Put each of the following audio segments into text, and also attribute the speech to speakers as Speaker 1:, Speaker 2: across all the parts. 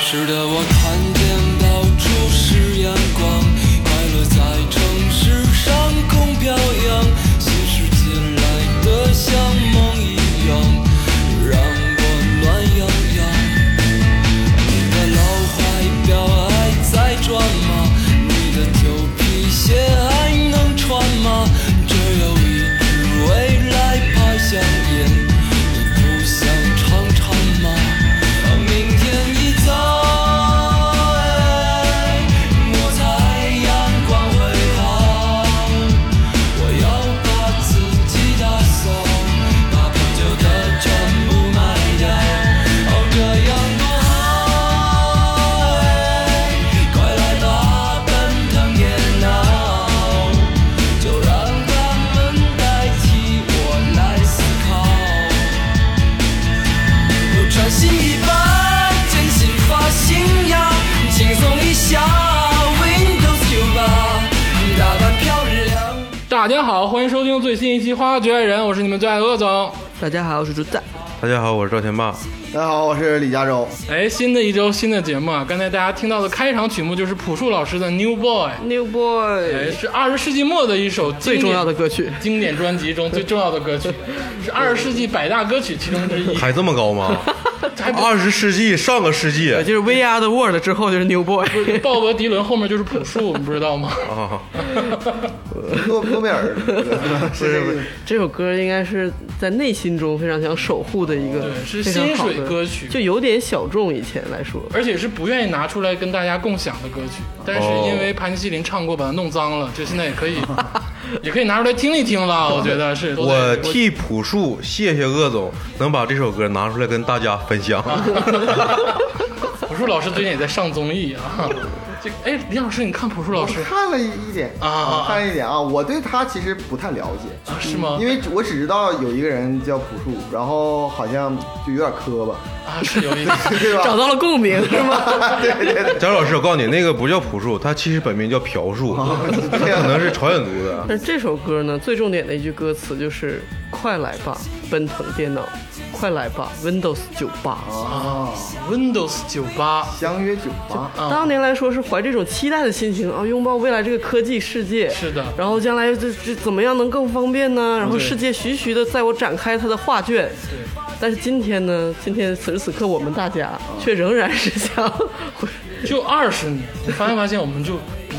Speaker 1: 是的，我看见到处是阳光，快乐在城市上空飘扬，新世界来的像梦一样，让我暖洋洋。你的老怀表还在转吗？你的旧皮鞋还能穿吗？只有一支未来牌香烟，你不想尝尝吗？啊明天一早，哎莫猜阳光会好。我要把自己打扫，把破旧的全部卖掉。哦，这样多好！哎快来吧，奔腾电脑，就让它们代替我来思考。又穿新衣吧，剪新发型呀，轻松一下，Windows 九八，打扮漂亮。
Speaker 2: 大家好，欢迎收听最新一期《花局爱人》，我是你们最爱的鄂总。
Speaker 3: 大家好，我是朱赞。
Speaker 4: 大家好，我是赵天霸。
Speaker 5: 大家好，我是李佳洲。
Speaker 2: 哎，新的一周新的节目啊，刚才大家听到的开场曲目就是朴树老师的《New Boy》，
Speaker 3: New
Speaker 2: 哎，
Speaker 3: Boy
Speaker 2: 是二十世纪末的一首
Speaker 3: 最重要
Speaker 2: 的
Speaker 3: 的歌曲，
Speaker 2: 经典专辑中最重要的歌曲，是二十世纪百大歌曲其中之一。
Speaker 4: 还这么高吗？二十世纪，上个世纪
Speaker 3: 也就是 We Are the World 之后就是 New Boy。
Speaker 2: 鲍勃迪伦后面就是朴树，你不知道吗？
Speaker 4: 啊！
Speaker 5: 诺诺贝尔是这个
Speaker 3: 这首歌应该是在内心中非常想守护的一个
Speaker 2: 对是
Speaker 3: 非常好的
Speaker 2: 薪水歌曲
Speaker 3: 就有点小众。以前来说，
Speaker 2: 而且是不愿意拿出来跟大家共享的歌曲，但是
Speaker 4: 哦
Speaker 2: 因为盘尼西林唱过，把它弄脏了，就现在也可 以，也可以拿出来听一听了。我觉得是，都在
Speaker 4: 我替朴树谢谢鄂总能把这首歌拿出来跟大家分享。
Speaker 2: 朴树老师最近也在上综艺啊。这哎，李老师，你看朴树老师
Speaker 5: 看了一点
Speaker 2: 啊啊啊
Speaker 5: 看了一点啊。我对他其实不太了解，
Speaker 2: 啊，是吗
Speaker 5: 因？为我只知道有一个人叫朴树，然后好像就有点磕巴，
Speaker 2: 啊，是有一 点。
Speaker 5: 对吧？
Speaker 3: 找到了共鸣是吗？
Speaker 4: 贾老师，我告诉你，那个不叫朴树，他其实本名叫朴树，
Speaker 5: 哦
Speaker 4: 他可能是朝鲜族的。
Speaker 3: 但是这首歌呢，最重点的一句歌词就是“快来吧，奔腾电脑，快来吧，Windows 九八”。
Speaker 5: 啊，
Speaker 2: Windows 九八，
Speaker 5: 相约酒吧，
Speaker 2: 啊
Speaker 3: 当年来说是怀这种期待的心情啊，拥抱未来这个科技世界。
Speaker 2: 是的
Speaker 3: 然后将来这这怎么样能更方便呢？然后
Speaker 2: 对
Speaker 3: 世界徐徐的在我展开它的画卷。对。但是今天呢，今天此时此刻我们大家
Speaker 2: 嗯
Speaker 3: 却仍然是想 回，
Speaker 2: 就二十年，你发现没发现我们就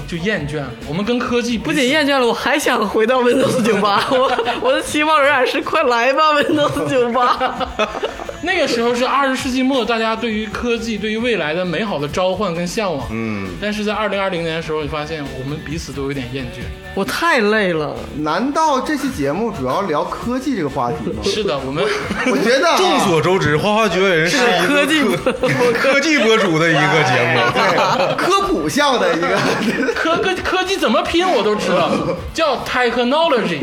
Speaker 2: 就厌倦了，我们跟科技
Speaker 3: 不
Speaker 2: 不
Speaker 3: 仅厌倦了，我还想回到 Windows 九 八。我我的期望仍然是快来吧，Windows 九八。
Speaker 2: 那个时候是二十世纪末，大家对于科技、对于未来的美好的召唤跟向往。嗯，但是在二零二零年的时候，你发现我们彼此都有点厌倦。
Speaker 3: 我太累了，
Speaker 5: 难道这期节目主要聊科技这个话题吗？
Speaker 2: 是的，我们
Speaker 5: 我觉得啊
Speaker 4: 众所周知，《花花绝爱人》是一
Speaker 3: 科
Speaker 4: 个
Speaker 3: 技
Speaker 4: 科 科技博主的一个节目。
Speaker 5: 对科普向的一个，
Speaker 2: 科科科技怎么拼我都知 道，叫 technology，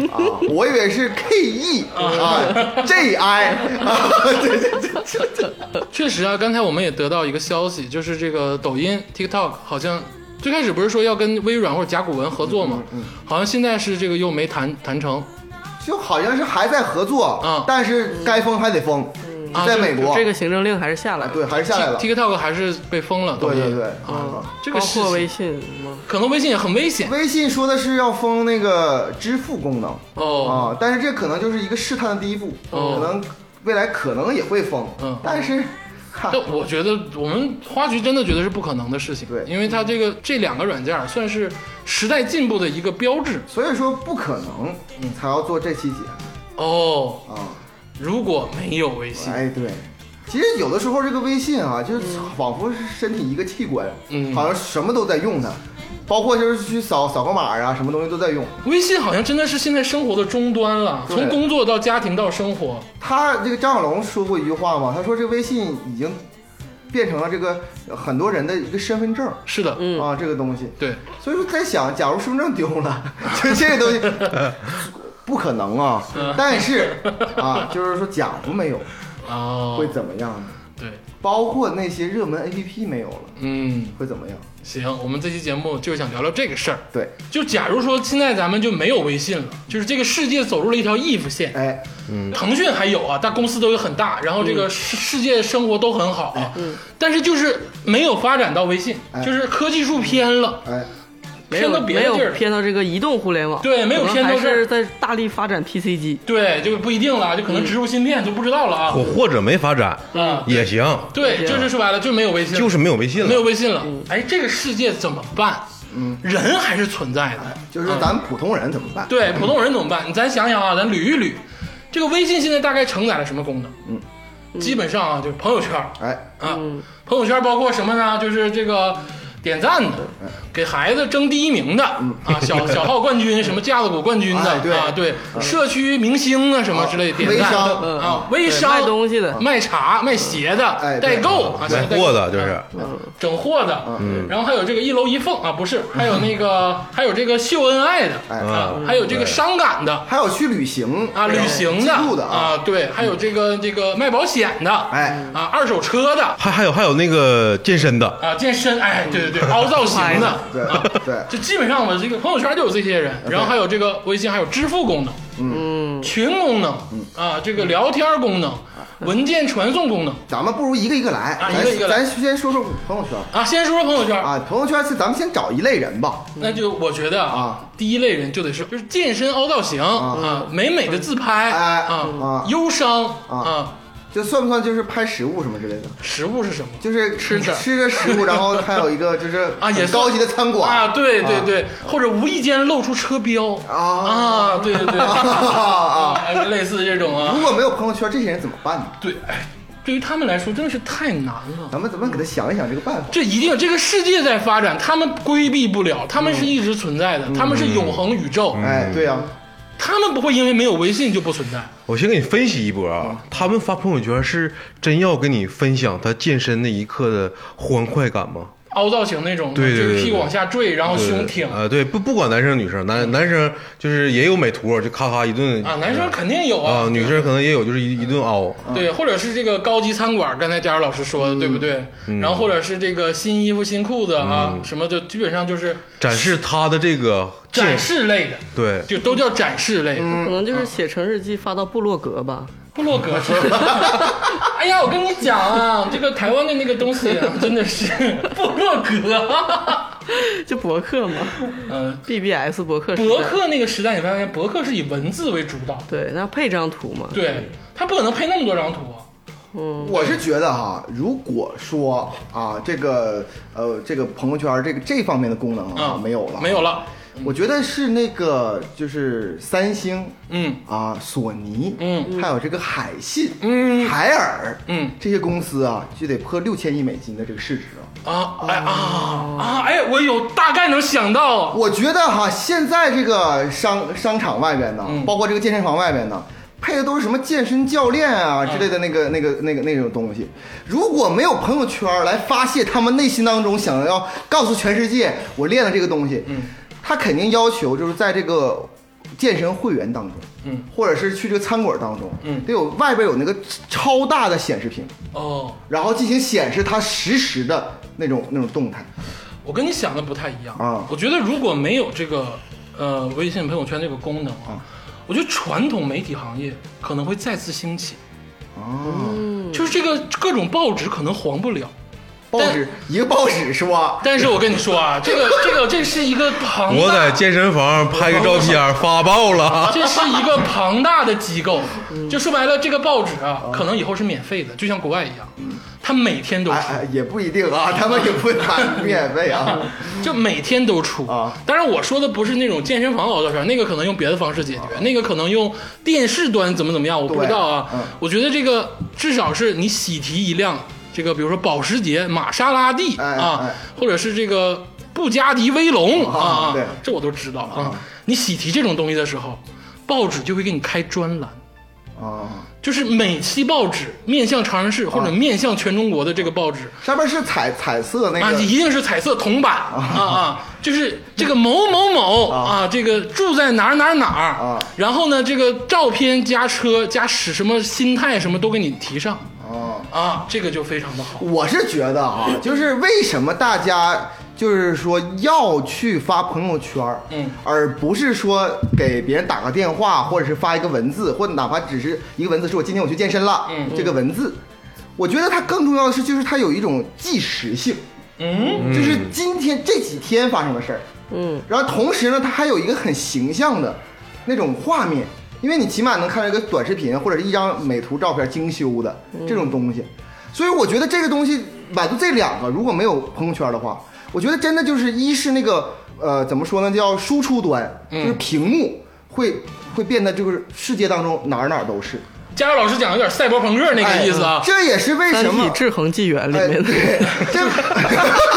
Speaker 5: 我以为是 K E 啊 J I 啊，对对对对对。
Speaker 2: 确实啊，刚才我们也得到一个消息，就是这个抖音 TikTok 好像最开始不是说要跟微软或者甲骨文合作吗？
Speaker 5: 嗯
Speaker 2: 好像现在是这个又没谈谈成
Speaker 5: 就好像是还在合作，
Speaker 2: 嗯
Speaker 5: 但是该封还得封，
Speaker 2: 啊
Speaker 5: 在美国，啊
Speaker 3: 这个行政令还是下来了。
Speaker 5: 对，还是下来了，
Speaker 2: ，TikTok 还是被封了。抖
Speaker 5: 对
Speaker 2: 音
Speaker 5: 对对，
Speaker 2: 啊
Speaker 5: 啊，
Speaker 2: 这个
Speaker 3: 包
Speaker 2: 事
Speaker 3: 括微
Speaker 2: 情
Speaker 3: 信吗？
Speaker 2: 可能微信也很危险
Speaker 5: 微信说的是要封那个支付功能
Speaker 2: 哦。
Speaker 5: 啊，但是这可能就是一个试探的第一步，
Speaker 2: 哦
Speaker 5: 可能未来可能也会封
Speaker 2: 嗯，
Speaker 5: 但是看
Speaker 2: 但我觉得我们花局真的觉得是不可能的事情，
Speaker 5: 对
Speaker 2: 因为它这个这两个软件儿算是时代进步的一个标志
Speaker 5: 所以说不可能才要做这期节目
Speaker 2: 哦。
Speaker 5: 啊，
Speaker 2: 如果没有微信，
Speaker 5: 哎对。其实有的时候这个微信啊，就是仿佛是身体一个器官，
Speaker 2: 嗯
Speaker 5: 好像什么都在用它，包括就是去扫扫个码啊，什么东西都在用。
Speaker 2: 微信好像真的是现在生活的终端了，
Speaker 5: 对
Speaker 2: 从工作到家庭到生活，
Speaker 5: 他这个张小龙说过一句话嘛，他说这微信已经变成了这个呃很多人的一个身份证、
Speaker 2: 是的，
Speaker 3: 嗯
Speaker 5: 啊，这个东西。
Speaker 2: 对，
Speaker 5: 所以说在想，假如身份证丢了， 就这个东西 不可能啊。
Speaker 2: 嗯
Speaker 5: 但是啊，就是说假如没有
Speaker 2: 哦
Speaker 5: 会，怎么样呢？
Speaker 2: 对，
Speaker 5: 包括那些热门 APP 没有了
Speaker 2: 嗯，
Speaker 5: 会怎么样？
Speaker 2: 行，我们这期节目就是想聊聊这个事儿。
Speaker 5: 对，
Speaker 2: 就假如说现在咱们就没有微信了，就是这个世界走入了一条 if 线，
Speaker 5: 哎，
Speaker 2: 腾讯还有啊，但公司都有很大，然后这个世世界生活都很好啊，但是就是没有发展到微信，就是科技树偏了，
Speaker 5: 哎，
Speaker 3: 没
Speaker 2: 偏到
Speaker 3: 有
Speaker 2: 别
Speaker 3: 没
Speaker 2: 的
Speaker 3: 有
Speaker 2: 地儿，
Speaker 3: 偏到这个移动互联网，
Speaker 2: 对没有
Speaker 3: 可能
Speaker 2: 偏到
Speaker 3: 还
Speaker 2: 这儿
Speaker 3: 是在大力发展 PC 机。
Speaker 2: 对，就不一定了，就可能植入芯片就不知道了啊
Speaker 4: 或，或者没发展
Speaker 2: 啊，
Speaker 4: 也行，
Speaker 2: 对，就是说白了就没有微信了，
Speaker 4: 就是没有微信了。
Speaker 2: 没有微信了，哎，这个世界怎么办？嗯，人还是存在的，
Speaker 5: 哎就是咱普通人怎么办？
Speaker 2: 对，普通人怎么办？咱想想啊，咱捋一捋，这个微信现在大概承载了什么功能？嗯，基本上啊，就是朋友圈儿
Speaker 5: 哎，
Speaker 2: 啊，朋友圈包括什么呢？就是这个点赞的，
Speaker 5: 嗯
Speaker 2: 给孩子争第一名的啊， 小小号冠军，什么架子鼓冠军的
Speaker 5: 哎对
Speaker 2: 啊，对，社区明星啊什么之类的点
Speaker 5: 微
Speaker 2: 赞
Speaker 5: 哦商
Speaker 2: 啊，微商
Speaker 3: 卖东西的
Speaker 2: 卖茶、卖鞋的、
Speaker 5: 哎
Speaker 2: 代
Speaker 5: 对
Speaker 2: 购啊，
Speaker 4: 买
Speaker 2: 代购
Speaker 4: 货的就是
Speaker 2: 整货的，
Speaker 5: 嗯
Speaker 2: 然后还有这个一楼一凤啊，不是，还有那个，还有这个秀恩爱的，
Speaker 5: 哎
Speaker 2: 啊，还有这个伤感的
Speaker 5: 还有去旅行
Speaker 2: 啊，旅行
Speaker 5: 记
Speaker 2: 的
Speaker 5: 录的啊，
Speaker 2: 啊，对，还有这个这个卖保险的，
Speaker 5: 哎，
Speaker 2: 啊，二手车的
Speaker 4: 还还有还有那个健身的，
Speaker 2: 啊，健身，哎，对 对对，凹造型的
Speaker 5: 对
Speaker 2: 啊，
Speaker 5: 对，
Speaker 2: 就基本上我这个朋友圈就有这些人，然后还有这个微信还有支付功能，嗯，群功能，啊，这个聊天功能，
Speaker 5: 嗯
Speaker 2: 文件传送功能
Speaker 5: 咱们不如一个一个来，
Speaker 2: 啊一个一个来
Speaker 5: 咱咱先说说朋友圈
Speaker 2: 啊，先说说朋友圈
Speaker 5: 啊，朋友圈是咱们先找一类人吧，
Speaker 2: 那就我觉得
Speaker 5: 嗯啊，
Speaker 2: 第一类人就得是就是健身凹造型啊，美美的自拍
Speaker 5: 哎
Speaker 2: 啊
Speaker 5: 啊，
Speaker 2: 忧伤啊
Speaker 5: 啊，这算不算就是拍食物什么之类的？
Speaker 2: 食物是什么？
Speaker 5: 就是
Speaker 2: 吃的
Speaker 5: 吃着食物，然后还有一个就是
Speaker 2: 啊，也
Speaker 5: 很
Speaker 2: 算
Speaker 5: 高级的餐馆
Speaker 2: 啊，对对
Speaker 5: 啊
Speaker 2: 对，或者无意间露出车标
Speaker 5: 啊
Speaker 2: 啊，对对对
Speaker 5: 啊
Speaker 2: 啊，类似这种啊
Speaker 5: 如，果没有朋友圈，这些人怎么办呢？
Speaker 2: 对，哎，对于他们来说真的是太难了。
Speaker 5: 咱们咱们给他想一想这个办法。
Speaker 2: 这一定，这个世界在发展，他们规避不了，他们
Speaker 5: 嗯
Speaker 2: 是一直存在的，他们是永恒宇宙，
Speaker 5: 哎，对呀，
Speaker 2: 他们不会因为没有微信就不存在。
Speaker 4: 我先给你分析一波
Speaker 2: 嗯
Speaker 4: 啊，他们发朋友圈是真要跟你分享他健身那一刻的欢快感吗？
Speaker 2: 凹造型那种，
Speaker 4: 对对对
Speaker 2: 就是屁股
Speaker 4: 对
Speaker 2: 往下坠，然后
Speaker 4: 对
Speaker 2: 胸挺
Speaker 4: 啊，对，不不管男生女生，男男生就是也有美图，就咔咔一顿
Speaker 2: 嗯啊，男生肯定有
Speaker 4: 啊，女
Speaker 2: 对
Speaker 4: 生可能也有，就是一一顿凹，
Speaker 2: 对，或者是这个高级餐馆，刚才佳茹老师说的，对不对？然后或者是这个新衣服、新裤子啊，什么的，基本上就是
Speaker 4: 展示他的这个健
Speaker 2: 展示类的，
Speaker 4: 对，
Speaker 2: 就都叫展示类。
Speaker 5: 嗯
Speaker 3: 可
Speaker 2: 嗯
Speaker 3: 能就是写成日记发到部落格吧，
Speaker 2: 部落格是， 哎呀，我跟你讲啊，这个台湾的那个东西啊真的是部落格。
Speaker 3: 就博客嘛
Speaker 2: 嗯，
Speaker 3: ，BBS 博客时代
Speaker 2: 博客那个时代，你发现博客是以文字为主导，
Speaker 3: 对，然后配张图嘛，
Speaker 2: 对，他不可能配那么多张图啊。
Speaker 5: 我是觉得哈，如果说啊，这个呃，这个朋友圈这个这方面的功能啊
Speaker 2: 啊，
Speaker 5: 没有了，
Speaker 2: 没有。了。
Speaker 5: 我觉得是那个就是三星，
Speaker 2: 嗯
Speaker 5: 啊，索尼，
Speaker 2: 嗯，
Speaker 5: 还有这个海信，
Speaker 2: 嗯
Speaker 5: 海尔，
Speaker 2: 嗯，
Speaker 5: 这些公司啊，就得破六千亿美金的这个市值啊。
Speaker 2: 啊，哎啊啊，哎，我有大概能想到，
Speaker 5: 我觉得哈，现在这个商商场外边呢，
Speaker 2: 嗯
Speaker 5: 包括这个健身房外边呢，配的都是什么健身教练啊
Speaker 2: 嗯
Speaker 5: 之类的那个、那个、那个、那种东西。如果没有朋友圈来发泄他们内心当中想要告诉全世界我练了这个东西，嗯，他肯定要求就是在这个健身会员当中，
Speaker 2: 嗯，
Speaker 5: 或者是去这个餐馆当中，
Speaker 2: 嗯
Speaker 5: 得有外边有那个超大的显示屏，
Speaker 2: 哦，
Speaker 5: 然后进行显示它实时的那种那种动态。
Speaker 2: 我跟你想的不太一样
Speaker 5: 啊
Speaker 2: 我觉得如果没有这个呃微信朋友圈这个功能啊，我觉得传统媒体行业可能会再次兴起，
Speaker 5: 哦，
Speaker 2: 就是这个各种报纸可能黄不了。
Speaker 5: 报纸一个报纸是吧？
Speaker 2: 但是我跟你说啊，这个这个这是一个庞
Speaker 4: 我在
Speaker 2: 大，啊
Speaker 4: 健身房拍个照 片发爆了。
Speaker 2: 这是一个庞大的机构，就说白了，这个报纸啊，可能以后是免费的，就像国外一样，它每天都出
Speaker 5: 嗯哎。哎， 也不一定啊，他们也不打免费啊。
Speaker 2: 就每天都出
Speaker 5: 啊。
Speaker 2: 当然，我说的不是那种健身房熬多少，那个可能用别的方式解决，那个可能用电视端怎么怎么样，我不知道啊。
Speaker 5: 啊对嗯
Speaker 2: 我觉得这个至少是你喜提一辆这个，比如说保时捷、玛莎拉蒂
Speaker 5: 哎
Speaker 2: 啊，
Speaker 5: 哎
Speaker 2: 或者是这个布加迪威龙啊，
Speaker 5: 啊对
Speaker 2: 这我都知道啊。你喜提这种东西的时候，报纸就会给你开专栏。
Speaker 5: 啊，
Speaker 2: 就是每期报纸面向长安市或者面向全中国的这个报纸，
Speaker 5: 上面是彩彩色那
Speaker 2: 啊，
Speaker 5: 个
Speaker 2: 一定是彩色铜版啊啊，就是这个某某某啊，这个住在哪儿哪儿哪儿
Speaker 5: 啊
Speaker 2: 然后呢，这个照片加车加使什么心态什么都给你提上
Speaker 5: 啊。
Speaker 2: 啊，这个就非常的好。
Speaker 5: 我是觉得啊，就是为什么大家就是说要去发朋友圈儿
Speaker 2: 嗯
Speaker 5: 而不是说给别人打个电话，或者是发一个文字，或者哪怕只是一个文字，说我今天我去健身了，
Speaker 2: 嗯
Speaker 5: 这个文字，我觉得它更重要的是，就是它有一种即时性，
Speaker 2: 嗯，
Speaker 5: 就是今天这几天发生的事儿，
Speaker 3: 嗯，
Speaker 5: 然后同时呢，它还有一个很形象的那种画面，因为你起码能看到一个短视频或者是一张美图照片精修的这种东西，所以我觉得这个东西百度这两个如果没有朋友圈的话，我觉得真的就是一是那个呃怎么说呢，叫输出端，就是屏幕会会变得就是世界当中哪儿哪儿都是
Speaker 2: 加油老师讲的有点赛博朋克那个意思啊
Speaker 5: 哎，这也是为
Speaker 3: 三
Speaker 5: 什
Speaker 3: 体
Speaker 5: 么。
Speaker 3: 制衡纪元》里
Speaker 5: 哎，
Speaker 3: 面的。
Speaker 5: 对，这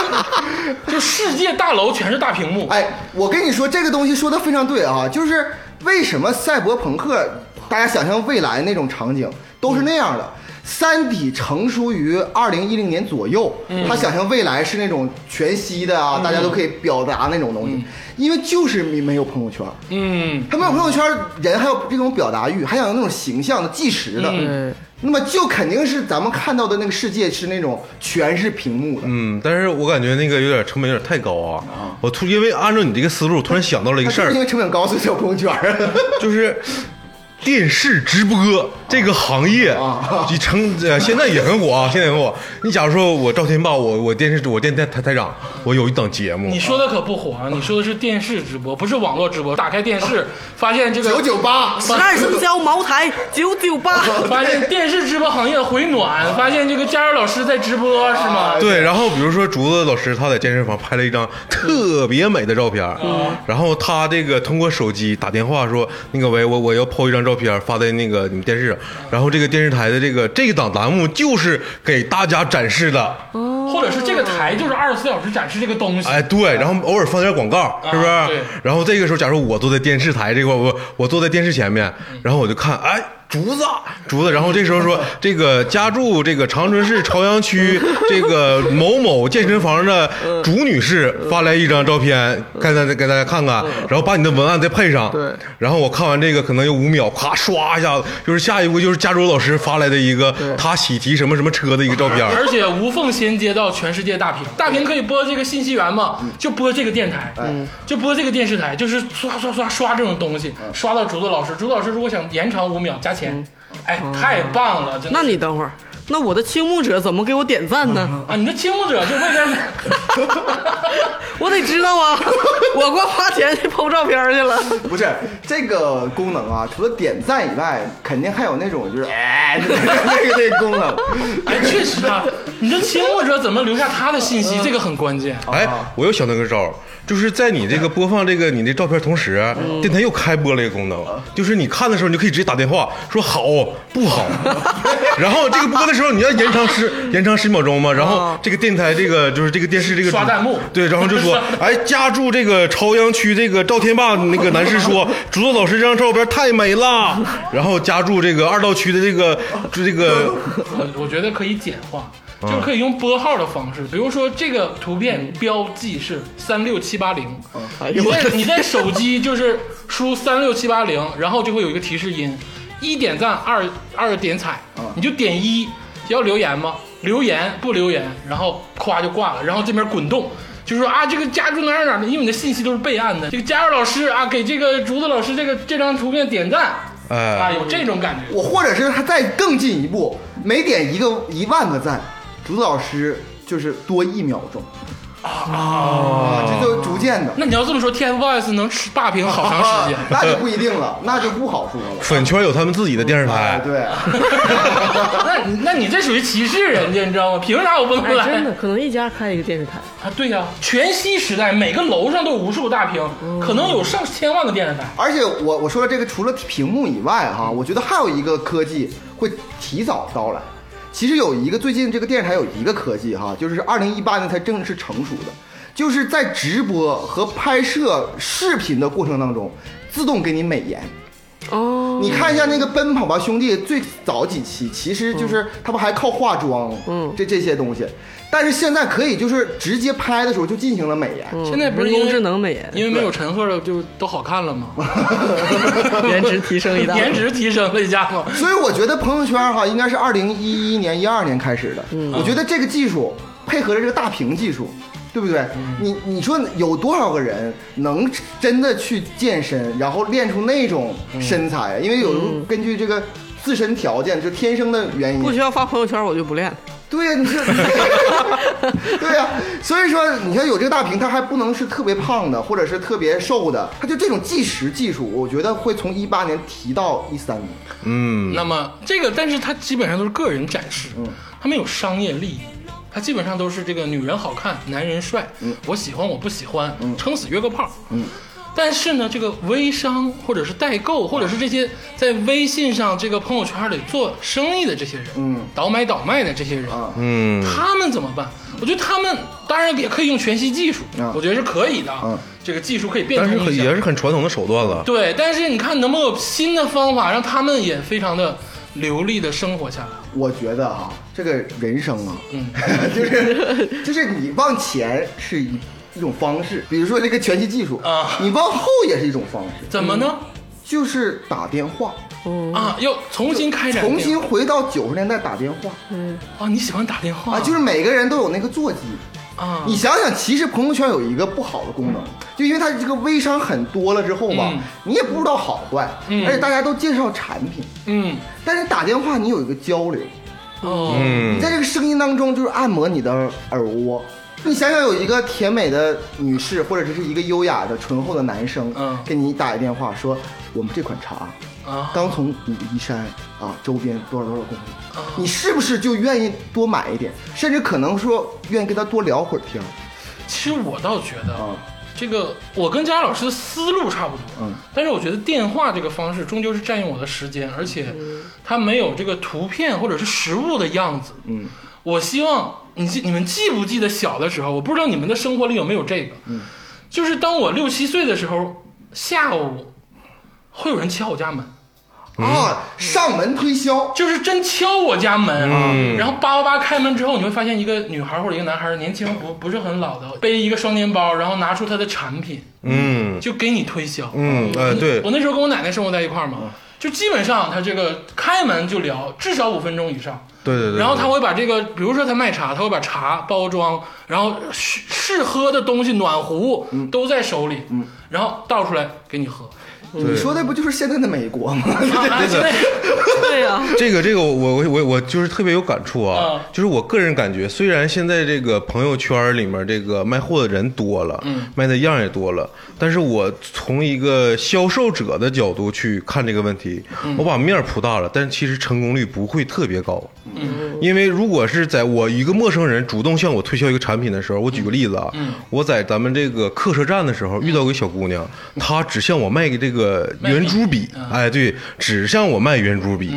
Speaker 2: 就世界大楼全是大屏幕，
Speaker 5: 哎，我跟你说，这个东西说的非常对啊，就是为什么赛博朋克，大家想象未来那种场景都是那样的。三体成熟于二零一零年左右，他想象未来是那种全息的啊，大家都可以表达那种东西，因为就是没没有朋友圈，
Speaker 2: 嗯，
Speaker 5: 他没有朋友圈，人还有这种表达欲，还想有那种形象的、即时的，
Speaker 3: 嗯
Speaker 5: 那么就肯定是咱们看到的那个世界是那种全是屏幕的，
Speaker 4: 嗯，但是我感觉那个有点成本有点太高啊！我突因为按照你这个思路，我突然想到了一
Speaker 5: 他
Speaker 4: 个事
Speaker 5: 是不
Speaker 4: 儿
Speaker 5: 是因，为成本高所以叫朋友圈啊？
Speaker 4: 就是电视直播这个行业
Speaker 5: 啊，
Speaker 4: 你成呃现在也很火啊，现在也很火。你假如说我赵天霸，我我电视我电台台台长，我有一档节目
Speaker 2: 你，说的可不火啊，你说的是电视直播，不是网络直播。打开电视，发现这个
Speaker 5: 啊九九八，
Speaker 3: 十二生肖茅台九九八，
Speaker 2: 发现电视直播行业回暖，发现这个佳儿老师在直播是吗？
Speaker 4: 对，然后比如说竹子老师，他在健身房拍了一张特别美的照片，
Speaker 2: 嗯
Speaker 4: 然后他这个通过手机打电话说，那个喂，我我要 PO 一张照片发在那个你们电视上，然后这个电视台的这个这档栏目就是给大家展示的，
Speaker 2: 或者是这个台就是二十四小时展示这个东西。
Speaker 4: 哎，对，然后偶尔放点广告，是不
Speaker 2: 啊对
Speaker 4: 是？然后这个时候，假如我坐在电视台这块，我我坐在电视前面，
Speaker 2: 嗯
Speaker 4: 然后我就看，哎，竹子，竹子。然后这时 候说，这个家住这个长春市朝阳区这个某某健身房的
Speaker 2: 嗯
Speaker 4: 竹女士发来一张照片，看大家给大家看
Speaker 2: 嗯
Speaker 4: 看，然后把你的文案再配上。
Speaker 3: 对
Speaker 4: 然后我看完这个，可能有五秒，咔刷一下子，就是下一步就是加州老师发来的一个他喜提什么什么车的一个照片。
Speaker 2: 而且无缝衔接到全世界大屏，大屏可以播这个信息源嘛，就播这个电台，就播这个电视台，就是刷刷刷刷这种东西，刷到竹子老师。竹子老师如果想延长五秒，加钱，哎，太棒了！真的
Speaker 3: 那你等会儿，那我的倾慕者怎么给我点赞呢？
Speaker 2: 啊，你这倾慕者就为了
Speaker 3: 我得知道啊， 我光花钱去剖照片去了。
Speaker 5: 不是这个功能啊，除了点赞以外，肯定还有那种就是 哎那个那个功能。
Speaker 2: 哎，确实啊，你这倾慕者怎么留下他的信息，这个很关键。
Speaker 4: 哎，我又想到个招儿，就是在你这个播放这个你的照片同时，
Speaker 2: 嗯
Speaker 4: 电台又开播了一个功能，就是你看的时候，你就可以直接打电话说好不 好，然后这个播的时候你要延长十延长十秒钟嘛，然后这个电台这个就是这个电视这个
Speaker 2: 哦刷
Speaker 4: 主
Speaker 2: 弹幕
Speaker 4: 对，然后就 说哎，家住这个朝阳区这个赵天霸那个男 士说，竹子老师这张照片太美了，然后家住这个二道区的这个就这 个
Speaker 2: 我我觉得可以简化，就是可以用拨号的方式，比如说这个图片标记是三六七八零，你在你在手机就是输三六七八零，然后就会有一个提示音，一点赞，二二点踩，你就点一，要留言吗？留言不留言，然后夸就挂了，然后这边滚动。就是说啊，这个家住哪儿哪儿的，因为你的信息都是备案的。这个佳儿老师啊，给这个竹子老师这个这张图片点赞，啊，
Speaker 4: 哎，
Speaker 2: 有这种感觉。
Speaker 5: 我或者是他再更进一步，每点一个一万个赞，竹子老师就是多一秒钟啊，这就逐渐的。，
Speaker 2: 哦那你要这么说，TFBOYS 能吃霸屏好长时间
Speaker 5: 那就不一定了，那就不好说了。
Speaker 4: 粉圈有他们自己的电视
Speaker 5: 哎
Speaker 4: 台，，
Speaker 5: 对，
Speaker 2: 那那你这属于歧视人家，你知道吗？凭 啥我不能
Speaker 3: 哎，
Speaker 2: 来？
Speaker 3: 真的，可能一家开一个电视台，
Speaker 2: 啊，对呀、全息时代，每个楼上都有无数个大屏，
Speaker 3: 嗯
Speaker 2: 可能有上千万个电视台。
Speaker 5: 而且我我说的这个除了屏幕以外
Speaker 3: 嗯
Speaker 5: 哈、我觉得还有一个科技会提早到来。其实有一个最近这个电视台有一个科技哈、就是二零一八年才正式成熟的，就是在直播和拍摄视频的过程当中，自动给你美颜。
Speaker 3: 哦，
Speaker 5: 你看一下那个《奔跑吧兄弟》最早几期，其实就是他们还靠化妆，
Speaker 3: 嗯
Speaker 5: 这这些东西，但是现在可以就是直接拍的时候就进行了美颜。
Speaker 3: 嗯
Speaker 2: 现在不是
Speaker 3: 人
Speaker 2: 因为
Speaker 3: 工智能美颜，
Speaker 2: 因为没有陈赫了，就都好看了嘛，
Speaker 3: 颜值 提升一大，
Speaker 2: 颜值提升了一下嘛。
Speaker 5: 所以我觉得朋友圈哈，应该是二零一一年、一二年开始的。我觉得这个技术配合着这个大屏技术，对不对？你你说有多少个人能真的去健身，然后练出那种身材？因为有时候根据这个自身条件，就天生的原因，
Speaker 3: 不需要发朋友圈，我就不练。
Speaker 5: 对呀、你这， 对呀、所以说你看有这个大屏，它还不能是特别胖的，或者是特别瘦的，它就这种计时技术，我觉得会从一八年提到一三年。
Speaker 4: 嗯，
Speaker 2: 那么这个，但是它基本上都是个人展示，
Speaker 5: 嗯
Speaker 2: 它没有商业利益，它基本上都是这个女人好看，男人帅，
Speaker 5: 嗯
Speaker 2: 我喜欢我不喜欢，撑死约个炮。嗯，但是呢，这个微商或者是代购，或者是这些在微信上这个朋友圈里做生意的这些人，
Speaker 5: 嗯，
Speaker 2: 倒买倒卖的这些人，
Speaker 5: 啊
Speaker 4: 嗯，
Speaker 2: 他们怎么办？我觉得他们当然也可以用全息技术，
Speaker 5: 啊
Speaker 2: 我觉得是可以的，
Speaker 5: 嗯
Speaker 2: 这个技术可以变
Speaker 4: 但是
Speaker 2: 通
Speaker 4: 很
Speaker 2: 一下
Speaker 4: 也是很传统的手段了。
Speaker 2: 对，但是你看能不能有新的方法让他们也非常的流利的生活下来？
Speaker 5: 我觉得啊，这个人生啊，
Speaker 2: 嗯
Speaker 5: 就是就是你往前是一一种方式，比如说这个拳击技术
Speaker 2: 啊
Speaker 5: 你往后也是一种方式，
Speaker 2: 怎么呢？
Speaker 5: 就是打电话，
Speaker 2: 啊，要重新开展电话，
Speaker 5: 嗯重新回到九十年代打电话
Speaker 2: 啊！你喜欢打电话
Speaker 5: 啊，就是每个人都有那个座机。
Speaker 2: 啊，
Speaker 5: 你想想，其实朋友圈有一个不好的功能，就因为它这个微商很多了之后吧
Speaker 2: 嗯，
Speaker 5: 你也不知道好坏，
Speaker 2: 嗯
Speaker 5: 而且大家都介绍产品，
Speaker 2: 嗯
Speaker 5: 但是打电话你有一个交流，
Speaker 2: 哦
Speaker 5: 你
Speaker 4: 嗯
Speaker 5: 在这个声音当中就是按摩你的耳窝。你想想，有一个甜美的女士，或者只是一个优雅的、醇厚的男生，
Speaker 2: 嗯
Speaker 5: 给你打一电话说，我们这款茶
Speaker 2: 啊
Speaker 5: 刚从武夷山啊周边多少多少公
Speaker 2: 啊
Speaker 5: 里，你是不是就愿意多买一点，甚至可能说愿意跟他多聊会儿天儿
Speaker 2: 其实我倒觉得
Speaker 5: 啊？
Speaker 2: 这个我跟佳老师的思路差不多，
Speaker 5: 嗯，
Speaker 2: 但是我觉得电话这个方式终究是占用我的时间，而且它没有这个图片或者是实物的样子，
Speaker 5: 嗯，
Speaker 2: 我希望你记你们记不记得小的时候，我不知道你们的生活里有没有这个，嗯，就是当我六七岁的时候，下午会有人敲我家门，
Speaker 5: 啊，上门推销，
Speaker 2: 就是真敲我家门，啊
Speaker 4: 嗯
Speaker 2: 然后叭叭叭开门之后，你会发现一个女孩或者一个男孩，年轻人不不是很老的，背一个双肩包，然后拿出他的产品，
Speaker 4: 嗯
Speaker 2: 就给你推销。
Speaker 4: 嗯，哎，对
Speaker 2: 我，那时候跟我奶奶生活在一块儿
Speaker 4: 嗯
Speaker 2: 嘛，就基本上他这个开门就聊，至少五分钟以上。
Speaker 4: 对对对。
Speaker 2: 然后他会把这个，比如说他卖茶，他会把茶包装，然后试试喝的东西、暖壶
Speaker 4: 嗯
Speaker 2: 都在手里，然后倒出来给你喝。 嗯
Speaker 5: 你说的不就是现在的美国吗？
Speaker 2: 啊现在
Speaker 3: 对 呀、
Speaker 4: 这个这个我我我我就是特别有感触啊
Speaker 2: 啊，
Speaker 4: 就是我个人感觉，虽然现在这个朋友圈里面这个卖货的人多了，卖的样也多了，但是我从一个销售者的角度去看这个问题，我把面儿铺大了，但其实成功率不会特别高，因为如果是在我一个陌生人主动向我推销一个产品的时候，我举个例子啊，我在咱们这个客车站的时候遇到个小姑娘，她只向我卖个这个圆珠笔，哎，对，只向我卖圆珠笔，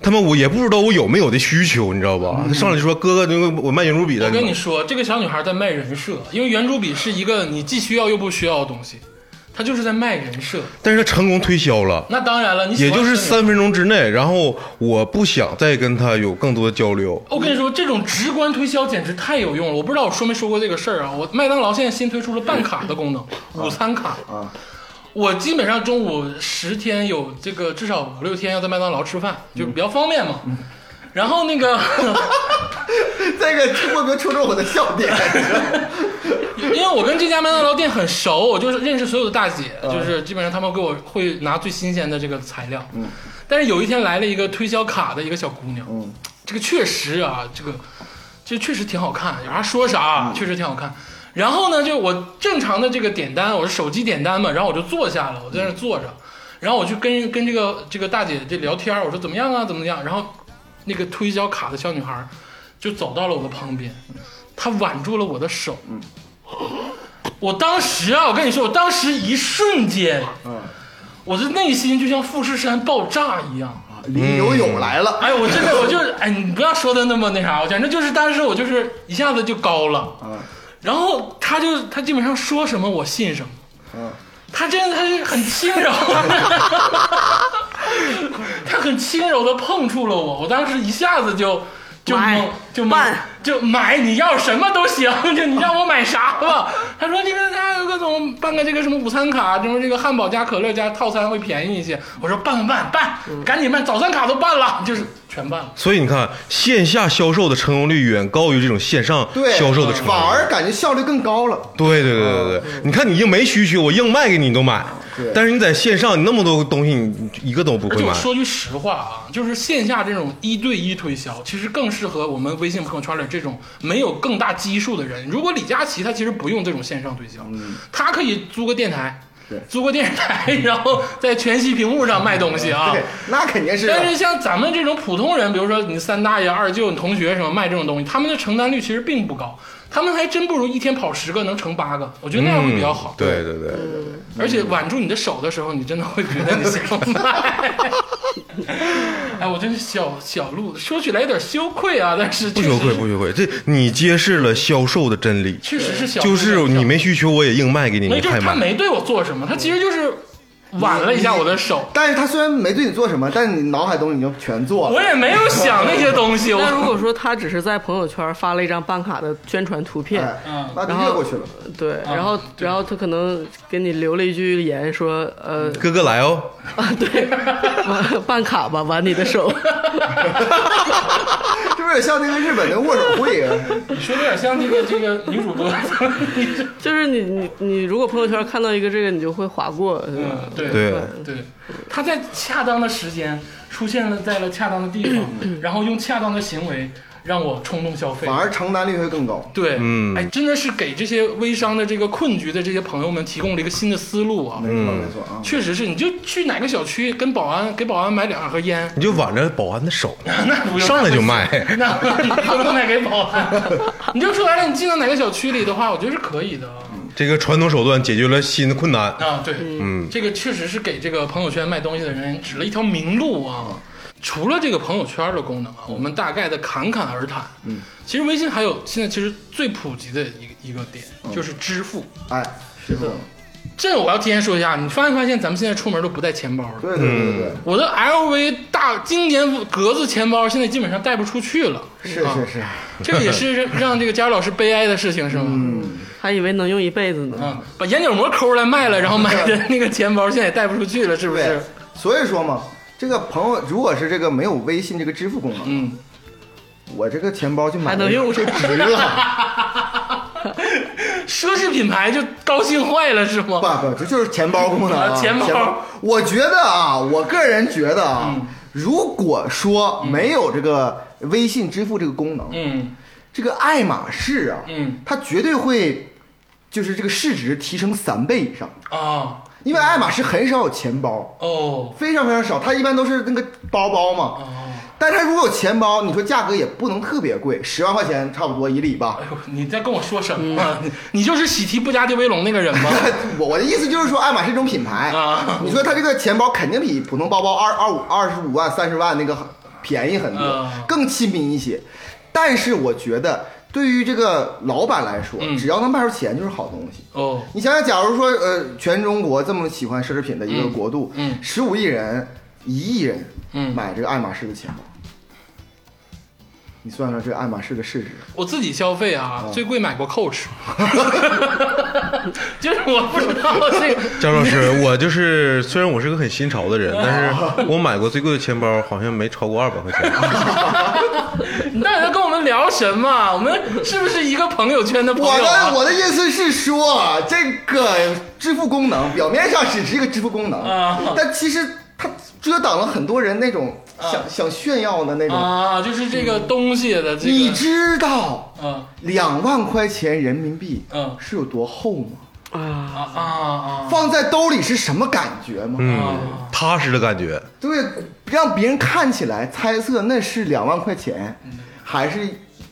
Speaker 4: 他们我也不知道我有没有的需求，你知道吧？她上来就说哥哥，那个我卖圆珠笔 的，
Speaker 2: 我跟
Speaker 4: 你
Speaker 2: 你说，这个小女孩在卖人设，因为圆珠笔是一个你既需要又不需要的东西，她就是在卖人设。
Speaker 4: 但是她成功推销了。
Speaker 2: 那当然了，你喜
Speaker 4: 也
Speaker 2: 欢
Speaker 4: 就是
Speaker 2: 这个人。
Speaker 4: 三分钟之内，然后我不想再跟她有更多的交流，
Speaker 2: 我跟你说，这种直观推销简直太有用了。我不知道我说没说过这个事儿啊。我麦当劳现在新推出了办卡的功能，午餐卡。嗯
Speaker 5: 啊，
Speaker 2: 我基本上中午十天有这个至少五六天要在麦当劳吃饭，就比较方便嘛。然后那个，
Speaker 5: 这个直播别戳中我的笑 点。
Speaker 2: 因为我跟这家麦当劳店很熟，我就是认识所有的大姐，就是基本上他们给我会拿最新鲜的这个材料。嗯，但是有一天来了一个推销卡的一个小姑娘，
Speaker 5: 嗯，
Speaker 2: 这个确实啊，这个这确实挺好看，有啥说啥，啊确实挺好看。然后呢，就我正常的这个点单，我是手机点单嘛，然后我就坐下了，我在那儿坐着，然后我就跟跟这个这个大姐这聊天，我说怎么样啊，怎么样？然后那个推销卡的小女孩就走到了我的旁边，她挽住了我的手。我当时啊，我跟你说，我当时一瞬间，
Speaker 5: 嗯
Speaker 2: 我的内心就像富士山爆炸一样。
Speaker 5: 林有有来了，
Speaker 2: 哎，我真的，我就是，哎，你不要说的那么那啥，我反正就是当时我就是一下子就高了。
Speaker 5: 啊
Speaker 2: 然后他就他基本上说什么我信什么，
Speaker 5: 嗯
Speaker 2: 他真的他是很轻柔， 他很轻柔的碰触了我，我当时一下子就就
Speaker 3: 买
Speaker 2: 蒙就
Speaker 3: 办
Speaker 2: 买就买，你要什么都行，就你让我买啥吧。他说这个啊，各种办个这个什么午餐卡，什么这个汉堡加可乐加套餐会便宜一些。我说办办办，赶紧办，早餐卡都办了，就是全办了。
Speaker 4: 所以你看，线下销售的成功率远高于这种线上
Speaker 5: 对，呃
Speaker 4: 销售的成功
Speaker 5: 反
Speaker 4: 率。
Speaker 5: 而感觉效率更高了。
Speaker 2: 哦
Speaker 4: 对对对对对，你看你硬没需求，我硬卖给你你都买
Speaker 5: 对，
Speaker 4: 但是你在线上你那么多东西，你一个都不
Speaker 2: 而
Speaker 4: 会
Speaker 2: 且我
Speaker 4: 买。
Speaker 2: 说句实话啊，就是线下这种一对一推销，其实更适合我们微信朋友圈里这种没有更大基数的人。如果李佳琦他其实不用这种线上推销，他可以租个电台
Speaker 5: 对，
Speaker 2: 租个电台，然后在全息屏幕上卖东西啊。
Speaker 5: 嗯对，那肯定是
Speaker 2: 但是像咱们这种普通人，比如说你三大爷、二舅、你同学什么卖这种东西，他们的承担率其实并不高，他们还真不如一天跑十个能成八个，我觉得那样会比较好。
Speaker 4: 嗯对对对，嗯
Speaker 2: 而且挽住你的手的时候，你真的会觉得你想 卖。哎，我真是小小路，说起来有点羞愧啊，但是
Speaker 4: 不
Speaker 2: 确实
Speaker 4: 羞愧不羞愧，这你揭示了销售的真理，
Speaker 2: 确实是小路
Speaker 4: 就是你没需求我也硬卖给你，
Speaker 2: 没
Speaker 4: 你
Speaker 2: 就是
Speaker 4: 太
Speaker 2: 他
Speaker 4: 买。
Speaker 2: 没对我做什么，他其实就是挽了一下我的手，
Speaker 5: 但是他虽然没对你做什么，但是你脑海中已经全做
Speaker 4: 嗯
Speaker 5: 了。
Speaker 2: 我也没有想那些东西。
Speaker 3: 那
Speaker 2: 我
Speaker 3: 如果说他只是在朋友圈发了一张办卡的宣传图片，
Speaker 5: 哎
Speaker 2: 嗯，
Speaker 5: 那就
Speaker 3: 然后
Speaker 5: 越过去了。
Speaker 3: 对，
Speaker 2: 啊
Speaker 3: 然后然后他可能给你留了一句言说，呃，
Speaker 4: 哥哥来哦，
Speaker 3: 嗯对，完办卡吧，挽你的 手。
Speaker 2: 嗯
Speaker 5: 是不是像那个日本的握手会啊？
Speaker 2: 你说有点像这个这个女主播，
Speaker 3: 就是你你你如果朋友圈看到一个这个，你就会划过，对吧
Speaker 2: 嗯，对
Speaker 4: 对，
Speaker 2: 对，他在恰当的时间出现了在了恰当的地 方，然后用恰当的行为让我冲动消费
Speaker 5: 反。而承担率会更高。
Speaker 2: 对，
Speaker 4: 嗯
Speaker 2: 哎，真的是给这些微商的这个困局的这些朋友们提供了一个新的思路啊！
Speaker 5: 没错
Speaker 4: 嗯
Speaker 5: 没错啊，
Speaker 2: 确实是，你就去哪个小区跟保安 给保安买两盒烟，
Speaker 4: 你就挽着保安的手，
Speaker 2: 那 不用
Speaker 4: 上来就卖。
Speaker 2: 那不用卖给保安， 你就说白哎了，你进到哪个小区里的话，我觉得是可以的啊。
Speaker 4: 这个传统手段解决了新的困难。
Speaker 2: 啊，对，嗯，这个确实是给这个朋友圈卖东西的人指了一条明路啊。除了这个朋友圈的功能啊，我们大概的侃侃而谈。嗯，其实微信还有现在其实最普及的一个一个点就是支付。
Speaker 5: 哎，是的，
Speaker 2: 这我要提前说一下，你发没发现咱们现在出门都不带钱包了？
Speaker 5: 对对对
Speaker 4: 嗯
Speaker 5: 对
Speaker 2: 我的 LV 大经典格子钱包现在基本上带不出去了。啊
Speaker 5: 对，是是是，
Speaker 2: 这个也 是让这个佳宇老师悲哀的事情，是吗？嗯
Speaker 3: 还以为能用一辈子呢。
Speaker 2: 啊，把眼角膜抠出来卖了，然后买的那个钱包现在也带不出去了，是不
Speaker 5: 对
Speaker 2: 是？。
Speaker 5: 所以说嘛，这个朋友如果是这个没有微信这个支付功能，
Speaker 2: 嗯，
Speaker 5: 我这个钱包就买
Speaker 3: 还能用
Speaker 5: 就值了。
Speaker 2: 奢侈品牌就高兴坏了是吗？
Speaker 5: 不不，这就是钱包功能啊，
Speaker 2: 啊钱包
Speaker 5: 我觉得啊，我个人觉得啊，
Speaker 2: 嗯
Speaker 5: 如果说没有这个微信支付这个功能，
Speaker 2: 嗯，
Speaker 5: 这个爱马仕啊，
Speaker 2: 嗯，
Speaker 5: 它绝对会就是这个市值提升三倍以上，
Speaker 2: 啊，
Speaker 5: 因为爱马仕很少有钱包，
Speaker 2: 哦，
Speaker 5: 非常非常少，它一般都是那个包包嘛。
Speaker 2: 哦，
Speaker 5: 但是它如果有钱包，你说价格也不能特别贵，十万块钱差不多一粒吧
Speaker 2: 哎。呦，你在跟我说什么
Speaker 5: 嗯
Speaker 2: 啊？你你就是喜提布加迪威龙那个人 吗？
Speaker 5: 我我的意思就是说，爱马仕这种品牌
Speaker 2: 啊，
Speaker 5: 你说它这个钱包肯定比普通包包二二五二十五万三十万那个便宜很多
Speaker 2: 啊，
Speaker 5: 更亲民一些。但是我觉得，对于这个老板来说，
Speaker 2: 嗯
Speaker 5: 只要能卖出钱就是好东西。
Speaker 2: 哦，
Speaker 5: 你想想，假如说呃，全中国这么喜欢奢侈品的一个国度，
Speaker 2: 嗯嗯
Speaker 5: 十五亿人，一亿人，
Speaker 2: 嗯
Speaker 5: 买这个爱马仕的钱包，你算算这个爱马仕的市值，
Speaker 2: 我自己消费啊，最贵买过 Coach，就是我不知道这个。
Speaker 4: 张老师，我 就是虽然我是个很新潮的人，但是我买过最贵的钱包好像没超过二百块钱。
Speaker 2: 哦你到底在跟我们聊什么？我们是不是一个朋友圈的朋
Speaker 5: 我
Speaker 2: 友、啊？
Speaker 5: 的我的意思是说，这个支付功能表面上只是一个支付功能，
Speaker 2: 啊
Speaker 5: 但其实它遮挡了很多人那种想、想炫耀的那种。
Speaker 2: 啊，就是这个东西的这
Speaker 5: 你
Speaker 2: 个，
Speaker 5: 知道
Speaker 2: 嗯
Speaker 5: 两万块钱人民币
Speaker 2: 嗯
Speaker 5: 是有多厚吗？
Speaker 2: 啊啊啊
Speaker 5: 放在兜里是什么感觉吗？
Speaker 4: 嗯，踏实的感觉。
Speaker 5: 对，让别人看起来猜测那是两万块钱，还是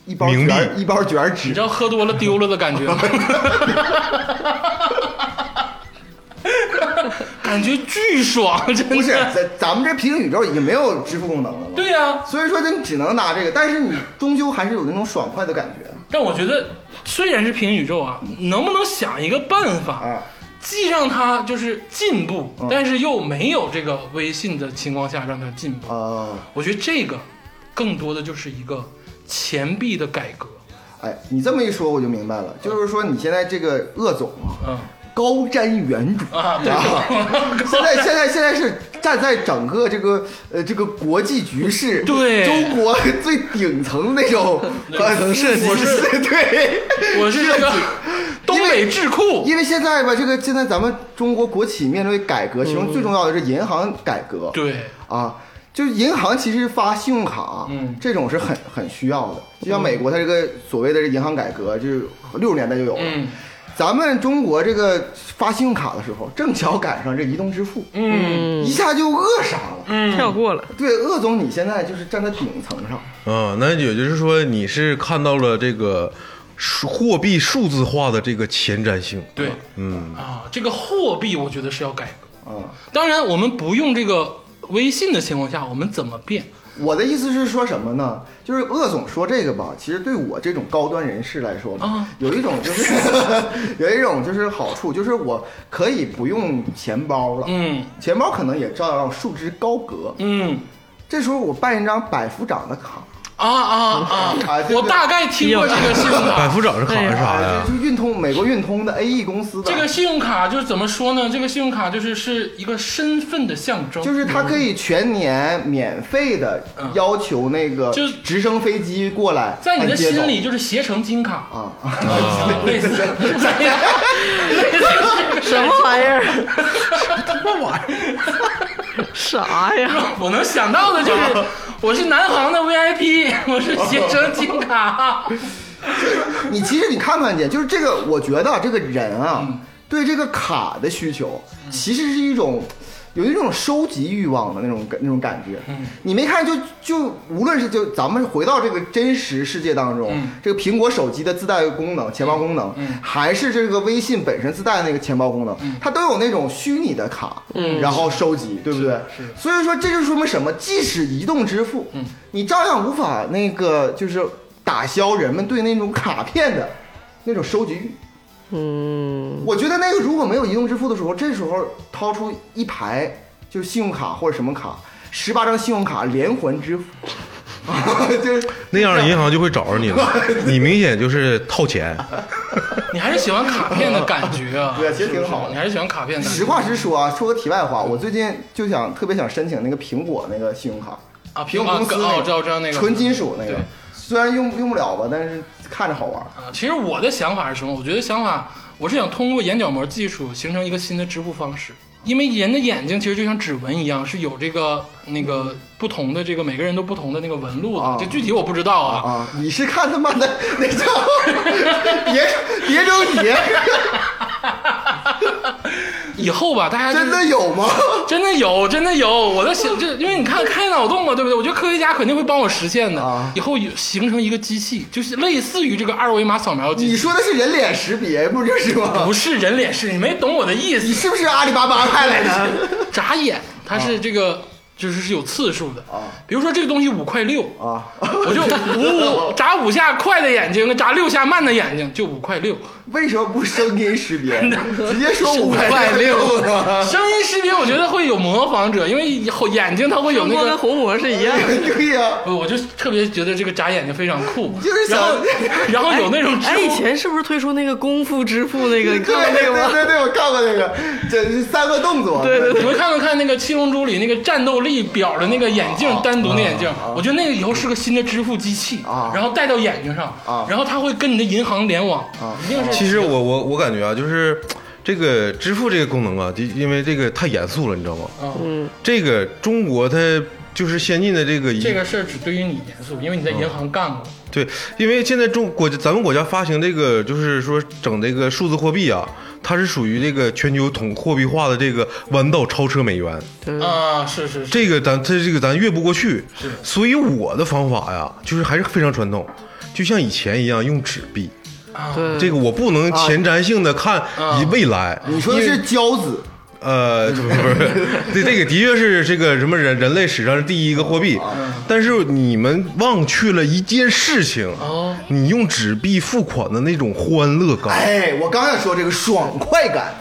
Speaker 5: 一包
Speaker 4: 冥
Speaker 5: 卷
Speaker 4: 币
Speaker 5: 儿一包卷儿
Speaker 2: 嗯你
Speaker 5: 纸
Speaker 2: 知？道喝多了丢了的感觉吗？ 感觉巨爽，真的。
Speaker 5: 不是，咱咱们这平行宇宙已经没有支付功能了嘛？
Speaker 2: 对啊呀、
Speaker 5: 所以说你只能拿这个，但是你终究还是有那种爽快的感觉。
Speaker 2: 但我觉得虽然是平行宇宙啊，能不能想一个办法
Speaker 5: 哎，
Speaker 2: 既让它就是进步，
Speaker 5: 啊
Speaker 2: 但是又没有这个微信的情况下让它进步？
Speaker 5: 啊、
Speaker 2: 我觉得这个更多的就是一个钱币的改革。
Speaker 5: 哎，你这么一说我就明白了，就是说你现在这个鄂总啊，
Speaker 2: 嗯
Speaker 5: 高瞻远瞩
Speaker 2: 啊， 对，
Speaker 5: 现 在现在现在是站在整个这个呃这个国际局势，
Speaker 2: 对
Speaker 5: 中国最顶层那种可能
Speaker 3: 设计
Speaker 5: 我是 对，
Speaker 2: 我是这个东北智库，
Speaker 5: 因为现在吧，这个现在咱们中国国企面对改革，其中
Speaker 2: 嗯
Speaker 5: 最重要的是银行改革，
Speaker 2: 对，
Speaker 5: 啊。就是银行其实发信用卡，啊
Speaker 2: 嗯
Speaker 5: 这种是很很需要的。就像美国，它这个所谓的这银行改革，就是六十年代就有了。
Speaker 2: 嗯
Speaker 5: 咱们中国这个发信用卡的时候，正巧赶上这移动支付，
Speaker 2: 嗯
Speaker 5: 一下就扼杀了。
Speaker 3: 跳过了。
Speaker 5: 对，鄂总，你现在就是站在顶层上，
Speaker 4: 啊，那也就是说你是看到了这个数货币数字化的这个前瞻性。
Speaker 2: 对，嗯啊，这个货币我觉得是要改革。
Speaker 5: 嗯，
Speaker 2: 当然，我们不用这个微信的情况下，我们怎么变？
Speaker 5: 我的意思是说什么呢？就是鄂总说这个吧，其实对我这种高端人士来说吧，
Speaker 2: 啊
Speaker 5: 有一种就是 有一种就是好处，就是我可以不用钱包了，
Speaker 2: 嗯
Speaker 5: 钱包可能也照样束之高阁。
Speaker 2: 嗯
Speaker 5: 这时候我办一张百夫长的卡，
Speaker 2: 啊啊
Speaker 5: 啊
Speaker 2: 啊！
Speaker 5: 对对
Speaker 2: 我大概听过这个信用
Speaker 4: 百
Speaker 2: 卡。
Speaker 4: 夫长是卡是啥呀
Speaker 5: 啊，？就运通美国运通的 AE 公司的
Speaker 2: 这个信用卡就是怎么说呢？这个信用卡就是是一个身份的象征，
Speaker 5: 就是他可以全年免费的要求那个
Speaker 2: 嗯就
Speaker 5: 直升飞机过来，
Speaker 2: 在你的心里就是携程金卡，
Speaker 5: 啊，
Speaker 2: 类似
Speaker 3: 什么玩意儿？ 什么玩意儿？啥呀？
Speaker 2: 我能想到的就是， 我是南航的 VIP，我是携程金卡，
Speaker 5: 你其实你看看去，就是这个，我觉得啊这个人啊，对这个卡的需求，其实是一种。有一种收集欲望的那种感那种感觉，你没看就就无论是就咱们回到这个真实世界当中，这个苹果手机的自带功能、钱包功能，还是这个微信本身自带的那个钱包功能，它都有那种虚拟的卡，然后收集，对不对？所以说这就说明什么？即使移动支付，你照样无法那个就是打消人们对那种卡片的那种收集欲。嗯，我觉得那个如果没有移动支付的时候，这时候掏出一排就是信用卡或者什么卡，十八张信用卡连环支付， 就是
Speaker 4: 那样银行就会找着你了，你明显就是套钱。
Speaker 2: 你还是喜欢卡片的感觉啊？
Speaker 5: 对其实
Speaker 2: 是不
Speaker 5: 挺
Speaker 2: 是
Speaker 5: 好的
Speaker 2: 你还是喜欢卡片的感觉。
Speaker 5: 实话实说啊，说个题外话，我最近就想特别想申请那个苹果那个信用卡
Speaker 2: 啊
Speaker 5: 苹果公司
Speaker 2: 苹果
Speaker 5: 那个
Speaker 2: 啊我知道我知道那个
Speaker 5: 纯金属那个
Speaker 2: 对，
Speaker 5: 虽然用用不了吧，但是看着好玩。
Speaker 2: 啊，其实我的想法是什么？我觉得想法，我是想通过眼角膜技术形成一个新的支付方式。因为人的眼睛其实就像指纹一样，是有这个那个不同的这个每个人都不同的那个纹路的，
Speaker 5: 啊
Speaker 2: 这具体我不知道啊。
Speaker 5: 啊，你是看他妈的那叫 别别中谍，
Speaker 2: 以后吧，大家就
Speaker 5: 哦真的有吗？
Speaker 2: 真的有，真的有，我在想，这因为你看开脑洞嘛，对不对？我觉得科学家肯定会帮我实现的。
Speaker 5: 啊
Speaker 2: 以后有形成一个机器，就是类似于这个二维码扫描
Speaker 5: 你
Speaker 2: 机器，
Speaker 5: 说的是人脸识别，不就是吗？
Speaker 2: 不是人脸识，你没懂我的意
Speaker 5: 你
Speaker 2: 思。
Speaker 5: 是不是阿里巴巴派来的？
Speaker 2: 眨眼，它是这个、就是是有次数的
Speaker 5: 啊
Speaker 2: 比如说这个东西五块六
Speaker 5: 啊，
Speaker 2: 我就五五眨五下快的眼睛，眨六下慢的眼睛就五块六。
Speaker 5: 为什么不声音识别？ 直接说五
Speaker 2: 块
Speaker 5: 六 呢？
Speaker 2: 声音识别我觉得会有模仿者，因为以后眼睛它会有那
Speaker 3: 摸
Speaker 2: 个
Speaker 3: 跟虹膜是一样的。
Speaker 5: 对哎呀，
Speaker 2: 我就特别觉得这个眨眼睛非常酷，
Speaker 5: 就是想
Speaker 2: 然后然后有那种支
Speaker 3: 哎，以
Speaker 2: 付
Speaker 3: 前是不是推出那个功夫支付那个？
Speaker 5: 对
Speaker 3: 你看
Speaker 5: 对
Speaker 3: 过那个
Speaker 5: 对
Speaker 3: 吗？
Speaker 5: 对对，我看过那个，这是三个动作。对对
Speaker 2: 你们看没看那个《七龙珠》里那个战斗力表的那个眼镜，单独的眼镜？我觉得那个以后是个新的支付机器
Speaker 5: 啊，
Speaker 2: 然后戴到眼睛上
Speaker 5: 啊，
Speaker 2: 然后它会跟你的银行联网，一定是
Speaker 4: 其实我我我感觉啊，就是这个支付这个功能啊，就因为这个太严肃了，你知道吗？
Speaker 2: 嗯，
Speaker 4: 这个中国它就是先进的这个
Speaker 2: 这个事儿只对于你严肃，因为你在
Speaker 5: 啊
Speaker 2: 银行干过。
Speaker 4: 对，因为现在中国咱们国家发行这个就是说整这个数字货币啊，它是属于这个全球统货币化的这个弯道超车美元，
Speaker 5: 嗯
Speaker 2: 啊，是是是，
Speaker 4: 这个咱这这个咱越不过去
Speaker 2: 是，
Speaker 4: 所以我的方法呀，就是还是非常传统，就像以前一样用纸币。
Speaker 3: 对
Speaker 4: 这个我不能前瞻性的看以未来，
Speaker 5: 你说的是交子，
Speaker 4: 呃， 不是不是，这这个的确是这个什么人人类史上第一个货币，但是你们忘却了一件事情，
Speaker 2: 哦
Speaker 4: 你用纸币付款的那种欢乐感。
Speaker 5: 哎，我刚想说这个爽快感，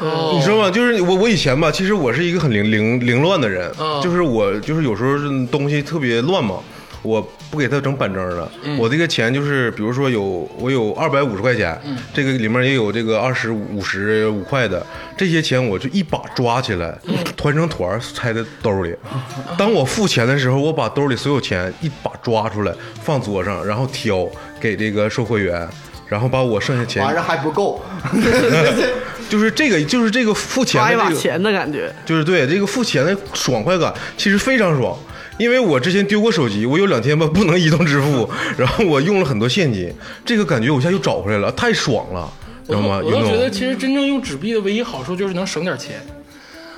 Speaker 2: 哦
Speaker 4: 你知道吗？就是我，我以前吧，其实我是一个很凌凌凌乱的人，
Speaker 2: 嗯
Speaker 4: 就是我，就是有时候是东西特别乱嘛，我不给他整板正了，我这个钱就是，比如说有我有二百五十块钱，这个里面也有这个二十五十五块的，这些钱我就一把抓起来，团成团儿揣在兜里。当我付钱的时候，我把兜里所有钱一把抓出来放桌上，然后挑给这个售货员。然后把我剩下钱
Speaker 5: 完，了还不够，
Speaker 4: 就是这个，就是这个付钱
Speaker 3: 花
Speaker 4: 的
Speaker 3: 一
Speaker 4: 这
Speaker 3: 把
Speaker 4: 个，
Speaker 3: 钱的感觉，
Speaker 4: 就是对这个付钱的爽快感，其实非常爽。因为我之前丢过手机，我有两天吧不能移动支付，然后我用了很多现金，这个感觉我一下又找回来了，太爽了，知
Speaker 2: 我
Speaker 4: 道
Speaker 2: 都
Speaker 4: 吗？
Speaker 2: 我
Speaker 4: 云
Speaker 2: 都觉得
Speaker 4: 总，
Speaker 2: 其实真正用纸币的唯一好处就是能省点钱。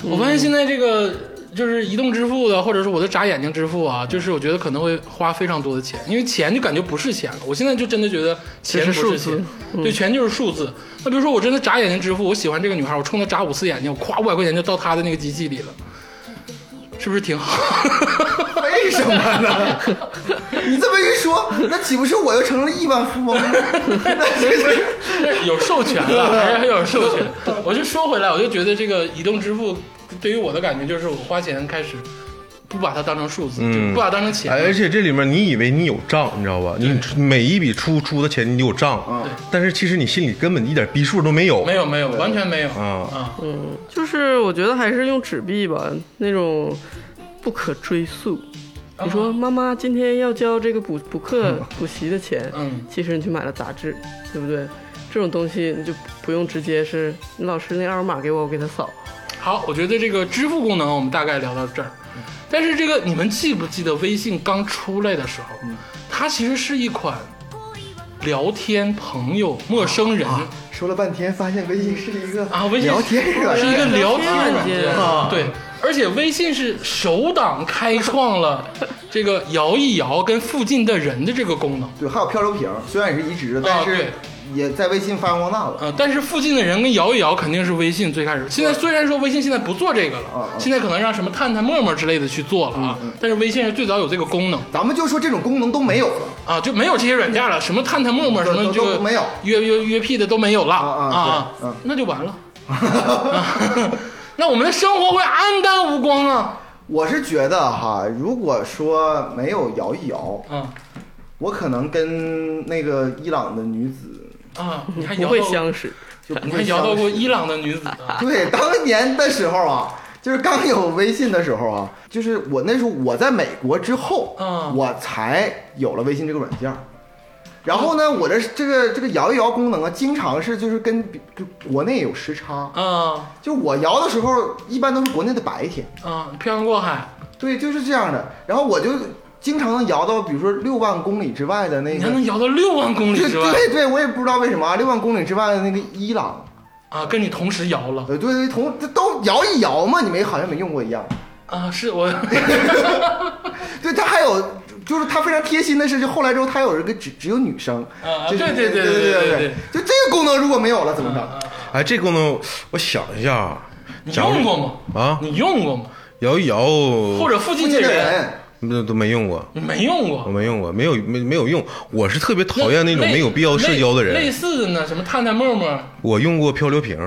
Speaker 2: 我发现现在这个就是移动支付的，或者说我的眨眼睛支付啊，就是我觉得可能会花非常多的钱，因为钱就感觉不是钱了。我现在就真的觉得钱不
Speaker 3: 就是数
Speaker 2: 是
Speaker 3: 字
Speaker 2: 钱，
Speaker 4: 嗯
Speaker 2: 对，钱就是数字。那比如说我真的眨眼睛支付，我喜欢这个女孩，我冲她眨五次眼睛，我咵五百块钱就到她的那个机器里了，是不是挺好？
Speaker 5: 为什么呢？你这么一说，那岂不是我又成了亿万 富翁了？那这是
Speaker 2: 有授权了，还是有授权。我就说回来，我就觉得这个移动支付对于我的感觉就是，我花钱开始不把它当成数字，
Speaker 4: 嗯
Speaker 2: 就不把它当成钱。
Speaker 4: 哎而且这里面你以为你有账，你知道吧？你每一笔出出的钱你有账
Speaker 5: 对，
Speaker 4: 但是其实你心里根本一点逼数都没有。
Speaker 2: 嗯没有没有，完全没有
Speaker 4: 啊
Speaker 2: 啊！
Speaker 3: 就是我觉得还是用纸币吧，那种不可追溯。你说妈妈今天要交这个补补课补习的钱，
Speaker 2: 嗯
Speaker 3: 其实你去买了杂志，对不对？这种东西你就不用直接是你老师那二维码给我，我给他扫。
Speaker 2: 好，我觉得这个支付功能我们大概聊到这儿。但是这个你们记不记得微信刚出来的时候，它其实是一款聊天朋友、陌生人啊
Speaker 5: 说了半天，发现微信是一个
Speaker 2: 微信
Speaker 5: 聊天软
Speaker 2: 是一个
Speaker 5: 件，
Speaker 2: 聊天软
Speaker 3: 聊天
Speaker 2: 件
Speaker 5: 啊，
Speaker 2: 对。而且微信是首档开创了这个摇一摇跟附近的人的这个功能，
Speaker 5: 对，还有漂流瓶，虽然也是移植的，但是
Speaker 2: 哦对
Speaker 5: 也在微信发扬光大了。
Speaker 2: 呃，但是附近的人跟摇一摇肯定是微信最开始。现在虽然说微信现在不做这个
Speaker 5: 嗯
Speaker 2: 了，
Speaker 5: 嗯
Speaker 2: 现在可能让什么探探、陌陌之类的去做了啊，但是微信是最早有这个功能
Speaker 5: 咱们就说这种功能都没有了，
Speaker 2: 啊，就没有这些软件了，什么探探、陌陌什
Speaker 5: 都
Speaker 2: 么
Speaker 5: 都
Speaker 2: 这个
Speaker 5: 都没有
Speaker 2: 约约约屁的都没有了
Speaker 5: 啊啊
Speaker 2: 啊
Speaker 5: 对嗯，
Speaker 2: 那就完 了。 啊那我们的生活会黯淡无光啊！
Speaker 5: 我是觉得哈，如果说没有摇一摇，
Speaker 2: 啊
Speaker 5: 我可能跟那个伊朗的女子
Speaker 2: 啊，你还
Speaker 3: 不
Speaker 2: 摇
Speaker 3: 会
Speaker 2: 到
Speaker 3: 相识，
Speaker 5: 就不
Speaker 2: 你
Speaker 5: 会
Speaker 2: 还摇到过
Speaker 5: 相识
Speaker 2: 伊朗的女子 啊？
Speaker 5: 对，当年的时候啊，就是刚有微信的时候啊，就是我那时候我在美国之后，
Speaker 2: 嗯
Speaker 5: 我才有了微信这个软件儿。然后呢，我的这个这个摇一摇功能啊，经常是就是跟比就国内有时差，
Speaker 2: 啊
Speaker 5: 就我摇的时候一般都是国内的白天，
Speaker 2: 啊，漂洋过海，
Speaker 5: 对，就是这样的。然后我就经常能摇到，比如说六万公里之外的那
Speaker 2: 你
Speaker 5: 个
Speaker 2: 还，能摇到六万公里
Speaker 5: 对
Speaker 2: 之外
Speaker 5: 对对，我也不知道为什么啊，六万公里之外的那个伊朗，
Speaker 2: 啊！跟你同时摇了。
Speaker 5: 呃，对对，同这都摇一摇嘛，你没好像没用过一样。
Speaker 2: 啊，是我，
Speaker 5: 对他还有，就是他非常贴心的是，就后来之后他有一个只只有女生，
Speaker 2: 啊
Speaker 5: 就是
Speaker 2: 对对对对
Speaker 5: 对
Speaker 2: 对
Speaker 5: 对
Speaker 2: 对，啊
Speaker 5: 就这个功能如果没有了怎么整？
Speaker 4: 哎，这功能我想一下啊，
Speaker 2: 你
Speaker 4: 假如
Speaker 2: 用过吗？
Speaker 4: 啊
Speaker 2: 你用过吗？
Speaker 4: 摇一摇，
Speaker 2: 或者附
Speaker 5: 附
Speaker 2: 近
Speaker 5: 近
Speaker 2: 的
Speaker 5: 的
Speaker 2: 人，
Speaker 5: 人，
Speaker 4: 那都没用过。
Speaker 2: 你没用
Speaker 4: 我
Speaker 2: 过。
Speaker 4: 没用过，没有没没有用，我是特别嗯讨厌那种没有必要社交的
Speaker 2: 类类
Speaker 4: 人。
Speaker 2: 似的呢，什么探探、陌陌啊
Speaker 4: 我用过漂流瓶，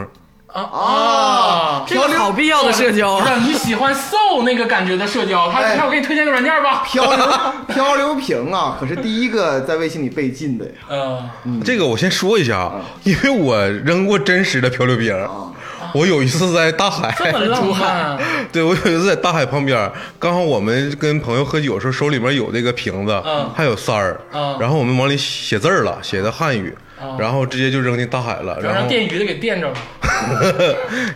Speaker 2: 啊，
Speaker 3: 这个好必要
Speaker 4: 哦
Speaker 3: 的社交
Speaker 2: 不
Speaker 3: 啊！
Speaker 2: 是你喜欢 so 那个感觉的社交，他
Speaker 5: 哎
Speaker 2: 他我给你推荐个软件吧。
Speaker 5: 漂流漂流瓶啊，可是第一个在微信里被禁的呀。
Speaker 4: 哎
Speaker 2: 呃，
Speaker 4: 这个我先说一下啊，因为我扔过真实的漂流瓶，我有一次在大海，
Speaker 2: 这么 浪漫，
Speaker 4: 对我有一次在大海旁边，刚好我们跟朋友喝酒的时候，手里面有这个瓶子，
Speaker 2: 嗯
Speaker 4: 还有塞儿，
Speaker 2: 嗯
Speaker 4: 然后我们往里写字儿了，写的汉语，
Speaker 2: 哦
Speaker 4: 然后直接就扔进大海了，
Speaker 2: 然后
Speaker 4: 然
Speaker 2: 让
Speaker 4: 后
Speaker 2: 电鱼的给电着了。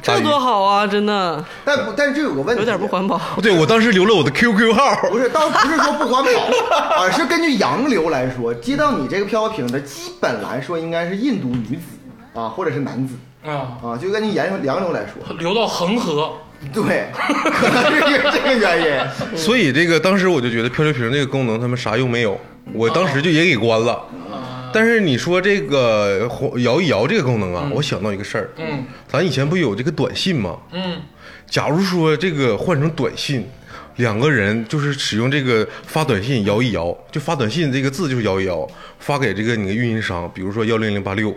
Speaker 4: 大
Speaker 3: 这
Speaker 4: 鱼
Speaker 3: 多好啊！真的
Speaker 5: 但不，但这有个问题，
Speaker 3: 有点不环保。
Speaker 4: 对我当时留了我的 QQ 号，
Speaker 5: 不是，倒不是说不环保，而是根据洋流来说，接到你这个漂流瓶的，基本来说应该是印度女子啊，或者是男子
Speaker 2: 啊，
Speaker 5: 啊，就根据洋洋流来说，
Speaker 2: 流到恒河，
Speaker 5: 对，可能是因为这个原因。
Speaker 4: 所以这个当时我就觉得漂流瓶这个功能他们啥用没有，我当时就也给关了。但是你说这个摇一摇这个功能啊，我想到一个事儿，
Speaker 2: 嗯，
Speaker 4: 咱以前不有这个短信吗？
Speaker 2: 嗯，
Speaker 4: 假如说这个换成短信，两个人就是使用这个发短信摇一摇，就发短信这个字就是摇一摇，发给这个你的运营商，比如说幺零零八六，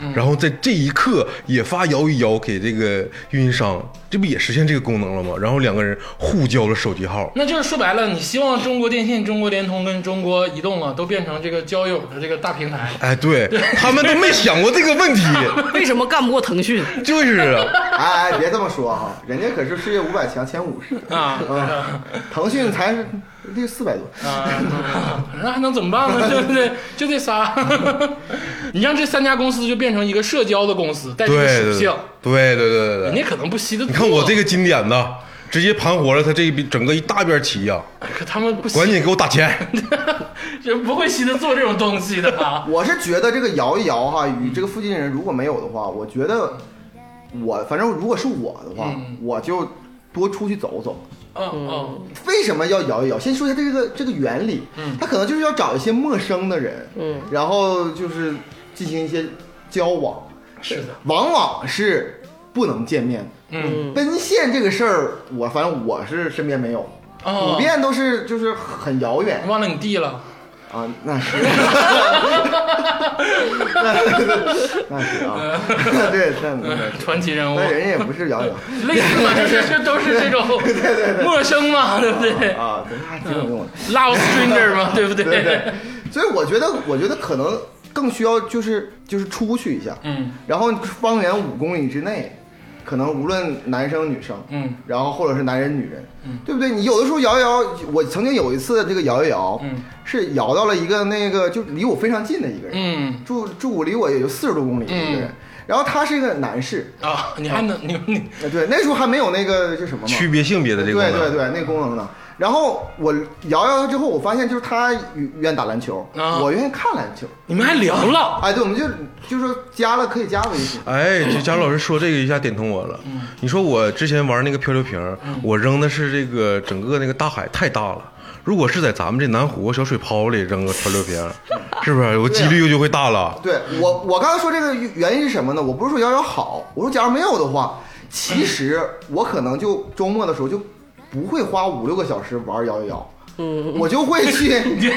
Speaker 2: 嗯
Speaker 4: 然后在这一刻也发摇一摇给这个运营商，这不也实现这个功能了吗？然后两个人互交了手机号，
Speaker 2: 那就是说白了，你希望中国电信、中国联通跟中国移动啊，都变成这个交友的这个大平台。
Speaker 4: 哎，对他们都没想过这个 问题，
Speaker 3: 为什么干不过腾讯？
Speaker 4: 就是啊，
Speaker 5: 哎哎，别这么说哈、人家可是世界五百强前五十
Speaker 2: 啊
Speaker 5: 啊，腾讯才是第四百多。
Speaker 2: 啊，那还能怎么办呢？对不对？就这仨，你让这三家公司就变成一个社交的公司，带这
Speaker 4: 对
Speaker 2: 个
Speaker 4: 对
Speaker 2: 属性，
Speaker 4: 对对对对对
Speaker 2: 人，家可能不稀得多。
Speaker 4: 你看我这个经典的，直接盘活了他这一笔整个一大边棋呀、
Speaker 2: 可他们不稀，
Speaker 4: 赶紧给我打钱！
Speaker 2: 人不会稀得做这种东西的 啊。
Speaker 5: 我是觉得这个摇一摇哈，与这个附近人如果没有的话，我觉得我反正如果是我的话，
Speaker 2: 嗯
Speaker 5: 我就多出去走走。
Speaker 2: 嗯嗯
Speaker 5: 为什么要摇一摇？先说一下这个这个原理，
Speaker 2: 嗯
Speaker 5: 他可能就是要找一些陌生的人，
Speaker 3: 嗯，
Speaker 5: 然后就是进行一些交往，
Speaker 2: 是的，
Speaker 5: 往往是不能见面的。
Speaker 2: 嗯
Speaker 5: 奔现这个事儿，我反正我是身边没有，
Speaker 2: 哦，
Speaker 5: 普遍都是就是很遥远
Speaker 2: 忘了你弟了。
Speaker 5: 啊，那是，那是啊，对，那那
Speaker 2: 传奇人物，
Speaker 5: 那人家也不是遥远
Speaker 2: 类似嘛，就是这都是这种陌生嘛，对不对
Speaker 5: 啊，对，那还挺有用的。
Speaker 2: ？Love stranger 嘛，对不对？
Speaker 5: 对对，所以我觉得，我觉得可能更需要就是就是出去一下，
Speaker 2: 嗯
Speaker 5: 然后方圆五公里之内，可能无论男生女生，
Speaker 2: 嗯
Speaker 5: 然后或者是男人女人，对不对？你有的时候摇一摇，我曾经有一次这个摇一摇，
Speaker 2: 嗯
Speaker 5: 是摇到了一个那个就离我非常近的一个人，
Speaker 2: 嗯
Speaker 5: 住住我离我也就四十多公里的一个人，然后他是一个男士，
Speaker 2: 啊，你还能你你
Speaker 5: 呃对，那时候还没有那个就什么嘛，
Speaker 4: 区别性别的这个
Speaker 5: 对
Speaker 4: 功
Speaker 5: 对
Speaker 4: 能
Speaker 5: 对，那功能呢？然后我摇摇他之后，我发现就是他愿意打篮球，
Speaker 2: 啊
Speaker 5: 我愿意看篮球。
Speaker 2: 你们还聊 了？
Speaker 5: 哎，对，我们就就是说加了可以加微信，
Speaker 4: 哎，这贾老师说这个一下点通我了。
Speaker 2: 嗯
Speaker 4: 你说我之前玩那个漂流瓶，我扔的是这个整个那个大海太大了。如果是在咱们这南湖小水泡里扔个漂流瓶，
Speaker 2: 嗯
Speaker 4: 是不是我
Speaker 2: 啊
Speaker 4: 几率就会大了？
Speaker 5: 对我我刚才说这个原因是什么呢？我不是说摇摇好，我说假如没有的话，其实我可能就周末的时候就不会花五六个小时玩摇一摇，嗯，我就会去
Speaker 2: 你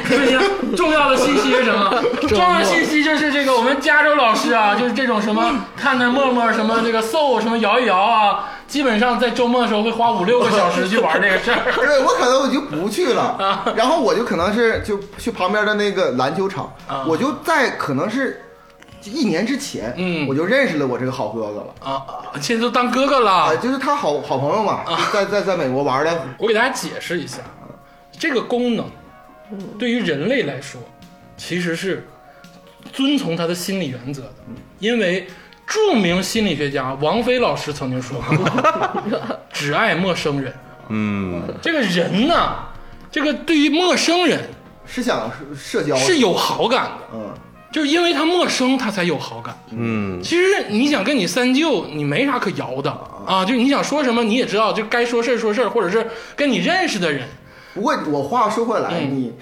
Speaker 2: 你重要的信息是什么？重要的信息就是这个，我们加州老师啊，就是这种什么看看陌陌什么这个 soul 什么摇一摇啊，基本上在周末的时候会花五六个小时去玩这个事儿。
Speaker 5: 对，我可能我就不去
Speaker 2: 啊
Speaker 5: 了，然后我就可能是就去旁边的那个篮球场，
Speaker 2: 啊
Speaker 5: 我就在可能是一年之前，
Speaker 2: 嗯
Speaker 5: 我就认识了我这个好哥哥了。
Speaker 2: 啊，现在都当哥哥
Speaker 5: 啊，
Speaker 2: 了。
Speaker 5: 就是他好好朋友嘛，
Speaker 2: 啊
Speaker 5: 在在在美国玩的，
Speaker 2: 我给大家解释一下，啊这个功能对于人类来说，其实是遵从它的心理原则的，因为著名心理学家王菲老师曾经说过， 只爱陌生人。
Speaker 4: 嗯，
Speaker 2: 这个人呢，这个对于陌生人
Speaker 5: 是想社交的，
Speaker 2: 是有好感的，
Speaker 5: 嗯，
Speaker 2: 就是因为他陌生，他才有好感。
Speaker 4: 嗯，
Speaker 2: 其实你想跟你三舅，你没啥可摇的啊，就你想说什么你也知道，就该说事儿说事儿，或者是跟你认识的人，
Speaker 5: 不过我话说回来，
Speaker 2: 嗯
Speaker 5: 你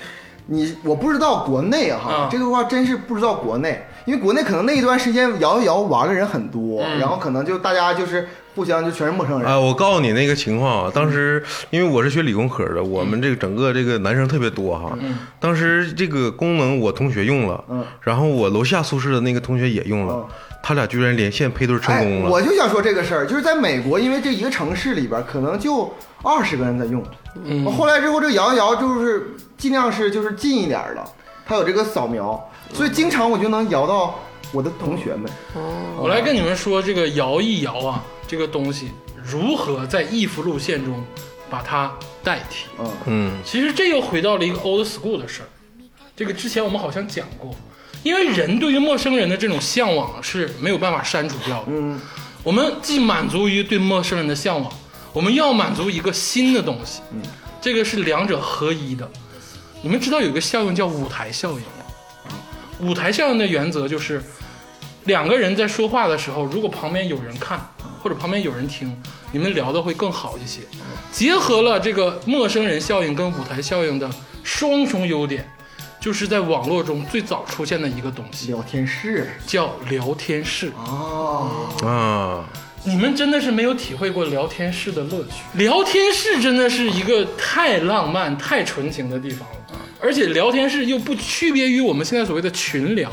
Speaker 5: 你我不知道国内
Speaker 2: 嗯
Speaker 5: 哈，这个话真是不知道国内，因为国内可能那一段时间摇一摇玩的人很多，
Speaker 2: 嗯
Speaker 5: 然后可能就大家就是互相就全是陌生人，
Speaker 4: 哎，我告诉你那个情况啊，当时因为我是学理工科的，我们这个整个这个男生特别多哈。当时这个功能我同学用了，
Speaker 5: 嗯
Speaker 4: 然后我楼下宿舍的那个同学也用了
Speaker 5: 嗯，
Speaker 4: 他俩居然连线配对成功
Speaker 5: 哎，
Speaker 4: 了。
Speaker 5: 我就想说这个事儿，就是在美国，因为这一个城市里边可能就二十个人在用，
Speaker 2: 嗯
Speaker 5: 后来之后这个摇一摇就是尽量是就是近一点儿了，它有这个扫描，所以经常我就能摇到我的同学们。
Speaker 2: 我来跟你们说这个摇一摇啊，这个东西如何在 if 路线中把它代替。
Speaker 5: 嗯
Speaker 4: 嗯，
Speaker 2: 其实这又回到了一个 old school 的事儿，这个之前我们好像讲过，因为人对于陌生人的这种向往是没有办法删除掉的。
Speaker 5: 嗯，
Speaker 2: 我们既满足于对陌生人的向往，我们要满足一个新的东西，嗯，这个是两者合一的。你们知道有一个效应叫舞台效应吗？舞台效应的原则就是，两个人在说话的时候，如果旁边有人看或者旁边有人听，你们聊的会更好一些。结合了这个陌生人效应跟舞台效应的双重优点，就是在网络中最早出现的一个东西，
Speaker 5: 聊天室
Speaker 2: 叫聊天室。
Speaker 5: 哦，
Speaker 4: 啊，
Speaker 2: 你们真的是没有体会过聊天室的乐趣。聊天室真的是一个太浪漫、太纯情的地方了，
Speaker 5: 嗯
Speaker 2: 而且聊天室又不区别于我们现在所谓的群聊，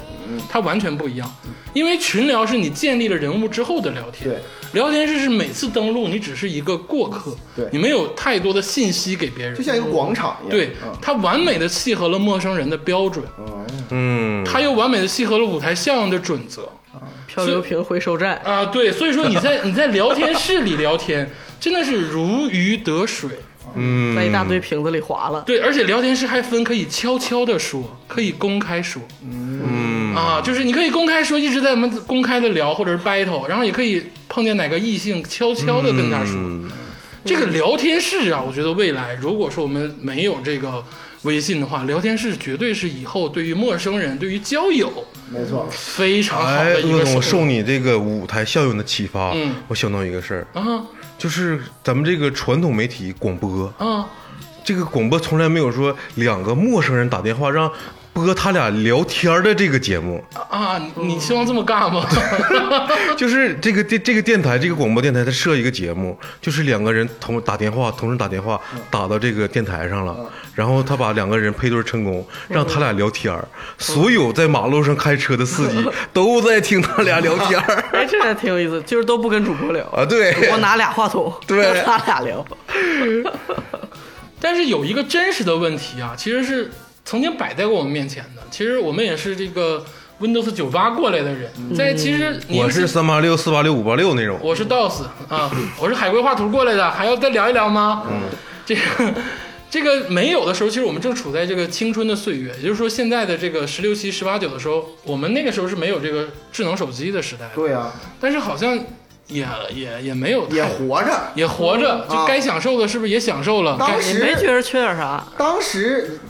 Speaker 2: 它完全不一样。因为群聊是你建立了人物之后的聊天
Speaker 5: 对，
Speaker 2: 聊天室是每次登录你只是一个过客，
Speaker 5: 对
Speaker 2: 你没有太多的信息给别人
Speaker 5: 就，像一个广场一样。
Speaker 2: 对
Speaker 5: 嗯，
Speaker 2: 它完美的契合了陌生人的标准，
Speaker 4: 嗯，
Speaker 2: 它又完美的契合了舞台效应的准则
Speaker 3: 漂流瓶回收站，
Speaker 2: 啊，对，所以说你在 你在聊天室里聊天，真的是如鱼得水。
Speaker 4: 嗯
Speaker 3: 在一大堆瓶子里划了。
Speaker 2: 对，而且聊天室还分可以悄悄的说，可以公开说，嗯啊，就是你可以公开说，一直在我们公开的聊或者是 battle，然后也可以碰见哪个异性，悄悄的跟他说。
Speaker 4: 嗯
Speaker 2: 这个聊天室啊，我觉得未来如果说我们没有这个微信的话，聊天室绝对是以后对于陌生人、对于交友
Speaker 5: 没错。
Speaker 2: 非常好
Speaker 4: 哎，
Speaker 2: 的一
Speaker 4: 鄂
Speaker 2: 个
Speaker 4: 总，我
Speaker 2: 手
Speaker 4: 受
Speaker 2: 段。
Speaker 4: 你这个舞台效应的启发，
Speaker 2: 嗯
Speaker 4: 我想到一个事儿，
Speaker 2: 啊
Speaker 4: 就是咱们这个传统媒体广播，
Speaker 2: 啊，
Speaker 4: 这个广播从来没有说两个陌生人打电话让播他俩聊天儿的这个节目，
Speaker 2: 啊，你你希望这么干吗？
Speaker 4: 就是这个电这个电台这个广播电台，它设一个节目，就是两个人同打电话，同时打电话打到这个电台上了，然后他把两个人配对成功，让他俩聊天儿。所有在马路上开车的司 机都在听他俩聊天儿
Speaker 3: 哎，这还挺有意思，就是都不跟主播聊，
Speaker 4: 啊，对，
Speaker 3: 我拿俩话筒，
Speaker 4: 对
Speaker 3: 跟他俩聊。
Speaker 2: 但是有一个真实的问题啊，其实是曾经摆在过我们面前的。其实我们也是这个 Windows 九八过来的人，
Speaker 5: 嗯
Speaker 2: 在其实您
Speaker 4: 嗯我是三八六四八六五八六那种，
Speaker 2: 我是 DOS 啊，我是海龟画图过来的，还要再聊一聊吗？嗯，这个。这个没有的时候，其实我们正处在这个青春的岁月，也就是说，现在的这个十六七、十八九的时候，我们那个时候是没有这个智能手机的时代的，
Speaker 5: 对啊，
Speaker 2: 但是好像也也也没有太
Speaker 5: 也活着。
Speaker 2: 也活着，就
Speaker 5: 啊
Speaker 2: 该享受的是不是也享受了？
Speaker 5: 当
Speaker 2: 该
Speaker 5: 时
Speaker 3: 你没觉得缺点啥？
Speaker 5: 当时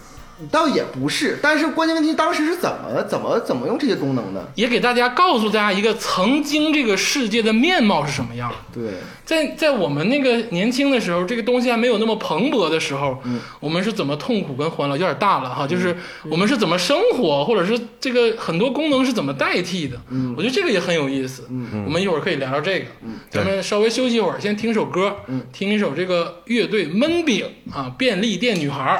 Speaker 5: 倒也不是，但是关键问题当时是怎么怎么怎么用这些功能的？
Speaker 2: 也给大家告诉大家一个曾经这个世界的面貌是什么样的。
Speaker 5: 对，
Speaker 2: 在在我们那个年轻的时候，这个东西还没有那么蓬勃的时候，我们是怎么痛苦跟欢乐？有点大了哈，就是我们是怎么生活，或者是这个很多功能是怎么代替的？我觉得这个也很有意思。我们一会儿可以聊聊这个。咱们稍微休息一会儿，先听首歌，听一首这个乐队闷饼啊，《便利店女孩儿》。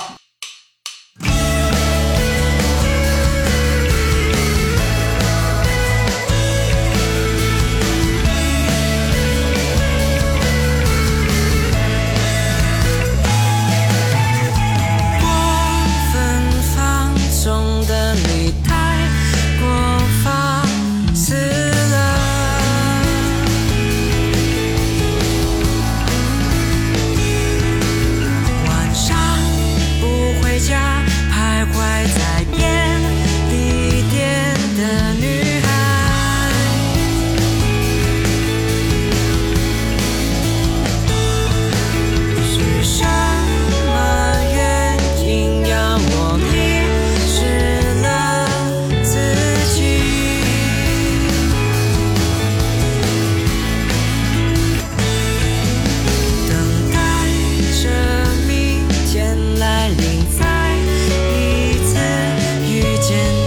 Speaker 1: 过分放纵的你太过放肆了，晚上不回家，徘徊在便利店的女孩。是什么原因让我迷失了自己？等待着明天来临，再一次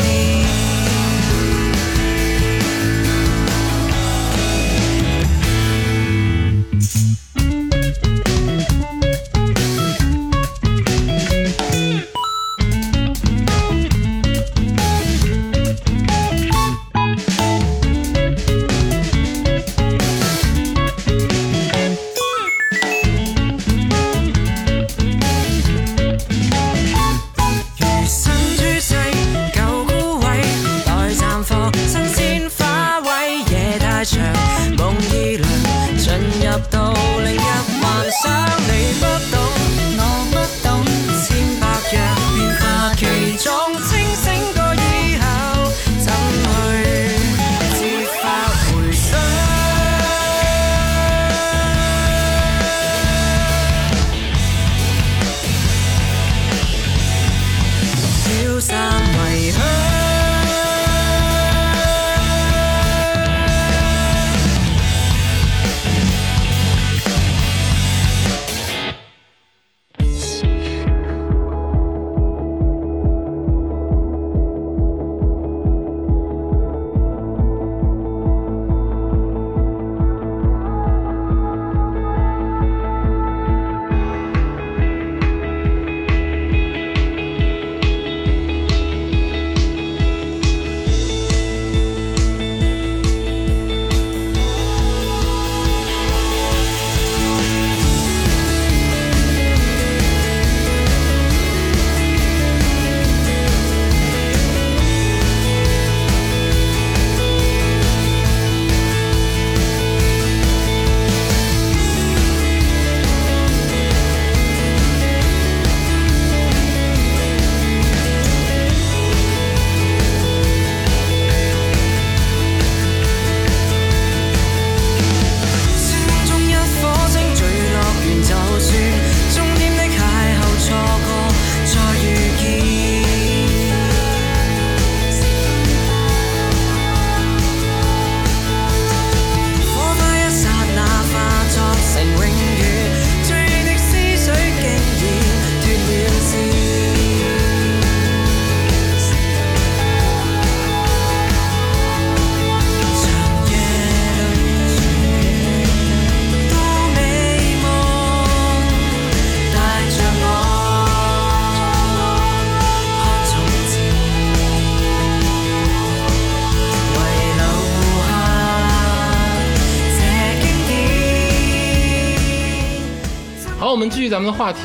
Speaker 2: 我们继续咱们的话题。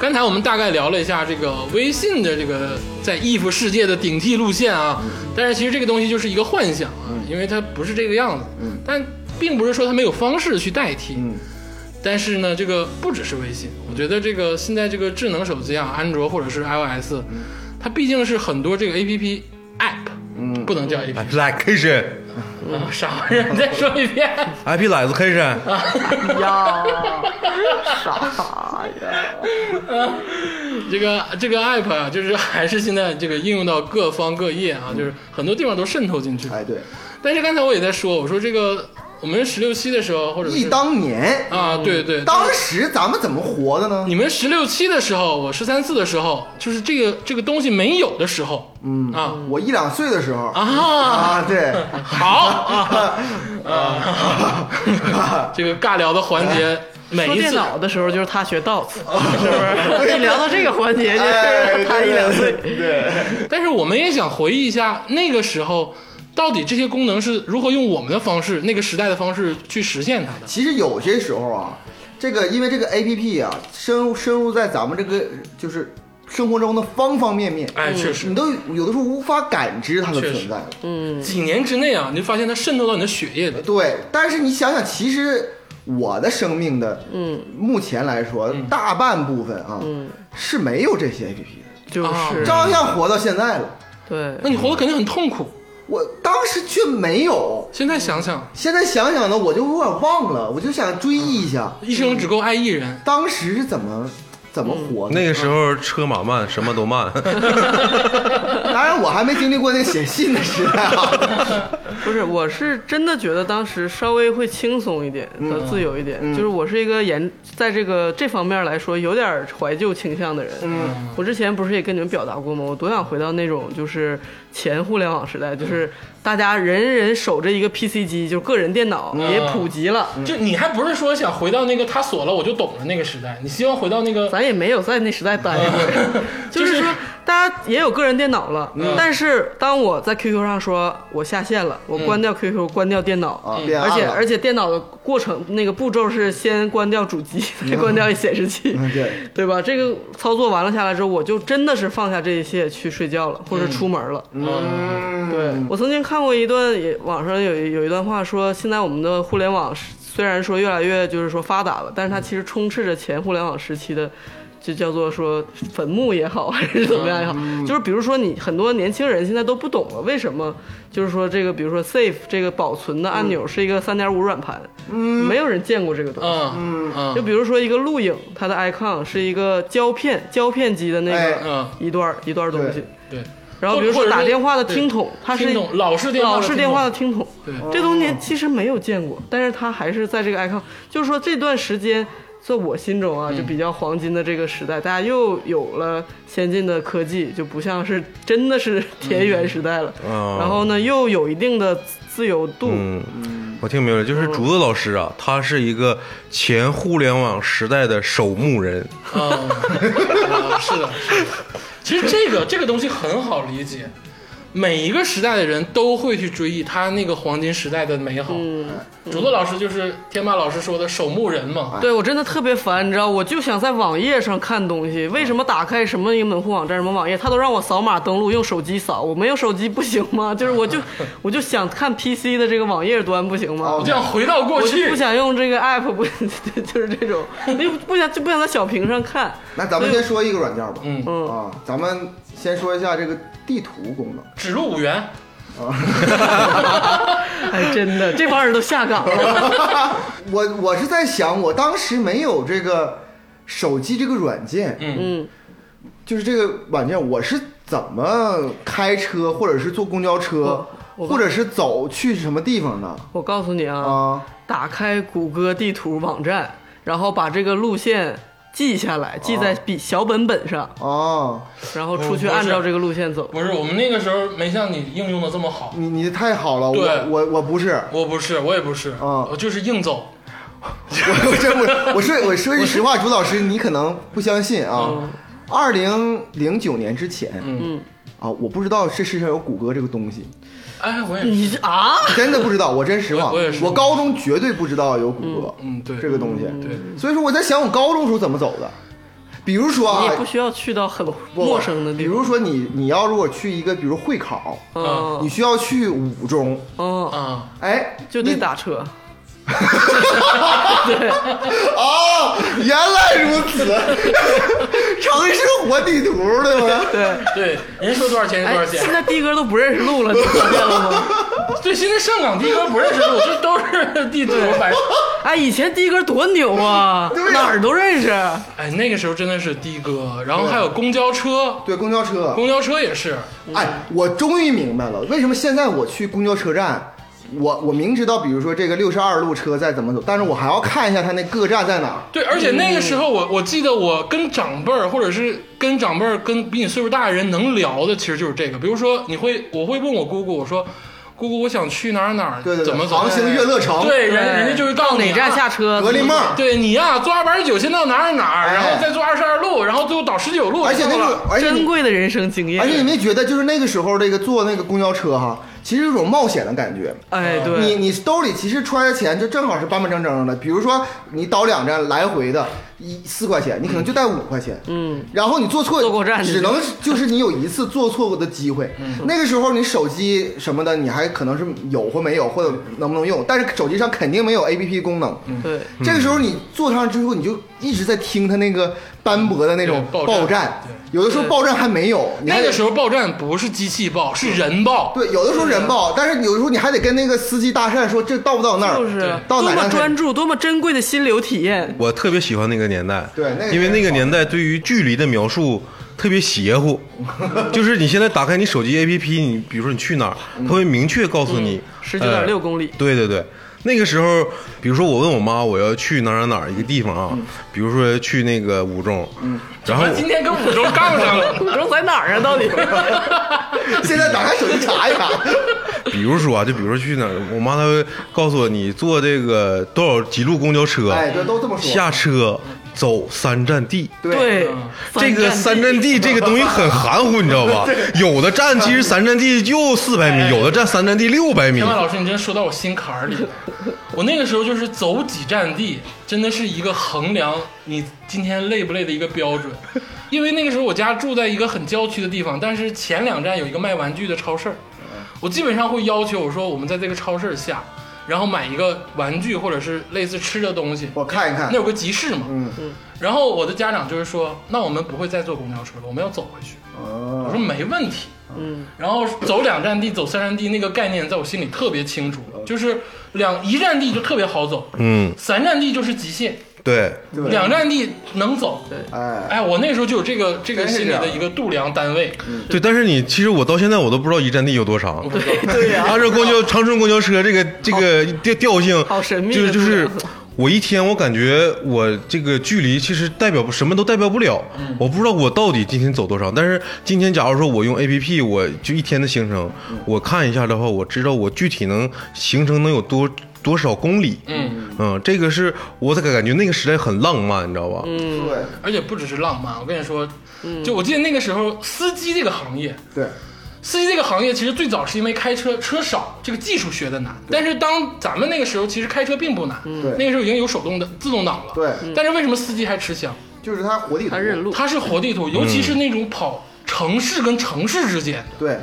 Speaker 2: 刚才我们大概聊了一下这个微信的这个在 if 世界的顶替路线啊，但是其实这个东西就是一个幻想啊，因为它不是这个样子。但并不是说它没有方式去代替。
Speaker 5: 嗯
Speaker 2: 但是呢，这个不只是微信，我觉得这个现在这个智能手机啊，安卓或者是 iOS，它毕竟是很多这个 APP app，嗯，不能叫
Speaker 4: 哎
Speaker 2: APP，
Speaker 4: application，application，
Speaker 2: 啊啥玩意儿？你再说一遍。
Speaker 3: 呀，啥呀？
Speaker 2: 这个这个 app 啊，就是还是现在这个应用到各方各业啊，就是很多地方都渗透进去。
Speaker 5: 哎对，
Speaker 2: 但是刚才我也在说，我说这个我们十六期的时候，或者是
Speaker 5: 忆当年，
Speaker 2: 啊，对对，
Speaker 5: 当时咱们怎么活的呢？
Speaker 2: 你们十六期的时候，我十三四的时候，就是这个这个东西没有的时候，嗯啊
Speaker 5: 我一两岁的时候
Speaker 2: 啊，
Speaker 5: 啊，对，
Speaker 2: 好啊啊，这个尬聊的环节，每
Speaker 3: 说
Speaker 2: 一
Speaker 3: 电
Speaker 2: 次
Speaker 3: 脑的时候就是他学 DOS，是不是？一聊到这个环节，就
Speaker 5: 哎
Speaker 3: 是他一两岁。
Speaker 2: 但是我们也想回忆一下那个时候，到底这些功能是如何用我们的方式、那个时代的方式去实现它的。
Speaker 5: 其实有些时候啊，这个因为这个 A P P 啊，深入深入在咱们这个就是生活中的方方面面，
Speaker 2: 哎，确
Speaker 5: 你
Speaker 2: 实，
Speaker 5: 都有的时候无法感知它的
Speaker 2: 确实
Speaker 5: 存在。
Speaker 2: 几年之内啊，你就发现它渗透到你的血液里。
Speaker 5: 对，但是你想想，其实我的生命的，嗯，目前来说，
Speaker 2: 嗯
Speaker 5: 大半部分啊，是没有这些 A P P 的，
Speaker 2: 嗯
Speaker 3: 就是
Speaker 5: 照样活到现在了。
Speaker 3: 对，
Speaker 2: 那你活得肯定很痛苦。
Speaker 5: 我当时却没有，
Speaker 2: 现在想想，
Speaker 5: 现在想想呢，我就有点忘了，我就想追忆一下，
Speaker 2: 一生只够爱一人。
Speaker 5: 当时是怎么怎么活
Speaker 4: 嗯
Speaker 5: 的。
Speaker 4: 那个时候车马慢，什么都慢。
Speaker 5: 当然，我还没经历过那个写信的时代啊。
Speaker 3: 不是，我是真的觉得当时稍微会轻松一点和自由一点，就是我是一个严在这个这方面来说有点怀旧倾向的人。嗯，我之前不是也跟你们表达过吗？我多想回到那种就是前互联网时代，就是大家人人守着一个 PC 机，就是个人电脑也普及了。
Speaker 2: 就你还不是说想回到那个他锁了我就懂了那个时代，你希望回到那个
Speaker 3: 咱也没有在那时代待 过，就是说大家也有个人电脑了，
Speaker 5: 嗯
Speaker 3: 但是当我在 QQ 上说我下线了，我关掉 QQ，、关掉电脑，
Speaker 5: 嗯啊变暗
Speaker 3: 而且
Speaker 5: 了
Speaker 3: 而且电脑的过程那个步骤是先关掉主机，再关掉显示器，
Speaker 5: 嗯对
Speaker 3: 对吧？这个操作完了下来之后，我就真的是放下这一切去睡觉了，或者出门了。
Speaker 5: 对，
Speaker 3: 我曾经看过一段，也网上有有一段话说，现在我们的互联网是虽然说越来越就是说发达了，但是它其实充斥着前互联网时期的。就叫做说坟墓也好，还是怎么样也好，就是比如说你很多年轻人现在都不懂了，为什么就是说这个，比如说 save 这个保存的按钮是一个三点五软盘，嗯，没有人见过这个东西。
Speaker 2: 嗯嗯
Speaker 3: 就比如说一个录影，它的 icon 是一个胶片胶片机的那
Speaker 5: 哎
Speaker 3: 个
Speaker 2: 嗯，
Speaker 3: 一段、一段东西
Speaker 5: 对，
Speaker 2: 对。
Speaker 3: 然后比如
Speaker 2: 或者
Speaker 3: 说
Speaker 2: 是
Speaker 3: 打电话的听筒，它是
Speaker 2: 听懂老式电话的
Speaker 3: 老式
Speaker 2: 听
Speaker 3: 电
Speaker 2: 筒
Speaker 3: 话的听筒，
Speaker 2: 对
Speaker 3: 这东西其实没有见过，但是它还是在这个 icon，就是说这段时间。在我心中
Speaker 2: 嗯
Speaker 3: 啊，就比较黄金的这个时代，大家又有了先进的科技，就不像是真的
Speaker 2: 嗯
Speaker 3: 是田园时代了。
Speaker 4: 哦
Speaker 3: 然后呢，又有一定的自由度。
Speaker 4: 嗯，我听明白了，就是竹子老师啊，他是一个前互联网时代的守墓人。
Speaker 2: 嗯，啊是的，是的。其实这个这个东西很好理解，每一个时代的人都会去追忆他那个黄金时代的美好。
Speaker 3: 嗯
Speaker 2: 竹子老师就是天霸老师说的守墓人嘛，
Speaker 3: 对我真的特别烦，你知道，我就想在网页上看东西，为什么打开什么一个门户网站什么网页，他都让我扫码登录，用手机扫，我没有手机不行吗？ 就是我就我就想看 PC 的这个网页端不行吗
Speaker 2: 哦我？就想回到过
Speaker 3: 我就
Speaker 2: 去
Speaker 3: 不。想用这个 app，不 就是这种，就不想就不想在小屏上看。
Speaker 5: 那咱们先说一个软件吧。
Speaker 2: 嗯
Speaker 3: 嗯
Speaker 5: 啊，咱们先说一下这个地图功能。
Speaker 2: 指入五元，
Speaker 3: 哎，真的，这帮人都下岗了。
Speaker 5: 我我是在想，我当时没有这个手机这个软件，
Speaker 2: 嗯
Speaker 3: 嗯，
Speaker 5: 就是这个软件，我是怎么开车或者是坐公交车，
Speaker 3: 我我
Speaker 5: 或者是走去什么地方呢？
Speaker 3: 我告诉你啊，
Speaker 5: 啊，
Speaker 3: 打开谷歌地图网站，然后把这个路线记下来，记在笔小本本上，
Speaker 5: 哦，
Speaker 3: 然后出去
Speaker 2: 不是
Speaker 3: 按照这个路线走。
Speaker 2: 不是我们那个时候没像你应用的这么好。
Speaker 5: 你你太好了，
Speaker 2: 对
Speaker 5: 我我我不是，
Speaker 2: 我不是，我也不是，
Speaker 5: 啊
Speaker 2: 我就是硬走。嗯
Speaker 5: 我我真不，我说我说句实话，朱老师，你可能不相信啊。二零零九年之前，嗯啊，我不知道这世界上有谷歌这个东西，
Speaker 2: 哎，我也是，
Speaker 3: 你这 啊？
Speaker 5: 真的不知道，我真实话，
Speaker 2: 我 我也是
Speaker 5: 高中绝对不知道有谷歌，
Speaker 2: 嗯，对，
Speaker 5: 这个东西，嗯
Speaker 2: 对，
Speaker 5: 所以说我在想我高中时候怎么走的，比如说
Speaker 3: 你
Speaker 5: 啊
Speaker 3: 也，不需要去到很
Speaker 5: 不
Speaker 3: 陌生的
Speaker 5: 比
Speaker 3: 地方。
Speaker 5: 如说你你要如果去一个，比如会考，
Speaker 3: 嗯，
Speaker 5: 你需要去五中，
Speaker 3: 嗯，
Speaker 2: 啊，
Speaker 5: 哎，
Speaker 3: 就得
Speaker 5: 你
Speaker 3: 打车。
Speaker 5: 哦，原来如此， 城市活地图对吗？
Speaker 3: 对，
Speaker 2: 对，人说多少钱是
Speaker 3: 哎
Speaker 2: 多少，
Speaker 3: 现
Speaker 2: 钱。
Speaker 3: 在的哥都不认识路了，你发现了吗？
Speaker 2: 对，现在上岗的哥不认识路，这都是地图白。
Speaker 3: 哎，以前的哥多牛啊，哪儿都认识。
Speaker 2: 哎，那个时候真的是的哥，然后还有公交车，
Speaker 5: 对，公交车，
Speaker 2: 公交车也是，
Speaker 5: 哎，我终于明白了，为什么现在我去公交车站，我我明知道，比如说这个六十二路车在怎么走，但是我还要看一下它那各站在哪儿。
Speaker 2: 对，
Speaker 3: 嗯
Speaker 2: 而且那个时候我我记得我跟长辈儿，或者是跟长辈儿跟比你岁数大的人能聊的，其实就是这个。比如说，你会我会问我姑姑，我说姑姑，我想去哪儿哪儿，
Speaker 5: 对对对，
Speaker 2: 怎么走
Speaker 5: 航？行乐乐城，，
Speaker 2: 对，人
Speaker 3: 哎
Speaker 2: 人家就是告诉你
Speaker 3: 哪站
Speaker 2: 啊
Speaker 3: 下车，
Speaker 5: 格力梦。
Speaker 2: 对你呀、坐二八十九先到哪儿哪儿，
Speaker 5: 哎
Speaker 2: 然后再坐二十二路，然后最后倒十九路，
Speaker 5: 而且那
Speaker 2: 到
Speaker 5: 个
Speaker 2: 了，
Speaker 5: 而且
Speaker 3: 珍
Speaker 5: 哎你
Speaker 3: 贵的人生经验
Speaker 5: 而。且你没觉得就是那个时候这个坐那个公交车哈，其实有种冒险的感觉。
Speaker 3: 哎，
Speaker 5: 你
Speaker 3: 对，
Speaker 5: 你兜里其实揣的钱就正好是板板正正的，比如说你倒两站来回的，一四块钱，你可能就带五块钱，嗯，然后你坐错
Speaker 3: 坐过站
Speaker 5: 只能就是你有一次坐错的机会，那个时候你手机什么的你还可能是有或没有或者能不能用，但是手机上肯定没有 A P P 功能，
Speaker 3: 对，
Speaker 5: 这个时候你坐上之后你就一直在听它那个斑驳的那种
Speaker 2: 对
Speaker 5: 报
Speaker 2: 报站
Speaker 5: 有的时候报站还没有，你还
Speaker 2: 那
Speaker 5: 得
Speaker 2: 个时候报站不是机器报，是人报。
Speaker 5: 对，有的时候人报，但是有的时候你还得跟那个司机搭讪说这到不到那儿，
Speaker 3: 就是
Speaker 5: 啊到
Speaker 3: 多
Speaker 5: 哪
Speaker 3: 么
Speaker 5: 站
Speaker 3: 专注，多么珍贵的心流体 验。
Speaker 4: 我特别喜欢那个年代，
Speaker 5: 对那个
Speaker 4: 因为
Speaker 5: 年代
Speaker 4: 那个年代对于距离的描述特别邪乎，就是你现在打开你手机 APP，你比如说你去哪儿，它会明确告诉你
Speaker 3: 十九点六公里
Speaker 4: 呃对对对。那个时候，比如说我问我妈我要去哪儿哪儿哪儿一个地方啊，比如说去那个五中，然后
Speaker 2: 完今天跟五中杠上了，
Speaker 3: 你说在哪儿啊？到底？
Speaker 5: 现在打开手机查一 查，
Speaker 4: 比如说啊，就比如说去哪儿，我妈她会告诉我你坐这个多少几路公交车，
Speaker 5: 哎，对，都这么说。
Speaker 4: 下车走三站地，
Speaker 5: 对，
Speaker 3: 对，
Speaker 4: 这个三站地这个东西很含糊，你知道吧？有的站其实三站地就四百米，有的站三站地六百米
Speaker 2: 天。霸老师，你真说到我心坎儿里了。我那个时候就是走几站地，真的是一个衡量你今天累不累的一个标准。因为那个时候我家住在一个很郊区的地方，但是前两站有一个卖玩具的超市儿，我基本上会要求我说我们在这个超市下，然后买一个玩具或者是类似吃的东西。
Speaker 5: 我看一看
Speaker 2: 那，有个集市嘛，
Speaker 5: 嗯，
Speaker 2: 然后我的家长就是说，那我们不会再坐公交车了，我们要走回去。我
Speaker 5: 哦，
Speaker 2: 说没问题，嗯，然后走两站地，走三站地那个概念在我心里特别清楚，
Speaker 5: 哦
Speaker 2: 就是两一站地就特别好走，
Speaker 4: 嗯，
Speaker 2: 三站地就是极限，
Speaker 4: 对，
Speaker 5: 对，
Speaker 2: 两站地能走。
Speaker 5: 哎，
Speaker 2: 哎，我那时候就有这个这个
Speaker 5: 真是
Speaker 2: 心里
Speaker 5: 这样嗯
Speaker 2: 的一个度量单位，
Speaker 4: 对。但是你其实我到现在我都不知道一站地有多长。
Speaker 3: 对呀，
Speaker 4: 按照公交长春公交车这个这个调调性，
Speaker 3: 好神秘的
Speaker 4: 就是就
Speaker 3: 路
Speaker 4: 是
Speaker 3: 啊。
Speaker 4: 我一天，我感觉我这个距离其实代表不什么都代表不了，
Speaker 3: 嗯
Speaker 4: 我不知道我到底今天走多少。但是今天，假如说我用 A P P，我就一天的行程，
Speaker 3: 嗯
Speaker 4: 我看一下的话，我知道我具体能行程能有多多少公里。
Speaker 2: 嗯
Speaker 4: 这个是我在感觉那个时代很浪漫，你知道吧？
Speaker 3: 嗯
Speaker 5: 对
Speaker 2: 而且不只是浪漫，我跟你说，就我记得那个时候司机这个行业，
Speaker 5: 对，
Speaker 2: 司机这个行业其实最早是因为开车车少，这个技术学的难。但是当咱们那个时候，其实开车并不难，
Speaker 5: 对
Speaker 2: 那个时候已经有手动的自动挡了。
Speaker 5: 嗯对
Speaker 2: 但是为什么司机还吃香？
Speaker 5: 就是他活地图
Speaker 3: 他，认路，
Speaker 2: 它是活地图，尤其是那种跑城市跟城市之间，
Speaker 5: 对，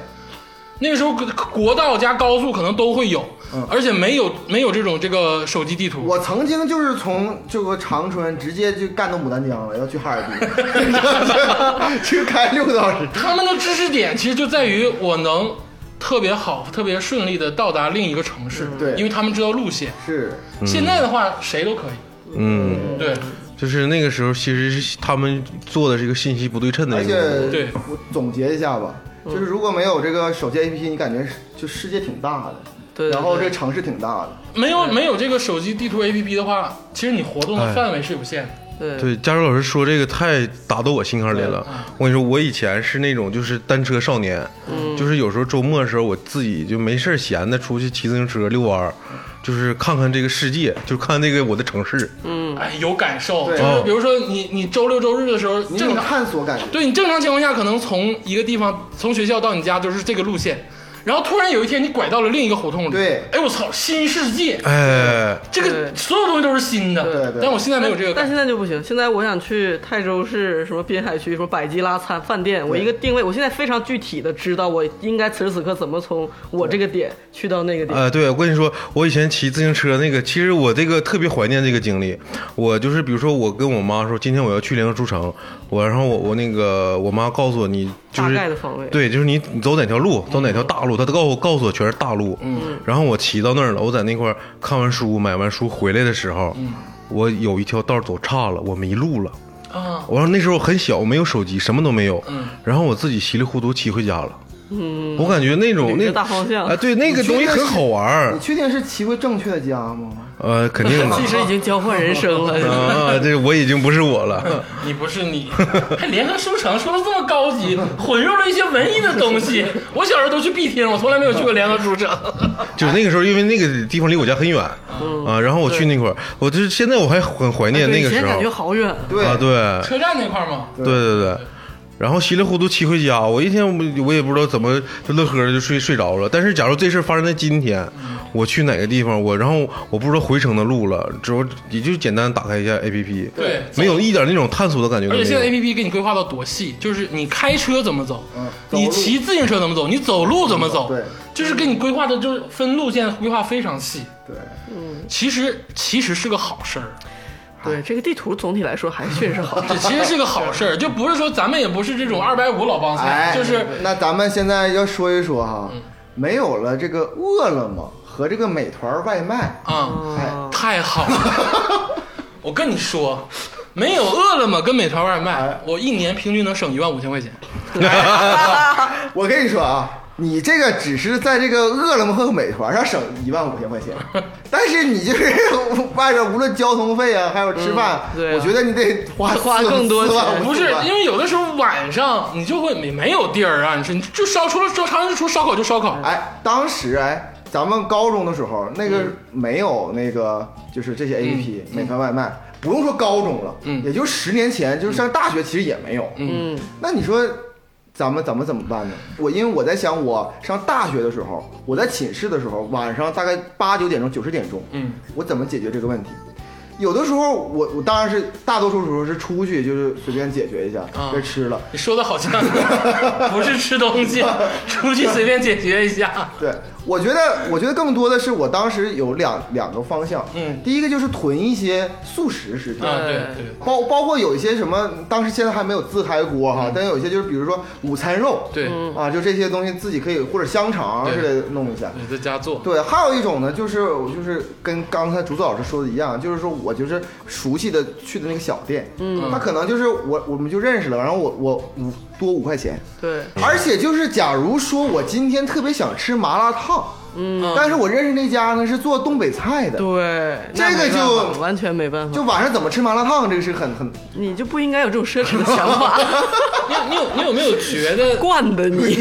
Speaker 2: 那个时候国国道加高速可能都会有，而且没有没有这种这个手机地图。
Speaker 5: 嗯我曾经就是从这个长春直接就干到牡丹江了，要去哈尔 滨，去开六个多小时。
Speaker 2: 他们的知识点其实就在于我能特别好、特别顺利的到达另一个城市，
Speaker 5: 对嗯
Speaker 2: 因为他们知道路线。
Speaker 5: 是，
Speaker 2: 现在的话，谁都可以，
Speaker 4: 嗯，
Speaker 2: 对，
Speaker 4: 就是那个时候，其实是他们做的是一个信息不对称的
Speaker 5: 而
Speaker 4: 一个工作。
Speaker 5: 且
Speaker 2: 对
Speaker 5: 我总结一下吧，
Speaker 3: 嗯
Speaker 5: 就是如果没有这个手机 APP，你感觉是就世界挺大的，
Speaker 3: 对对
Speaker 5: 然后
Speaker 3: 对
Speaker 5: 这城市挺大的，哎
Speaker 2: 没有没有这个手机地图 APP 的话，其实你活动的范围是有限的。
Speaker 3: 对
Speaker 4: 对，加州老师说这个太打到我心坎里了。
Speaker 5: 嗯
Speaker 4: 我跟你说，我以前是那种就是单车少年，
Speaker 5: 嗯
Speaker 4: 就是有时候周末的时候，我自己就没事儿闲的出去骑自行车遛弯儿，就是看看这个世界，就看那个我的城市。
Speaker 5: 嗯
Speaker 2: 哎，有感受，
Speaker 5: 对哦
Speaker 2: 就是比如说你你周六周日的时候，
Speaker 5: 你有
Speaker 2: 正常
Speaker 5: 探索感觉。
Speaker 2: 对你正常情况下，可能从一个地方，从学校到你家就是这个路线，然后突然有一天你拐到了另一个胡同里，
Speaker 5: 对
Speaker 2: 哎我操，新世界，
Speaker 4: 哎，
Speaker 2: 这
Speaker 3: 对
Speaker 2: 个所有东西都是新的，
Speaker 5: 对对
Speaker 2: 但我现在没有这个
Speaker 3: 但
Speaker 2: 感
Speaker 3: 现在就不行，现在我想去泰州市什么滨海区什么百吉拉餐饭店，我一个定位，我现在非常具体的知道我应该此时此刻怎么从我这个点去到那个点。
Speaker 4: 呃，对，我跟你说，我以前骑自行车那个，其实我这个特别怀念这个经历。我就是比如说，我跟我妈说今天我要去灵珠城，我然后我我那个我妈告诉我你就是
Speaker 3: 大概的方位嗯
Speaker 4: 对，就是你你走哪条路，走哪条大路，她都告诉我告诉我全是大路。嗯，然后我骑到那儿了，我在那块儿看完书，买完书回来的时候，
Speaker 3: 嗯
Speaker 4: 我有一条道走岔了，我迷路了。
Speaker 2: 觉啊，
Speaker 4: 我说那时候很小，没有手机，什么都没有。
Speaker 3: 嗯
Speaker 4: 然后我自己稀里糊涂骑回家了。嗯，我感觉那
Speaker 3: 捋
Speaker 4: 种
Speaker 3: 着
Speaker 4: 那
Speaker 3: 大方向
Speaker 4: 啊，对那个
Speaker 5: 你确
Speaker 4: 东西
Speaker 5: 定
Speaker 4: 很
Speaker 5: 是
Speaker 4: 好玩儿
Speaker 5: 你。确定是骑回正确的家吗？
Speaker 4: 呃，肯 定的
Speaker 3: 其实已经交换人生了，
Speaker 4: 啊，这我已经不是我了。
Speaker 2: 你不是你，还联合书城说的这么高级，混入了一些文艺的东 西。我小时候都去 B 厅，我从来没有去过联合书城。
Speaker 4: 就是那个时候，因为那个地方离我家很远
Speaker 2: 嗯
Speaker 4: 啊，然后我去那块儿，我就是现在我还很怀
Speaker 2: 啊
Speaker 4: 念那个
Speaker 3: 以前
Speaker 4: 时
Speaker 3: 感觉
Speaker 4: 候
Speaker 3: 好远。
Speaker 5: 对
Speaker 4: 啊，对
Speaker 2: 车站那块儿吗？
Speaker 4: 对对对。然后稀里糊涂骑回家，我一天我我也不知道怎么就乐呵就睡睡着了。但是假如这事儿发生在今天，
Speaker 2: 嗯
Speaker 4: 我去哪个地方，我然后我不知道回程的路了，只有也就简单打开一下 A P P，
Speaker 2: 对
Speaker 4: 没有一点那种探索的感觉都
Speaker 2: 而
Speaker 4: 没
Speaker 2: 且现在 A
Speaker 4: 有。
Speaker 2: P P 给你规划到多细，就是你开车怎么走，
Speaker 5: 嗯走
Speaker 2: 你
Speaker 5: 路嗯
Speaker 2: 骑自行车怎么走，你走路怎么走，
Speaker 5: 对，
Speaker 2: 就是给你规划的，就是分路线规划非常细。
Speaker 5: 对，
Speaker 2: 其实其实是个好事儿，啊
Speaker 3: 对，这个地图总体来说还确 实好。
Speaker 2: 这其实是个好事儿，就不是说咱们也不是这种二百五老帮菜，
Speaker 5: 哎，
Speaker 2: 就是
Speaker 5: 那咱们现在要说一说哈，没有了这个饿了么和这个美团外卖，
Speaker 2: 啊，
Speaker 5: 哎，
Speaker 2: 太好 了。我跟你说，没有饿了么跟美团外卖
Speaker 5: 哎，
Speaker 2: 我一年平均能省一万五千块钱。
Speaker 5: 我跟你说啊。你这个只是在这个饿了么和美团上省一万五千块钱，但是你就是外边无论交通费啊，还有吃饭，
Speaker 3: 嗯对啊
Speaker 5: 我觉得你得花
Speaker 3: 花更多
Speaker 5: 4万
Speaker 3: 钱
Speaker 5: 5
Speaker 2: 不 是
Speaker 5: 万
Speaker 2: 因为有的时候晚上你就会没没有地儿啊，你说你就烧除了烧长安除烧烤就烧烤，
Speaker 5: 哎，当时哎，咱们高中的时候，那
Speaker 2: 嗯
Speaker 5: 个没有那个就是这些 A P P、美团外卖，不用说高中了，
Speaker 2: 嗯
Speaker 5: 也就十年前，就是上大学其实也没有，
Speaker 3: 嗯，
Speaker 5: 那你说。咱们怎么怎么办呢？我因为我在想，我上大学的时候，我在寝室的时候，晚上大概八九点钟、九十点钟，
Speaker 2: 嗯，
Speaker 5: 我怎么解决这个问题？有的时候我我当然是大多数时候是出去就是随便解决一下，
Speaker 2: 啊
Speaker 5: 别吃了。
Speaker 2: 你说的好像不是吃东西，出去随便解决一下。
Speaker 5: 对，我觉得，我觉得更多的是我当时有两两个方向，
Speaker 2: 嗯
Speaker 5: 第一个就是囤一些速食食品，
Speaker 2: 啊，对对，
Speaker 5: 包包括有一些什么，当时现在还没有自开锅哈，但有一些就是比如说午餐肉，
Speaker 2: 嗯对
Speaker 5: 啊，就这些东西自己可以或者香肠之类的弄一下。
Speaker 2: 你在家做，
Speaker 5: 对，还有一种呢，就是我就是跟刚才竹子老师说的一样，就是说我就是熟悉的去的那个小店，嗯，他可能就是我我们就认识了，然后我我五多五块钱，
Speaker 3: 对，
Speaker 2: 嗯
Speaker 5: 而且就是，假如说我今天特别想吃麻辣烫，嗯，但是我认识那家呢是做东北菜的，
Speaker 3: 对，那
Speaker 5: 这个
Speaker 3: 没办
Speaker 5: 就
Speaker 3: 法完全没办法
Speaker 5: 就，晚上怎么吃麻辣烫，这个是很很
Speaker 3: 你就不应该有这种奢侈的想法，
Speaker 2: 你有你有你有没有觉得，
Speaker 3: 惯的你。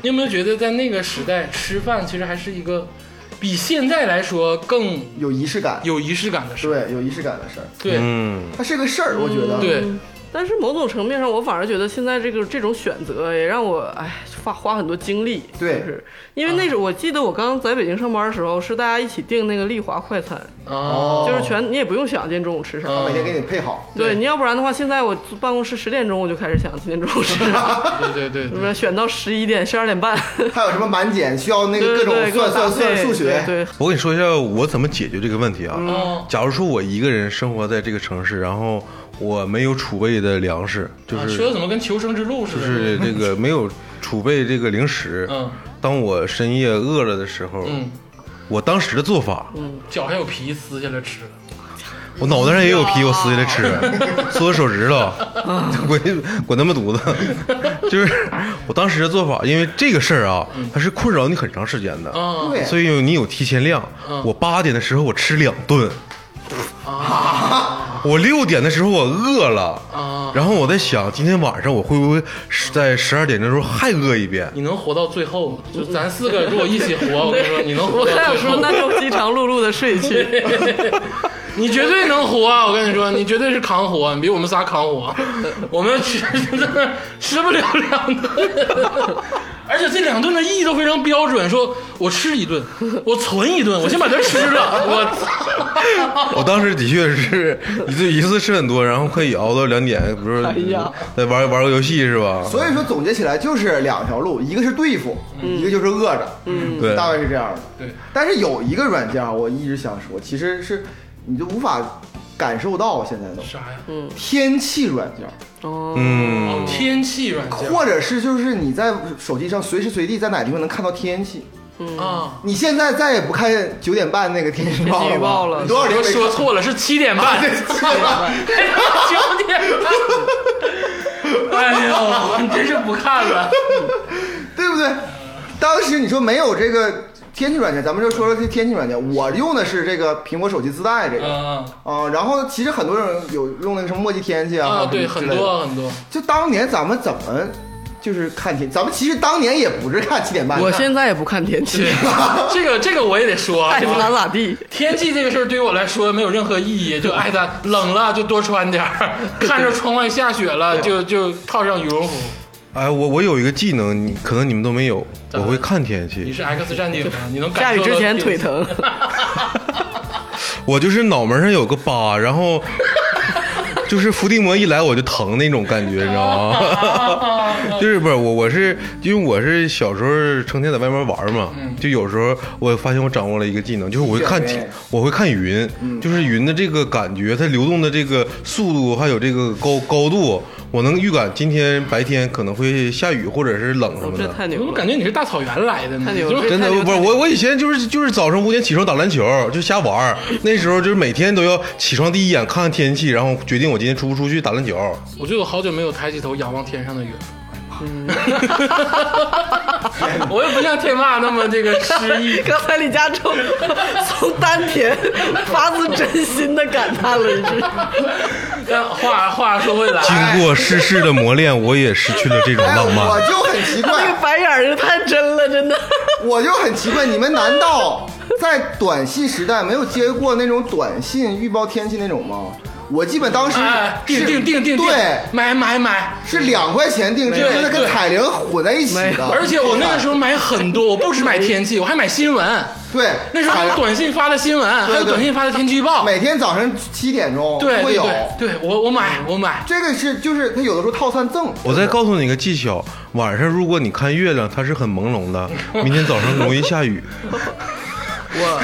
Speaker 2: 你有没有觉得在那个时代吃饭其实还是一个比现在来说更
Speaker 5: 有仪式感，
Speaker 2: 有仪式感的事儿？
Speaker 5: 对，有仪式感的事儿，
Speaker 2: 对
Speaker 4: 嗯，
Speaker 5: 它是个事儿，我觉
Speaker 3: 嗯
Speaker 5: 得，，
Speaker 2: 对，
Speaker 3: 但是某种层面上，我反而觉得现在这个这种选择也让我哎花花很多精力，
Speaker 5: 对
Speaker 3: 就是因为那时候我记得我刚在北京上班的时候，是大家一起订那个丽华快餐，
Speaker 2: 哦，嗯
Speaker 3: 就是全你也不用想今天中午吃啥。
Speaker 5: 每天给你配好，
Speaker 3: 对
Speaker 2: 对
Speaker 3: 你要不然的话，现在我办公室十点钟我就开始想今天中午吃 啥，
Speaker 2: 对对对
Speaker 3: 什
Speaker 2: 对
Speaker 3: 么选到十一点、十二点半，
Speaker 5: 还有什么满减需要那
Speaker 3: 对
Speaker 5: 个
Speaker 3: 对
Speaker 5: 各种
Speaker 3: 对，给我
Speaker 5: 算
Speaker 3: 搭
Speaker 5: 算
Speaker 3: 配
Speaker 5: 算数学，
Speaker 3: 对，对
Speaker 4: 我跟你说一下我怎么解决这个问题啊。
Speaker 2: 哦
Speaker 4: 假如说我一个人生活在这个城市，然后我没有储备的粮食，就
Speaker 2: 啊
Speaker 4: 是、
Speaker 2: 说的怎么跟求生之路似
Speaker 4: 就
Speaker 2: 的？
Speaker 4: 是 这个没有储备这个零食。
Speaker 2: 嗯
Speaker 4: 当我深夜饿了的时候，
Speaker 2: 嗯，
Speaker 4: 我当时的做法，
Speaker 2: 脚还有皮撕下来吃了。
Speaker 4: 我脑袋上也有皮，我撕下来 吃，
Speaker 2: 啊
Speaker 4: 缩手指头，滚滚他妈犊 子！就是我当时的做法，因为这个事儿啊，它是困扰你很长时间的，
Speaker 2: 嗯啊
Speaker 5: 对，
Speaker 4: 所以你有提前量。我八点的时候我吃两顿， 我六点的时候我饿了，
Speaker 2: 啊
Speaker 4: 然后我在想今天晚上我会不会是在十二点的时候还饿一遍？
Speaker 2: 你能活到最后吗？ 就咱四个如果一起活，我跟你 说，你能活
Speaker 3: 我刚
Speaker 2: 到
Speaker 3: 想
Speaker 2: 最后
Speaker 3: 说，。那就饥肠辘辘的睡 去。
Speaker 2: 你绝对能活啊！我跟你说，你绝对是扛活，啊你比我们仨扛活。我们吃吃不了两 顿，而且这两顿的意义都非常标准。说我吃一顿，我存一顿，我先把它吃 了。我操！
Speaker 4: 我当时的确是一次一次吃很多，然后可以熬到两点，比如说
Speaker 3: 呀
Speaker 4: 再玩玩个游戏是吧？
Speaker 5: 所以说总结起来就是两条路，一个是对付，一个就是饿着，嗯
Speaker 4: 对
Speaker 5: 大概是这样的。
Speaker 2: 对，
Speaker 5: 但是有一个软件啊，我一直想说，其实是你就无法感受到现在都
Speaker 2: 啥呀？
Speaker 5: 天气软件，
Speaker 3: 哦，
Speaker 4: 嗯，
Speaker 2: 哦，天气软件
Speaker 5: 或者是就是你在手机上随时随地在哪地方能看到天气。
Speaker 2: 啊！
Speaker 5: 你现在再也不看九点半那个天气预报
Speaker 3: 天气预报
Speaker 5: 了
Speaker 3: 了
Speaker 5: 吧，你多少年
Speaker 2: 我
Speaker 5: 没
Speaker 2: 说错了，是七点半，九点半。哎呦，我真是不看了。
Speaker 5: 对不对？当时你说没有这个天气软件，咱们就说说这天气软件。我用的是这个苹果手机自带这个啊、
Speaker 2: 嗯
Speaker 5: 然后其实很多人有用那个什么墨迹天气啊，
Speaker 2: 啊，对，
Speaker 5: 什么
Speaker 2: 很
Speaker 5: 之类的。
Speaker 2: 多很 多。
Speaker 5: 就当年咱们怎么就是看天，咱们其实当年也不是看七点半，
Speaker 3: 我现在也不看天气，
Speaker 2: 这个这个我也得说啊，
Speaker 3: 爱咋咋地。
Speaker 2: 天气这个事儿对于我来说没有任何意义，就爱它冷了就多穿点 儿，看着窗外下雪了就就套上羽绒服。
Speaker 4: 哎，我我有一个技能，你可能你们都没有，我会看天
Speaker 2: 你
Speaker 4: 气，
Speaker 2: 是 X 战警啊，你能
Speaker 3: 下
Speaker 2: 感
Speaker 3: 雨
Speaker 2: 受到
Speaker 3: 之
Speaker 2: 天
Speaker 3: 前
Speaker 2: 气
Speaker 3: 腿。疼，
Speaker 4: 我就是脑门上有个疤，然后就是伏地魔一来我就疼那种感觉，你知道
Speaker 3: 哦
Speaker 4: 吗？ 就是不是我我是因为我是小时候成天在外面玩嘛，
Speaker 3: 嗯
Speaker 4: 就有时候我发现我掌握了一个技能，就是我会看
Speaker 5: 对
Speaker 4: 天，我会看云，
Speaker 3: 嗯
Speaker 4: 就是云的这个感觉，它流动的这个速度，还有这个高高度，我能预感今天白天可能会下雨或者是冷什
Speaker 3: 我
Speaker 4: 么
Speaker 3: 这
Speaker 4: 的。
Speaker 3: 太
Speaker 2: 我怎
Speaker 3: 牛
Speaker 2: 么
Speaker 3: 了
Speaker 2: 感。觉你是大草原来的呢？
Speaker 3: 太牛
Speaker 2: 你
Speaker 3: 了
Speaker 2: 就是
Speaker 4: 真的
Speaker 3: 太牛
Speaker 4: 不是我，我以前就是就是早上五点起床打篮球，就瞎玩儿。那时候就是每天都要起床第一眼看看天气，然后决定我今天出不出去打篮球。
Speaker 2: 我就有好久没有抬起头仰望天上的月
Speaker 5: 哎
Speaker 2: 亮。嗯 我也不像天霸那么这个诗意，
Speaker 3: 刚才李佳洲从丹田发自真心的感叹了一 句
Speaker 2: 但呃话话说 回来，
Speaker 4: 经过世事的磨练，我也失去了这种
Speaker 5: 哎，
Speaker 4: 浪
Speaker 5: 我
Speaker 4: 漫。
Speaker 5: 就很奇：“
Speaker 3: 那个
Speaker 5: 怪，
Speaker 3: 白眼儿就太真了，真的。
Speaker 5: 我就很奇怪，你们难道在短信时代没有接过那种短信预报天气那种吗？我基本当时
Speaker 2: 哎，定
Speaker 5: 是
Speaker 2: 定定定定，
Speaker 5: 对，
Speaker 2: 买买买，
Speaker 5: 是两块钱定制，
Speaker 2: 对
Speaker 5: 就是跟
Speaker 2: 对
Speaker 5: 彩铃混在一起的。
Speaker 2: 而且我那个时候买很多，我不只买天气，我还买新闻。
Speaker 5: 对，
Speaker 2: 那时候还有
Speaker 5: 彩铃
Speaker 2: 短信发的新闻，还有短信发的天气预报。
Speaker 5: 每天早上七点钟
Speaker 2: 对
Speaker 5: 会
Speaker 2: 对
Speaker 5: 有。
Speaker 2: 对，对我我买我买。
Speaker 5: 这个是就是它有的时候套餐赠，
Speaker 4: 我再告诉你一个技巧：晚上如果你看月亮，它是很朦胧的，明天早上容易下雨。 我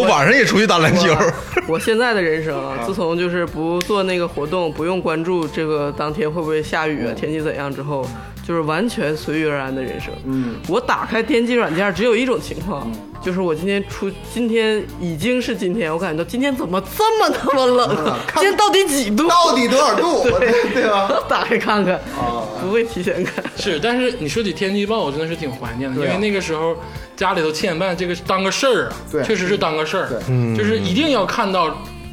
Speaker 4: 我晚上也出去打篮球。
Speaker 3: 我现在的人生啊，自从就是不做那个活动，不用关注这个当天会不会下雨啊，天气怎样之后，就是完全随遇而安的人生。嗯，我打开天气软件，只有一种情况，就是我今天出，今天已经是今天，我感觉到今天怎么这么他妈冷啊？今天到底啊几度？
Speaker 5: 到底多少度？对对吧？？
Speaker 3: 打开看看，不会提前看。
Speaker 2: 是，但是你说起天气预报，我真的是挺怀念的，因
Speaker 5: 对啊
Speaker 2: 为那个时候家里头七点半这个是当个事儿啊，
Speaker 5: 对
Speaker 2: 确实是当个事儿，啊就是一定要看到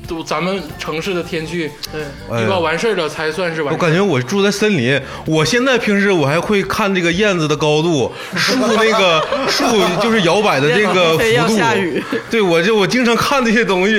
Speaker 2: 都咱们城市的天气
Speaker 4: 哎
Speaker 2: 预
Speaker 4: 呀
Speaker 2: 报完事儿了才算是完事
Speaker 4: 我
Speaker 2: 儿。
Speaker 4: 感觉我住在森林，我现在平时我还会看这个燕子的高度，树那个树就是摇摆的这个
Speaker 3: 燕子
Speaker 4: 幅度
Speaker 3: 非要下雨。
Speaker 4: 对我这我经常看这些东西，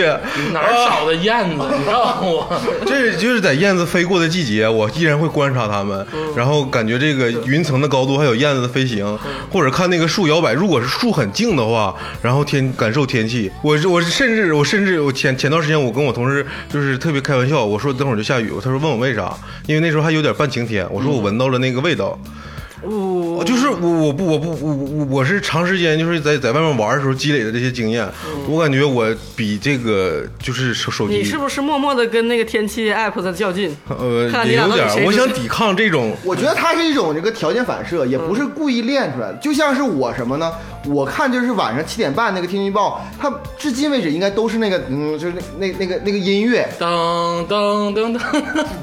Speaker 2: 哪儿找的燕子？你知道吗？
Speaker 4: 这就是在燕子飞过的季节，我依然会观察它们，
Speaker 3: 嗯
Speaker 4: 然后感觉这个云层的高度，还有燕子的飞行，
Speaker 3: 嗯
Speaker 4: 或者看那个树摇摆。如果是树很静的话，然后天感受天气。我是我是甚至我甚至我前前段时间我跟我同事就是特别开玩笑，我说等会儿就下雨，他说问我为啥，因为那时候还有点半晴天，我说我闻到了那个味道。
Speaker 3: 呜、
Speaker 4: 我就是我我不我不我我我是长时间就是在在外面玩的时候积累的这些经验，我感觉我比这个就是手手机
Speaker 3: 嗯你是不是默默的跟那个天气 app 在较劲？
Speaker 4: 呃
Speaker 3: 看你
Speaker 4: 也
Speaker 3: 俩
Speaker 4: 有
Speaker 3: 到底
Speaker 4: 点儿
Speaker 3: 谁，
Speaker 4: 我
Speaker 3: 是
Speaker 4: 想抵抗这种
Speaker 5: 我觉得它是一种这个条件反射，也不是故意练出来的。就像是我什么呢？我看就是晚上七点半那个天气预报，它至今为止应该都是那个嗯，就是那那那个那个音乐，
Speaker 2: 当当当当，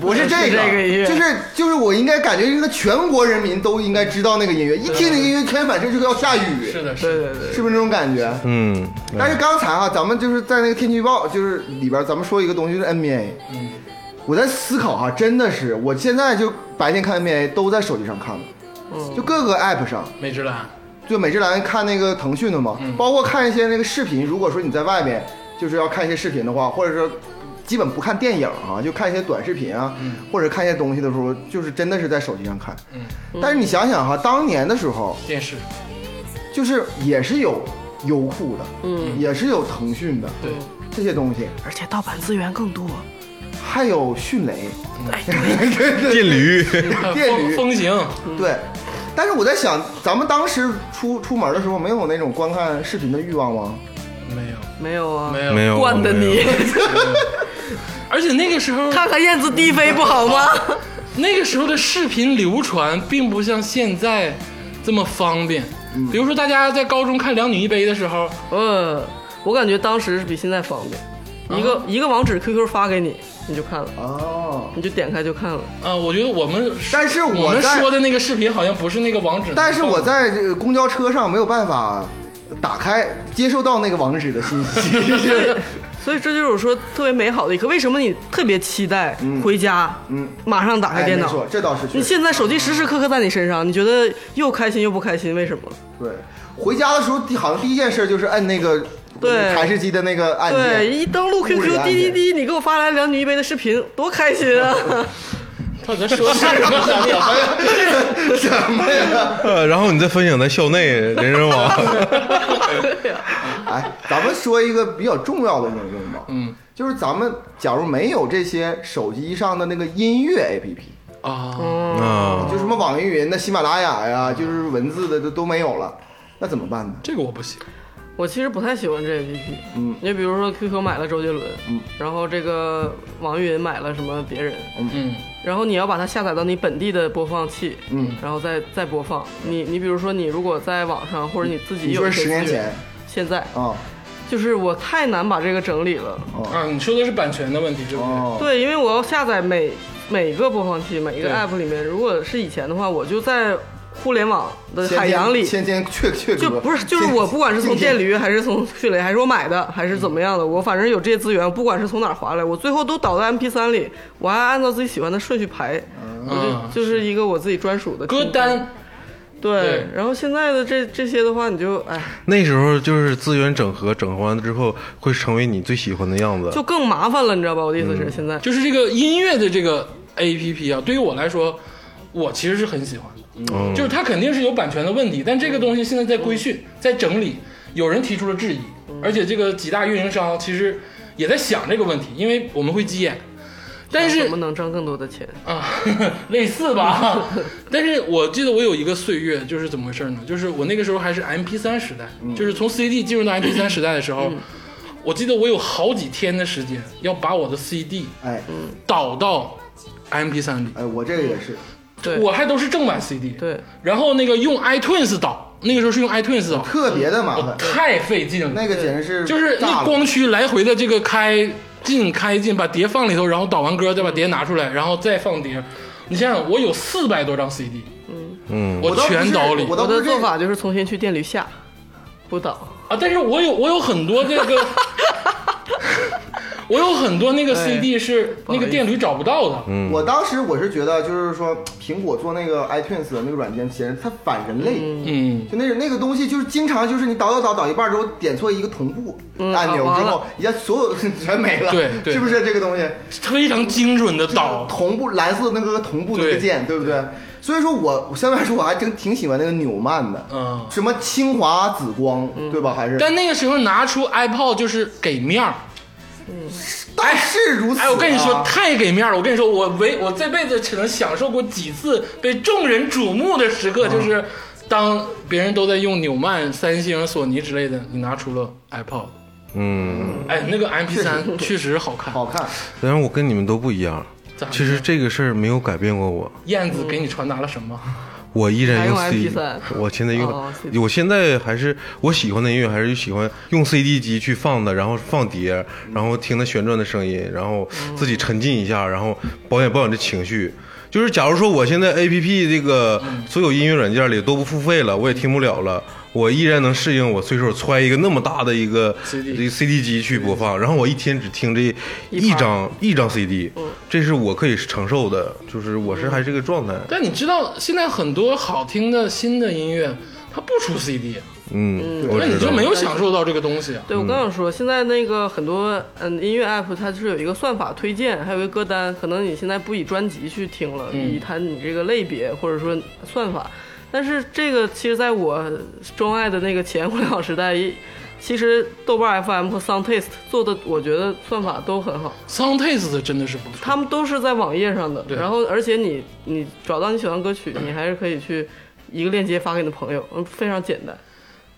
Speaker 5: 不是这
Speaker 3: 是这个音乐
Speaker 5: 就是就是我应该感觉这个全国人民都应该知道那个音乐，乐，一听那音乐全反射就要下雨，
Speaker 2: 是的，是
Speaker 3: 对
Speaker 2: 的，
Speaker 3: 对对，
Speaker 5: 是不是那种感觉？
Speaker 4: 嗯，
Speaker 5: 但是刚才啊，咱们就是在那个天气预报就是里边，咱们说一个东西就是 NBA。
Speaker 2: 嗯，
Speaker 5: 我在思考哈、真的是，我现在就白天看 NBA 都在手机上看的，
Speaker 2: 嗯
Speaker 5: 就各个 app 上，
Speaker 2: 美职篮，
Speaker 5: 就每日栏看那个腾讯的嘛，
Speaker 2: 嗯
Speaker 5: 包括看一些那个视频。如果说你在外边就是要看一些视频的话，或者说基本不看电影啊，就看一些短视频啊，或者看一些东西的时候，就是真的是在手机上看。
Speaker 2: 嗯，
Speaker 5: 但是你想想哈、当年的时候，
Speaker 2: 电视，
Speaker 5: 就是也是有优酷的，嗯，也是有腾讯的，
Speaker 2: 对，
Speaker 5: 这些东西，
Speaker 3: 而且盗版资源更多。哎
Speaker 5: 还有迅雷，
Speaker 4: 电驴，
Speaker 5: 电驴
Speaker 2: 呃风风行，
Speaker 5: 对。但是我在想，咱们当时出出门的时候，没有那种观看视频的欲望吗？
Speaker 2: 没有，
Speaker 3: 没有啊，
Speaker 2: 没有，
Speaker 4: 没有
Speaker 3: 惯的
Speaker 4: 没
Speaker 3: 你
Speaker 4: 有，
Speaker 2: 而且那个时候，
Speaker 3: 看看燕子低飞不好吗？
Speaker 2: 那个时候的视频流传并不像现在这么方便。
Speaker 5: 嗯
Speaker 2: 比如说，大家在高中看《两女一杯》的时候，
Speaker 3: 嗯，我感觉当时是比现在方便，一个一个网址 QQ 发给你，你就看了，
Speaker 5: 哦，
Speaker 3: 你就点开就看了。
Speaker 2: 啊，我觉得我们，
Speaker 5: 但是
Speaker 2: 我
Speaker 5: 我
Speaker 2: 们
Speaker 5: 在
Speaker 2: 说的那个视频好像不是那个网址，
Speaker 5: 但是我在这个公交车上没有办法打开接收到那个网址的信 息。
Speaker 3: 所以这就是我说特别美好的一刻。为什么你特别期待回家，
Speaker 5: 嗯
Speaker 3: 马上打开
Speaker 5: 哎，
Speaker 3: 电
Speaker 5: 没
Speaker 3: 脑？
Speaker 5: 错，这倒是确
Speaker 3: 你
Speaker 5: 实。
Speaker 3: 现在手机时时刻刻在你身上，你觉得又开心又不开心，为什么？
Speaker 5: 对，回家的时候第好像第一件事就是摁那个
Speaker 3: 对
Speaker 5: 台式机的那个按
Speaker 3: 对，
Speaker 5: 键。
Speaker 3: 一登录
Speaker 5: 物理
Speaker 3: QQ
Speaker 5: 按
Speaker 3: 滴滴
Speaker 5: 键
Speaker 3: 滴，你给我发来两女一杯的视频，多开心啊！
Speaker 2: 他在说什么？
Speaker 5: 什么呀？
Speaker 4: 呃，然后你再分享在校内人人网，
Speaker 5: 哎，咱们说一个比较重要的应用吧。嗯，就是咱们假如没有这些手机上的那个音乐 APP，
Speaker 2: 啊，
Speaker 4: 啊，
Speaker 5: 就什么网易云的、喜马拉雅呀，就是文字的都都没有了，那怎么办呢？
Speaker 2: 这个我不行。
Speaker 3: 我其实不太喜欢这 APP，
Speaker 5: 嗯，
Speaker 3: 你比如说 QQ 买了周杰伦，
Speaker 5: 嗯，
Speaker 3: 然后这个网易云买了什么别人，
Speaker 2: 嗯，
Speaker 3: 然后你要把它下载到你本地的播放器，
Speaker 5: 嗯，
Speaker 3: 然后再再播放。你你比如说你如果在网上或者你自己
Speaker 5: 你
Speaker 3: 有
Speaker 5: 说
Speaker 3: 一
Speaker 5: 是
Speaker 3: 些
Speaker 5: 十年
Speaker 3: 资源
Speaker 5: 前
Speaker 3: 现在
Speaker 5: 啊？
Speaker 3: 就是我太难把这个整理了，
Speaker 2: 啊，你说的是版权的问题，对不对？
Speaker 5: 哦，
Speaker 3: 对，因为我要下载每每个播放器、每一个
Speaker 2: 对
Speaker 3: app 里面，如果是以前的话，我就在互联网的
Speaker 5: 先
Speaker 3: 海洋里，
Speaker 5: 先先确确
Speaker 3: 就
Speaker 5: 哥
Speaker 3: 不是就是我不管是从电，驴还是从迅雷还是我买的还是怎么样的，我反正有这些资源，不管是从哪儿划来，我最后都导到 MP 3里，我还按照自己喜欢的顺序排，我
Speaker 2: 嗯
Speaker 3: 就就是一个我自己专属的
Speaker 2: 歌
Speaker 3: 清单。
Speaker 2: 单，
Speaker 3: 对
Speaker 2: 对，
Speaker 3: 然后现在的这这些的话，你就哎，
Speaker 4: 那时候就是资源整合，整合完之后会成为你最喜欢的样子。
Speaker 3: 就更麻烦了，你知道吧？我的意思是，现在
Speaker 2: 就是这个音乐的这个 A P P 啊，对于我来说，我其实是很喜欢的。
Speaker 4: 嗯
Speaker 2: 就是它肯定是有版权的问题，但这个东西现在在规训，在整理，有人提出了质疑，而且这个几大运营商其实也在想这个问题，因为我们会急眼。但是
Speaker 3: 怎么能挣更多的钱？
Speaker 2: 啊， 类似吧。 但是我记得我有一个岁月，就是怎么回事呢？就是我那个时候还是 MP 3时代，就是从 CD 进入到 MP 3时代的时候，我记得我有好几天的时间要把我的 CD
Speaker 5: 哎
Speaker 2: 导到 MP 3里，
Speaker 5: 哎，我这个也是，
Speaker 3: 对
Speaker 2: 我还都是正版 CD。
Speaker 3: 对，
Speaker 2: 然后那个用 iTunes 导，那个时候是用 iTunes 导，
Speaker 5: 特别的麻
Speaker 3: 嗯
Speaker 5: 烦，
Speaker 2: 太费劲了。
Speaker 5: 那个简直是
Speaker 2: 就是
Speaker 5: 炸
Speaker 2: 那
Speaker 5: 了
Speaker 2: 光驱来回的这个开进开进，把碟放里头，然后导完歌再把碟拿出来，然后再放碟。你想想，我有四百多张 CD，
Speaker 4: 嗯，
Speaker 2: 我
Speaker 5: 倒不是
Speaker 2: 全导里
Speaker 5: 我倒
Speaker 3: 我
Speaker 5: 不
Speaker 3: 的
Speaker 5: 是这
Speaker 3: 做法就是重新去电驴下，不倒。
Speaker 2: 啊，但是我有我有很多这 个，我有很多那个
Speaker 5: 哎
Speaker 2: CD 是那个店里找不到的。嗯，
Speaker 5: 我当时我是觉得，就是说苹果做那个 iTunes 的那个软件，其实它反人类。
Speaker 3: 嗯
Speaker 2: 嗯
Speaker 5: 就那那个东西，就是经常就是你导导导导一半之后点错一个同步
Speaker 2: 嗯
Speaker 5: 按钮
Speaker 3: 啊
Speaker 5: 之
Speaker 3: 完
Speaker 5: 后
Speaker 3: 了，
Speaker 5: 一下所有 全没了，
Speaker 2: 对对
Speaker 5: 是不是这个东西？
Speaker 2: 非常精准的 导。
Speaker 5: 同步蓝色那个同步那个
Speaker 2: 对
Speaker 5: 键，对不对？所以说我我相对来说我还真挺喜欢那个纽曼的，
Speaker 2: 嗯
Speaker 5: 什么清华紫光，对吧？还是
Speaker 2: 但那个时候拿出 iPod 就是给面儿，
Speaker 5: 但是如此、啊
Speaker 2: 哎，我跟你说，太给面儿了。我跟你说，我唯我这辈子只能享受过几次被众人瞩目的时刻，就是当别人都在用纽曼、三星、索尼之类的，你拿出了 iPod，
Speaker 4: 嗯，
Speaker 2: 哎，那个 MP 3确实好看。
Speaker 5: 好看，
Speaker 4: 但是我跟你们都不一样
Speaker 2: 咋。
Speaker 4: 其实这个事儿没有改变过我，
Speaker 2: 燕子给你传达了什么？
Speaker 4: 我依然用
Speaker 3: 还用
Speaker 4: CD，
Speaker 3: MP3
Speaker 4: 我现在用
Speaker 3: 哦，CD
Speaker 4: 我现在还是我喜欢的音乐，还是喜欢用 CD 机去放的，然后放碟，然后听它旋转的声音，然后自己沉浸一下，然后保养保养这情绪。就是假如说我现在 A P P 这个所有音乐软件里都不付费了，我也听不了了，我依然能适应我随手揣一个那么大的一个
Speaker 2: CD
Speaker 4: 这个 C D 机去播放，然后我一天只听这一嗯张一张 C D，这是我可以承受的，就是我是还是这个状态，
Speaker 2: 但你知道现在很多好听的新的音乐，它不出 CD，
Speaker 4: 嗯，我
Speaker 2: 那哎你
Speaker 4: 知道
Speaker 2: 就没有享受到这个东西啊。
Speaker 3: 对，我刚想说，现在那个很多嗯音乐 app，它就是有一个算法推荐，还有一个歌单。可能你现在不以专辑去听了，以谈你这个类别或者说算法。但是这个其实在我钟爱的那个前 互联网时代，一其实豆瓣 FM 和 Sound Taste 做的，我觉得算法都很好。
Speaker 2: Sound Taste 真的是不错，
Speaker 3: 他们都是在网页上的。然后，而且你你找到你喜欢歌曲，
Speaker 2: 嗯
Speaker 3: 你还是可以去一个链接发给你的朋友，嗯，非常简单。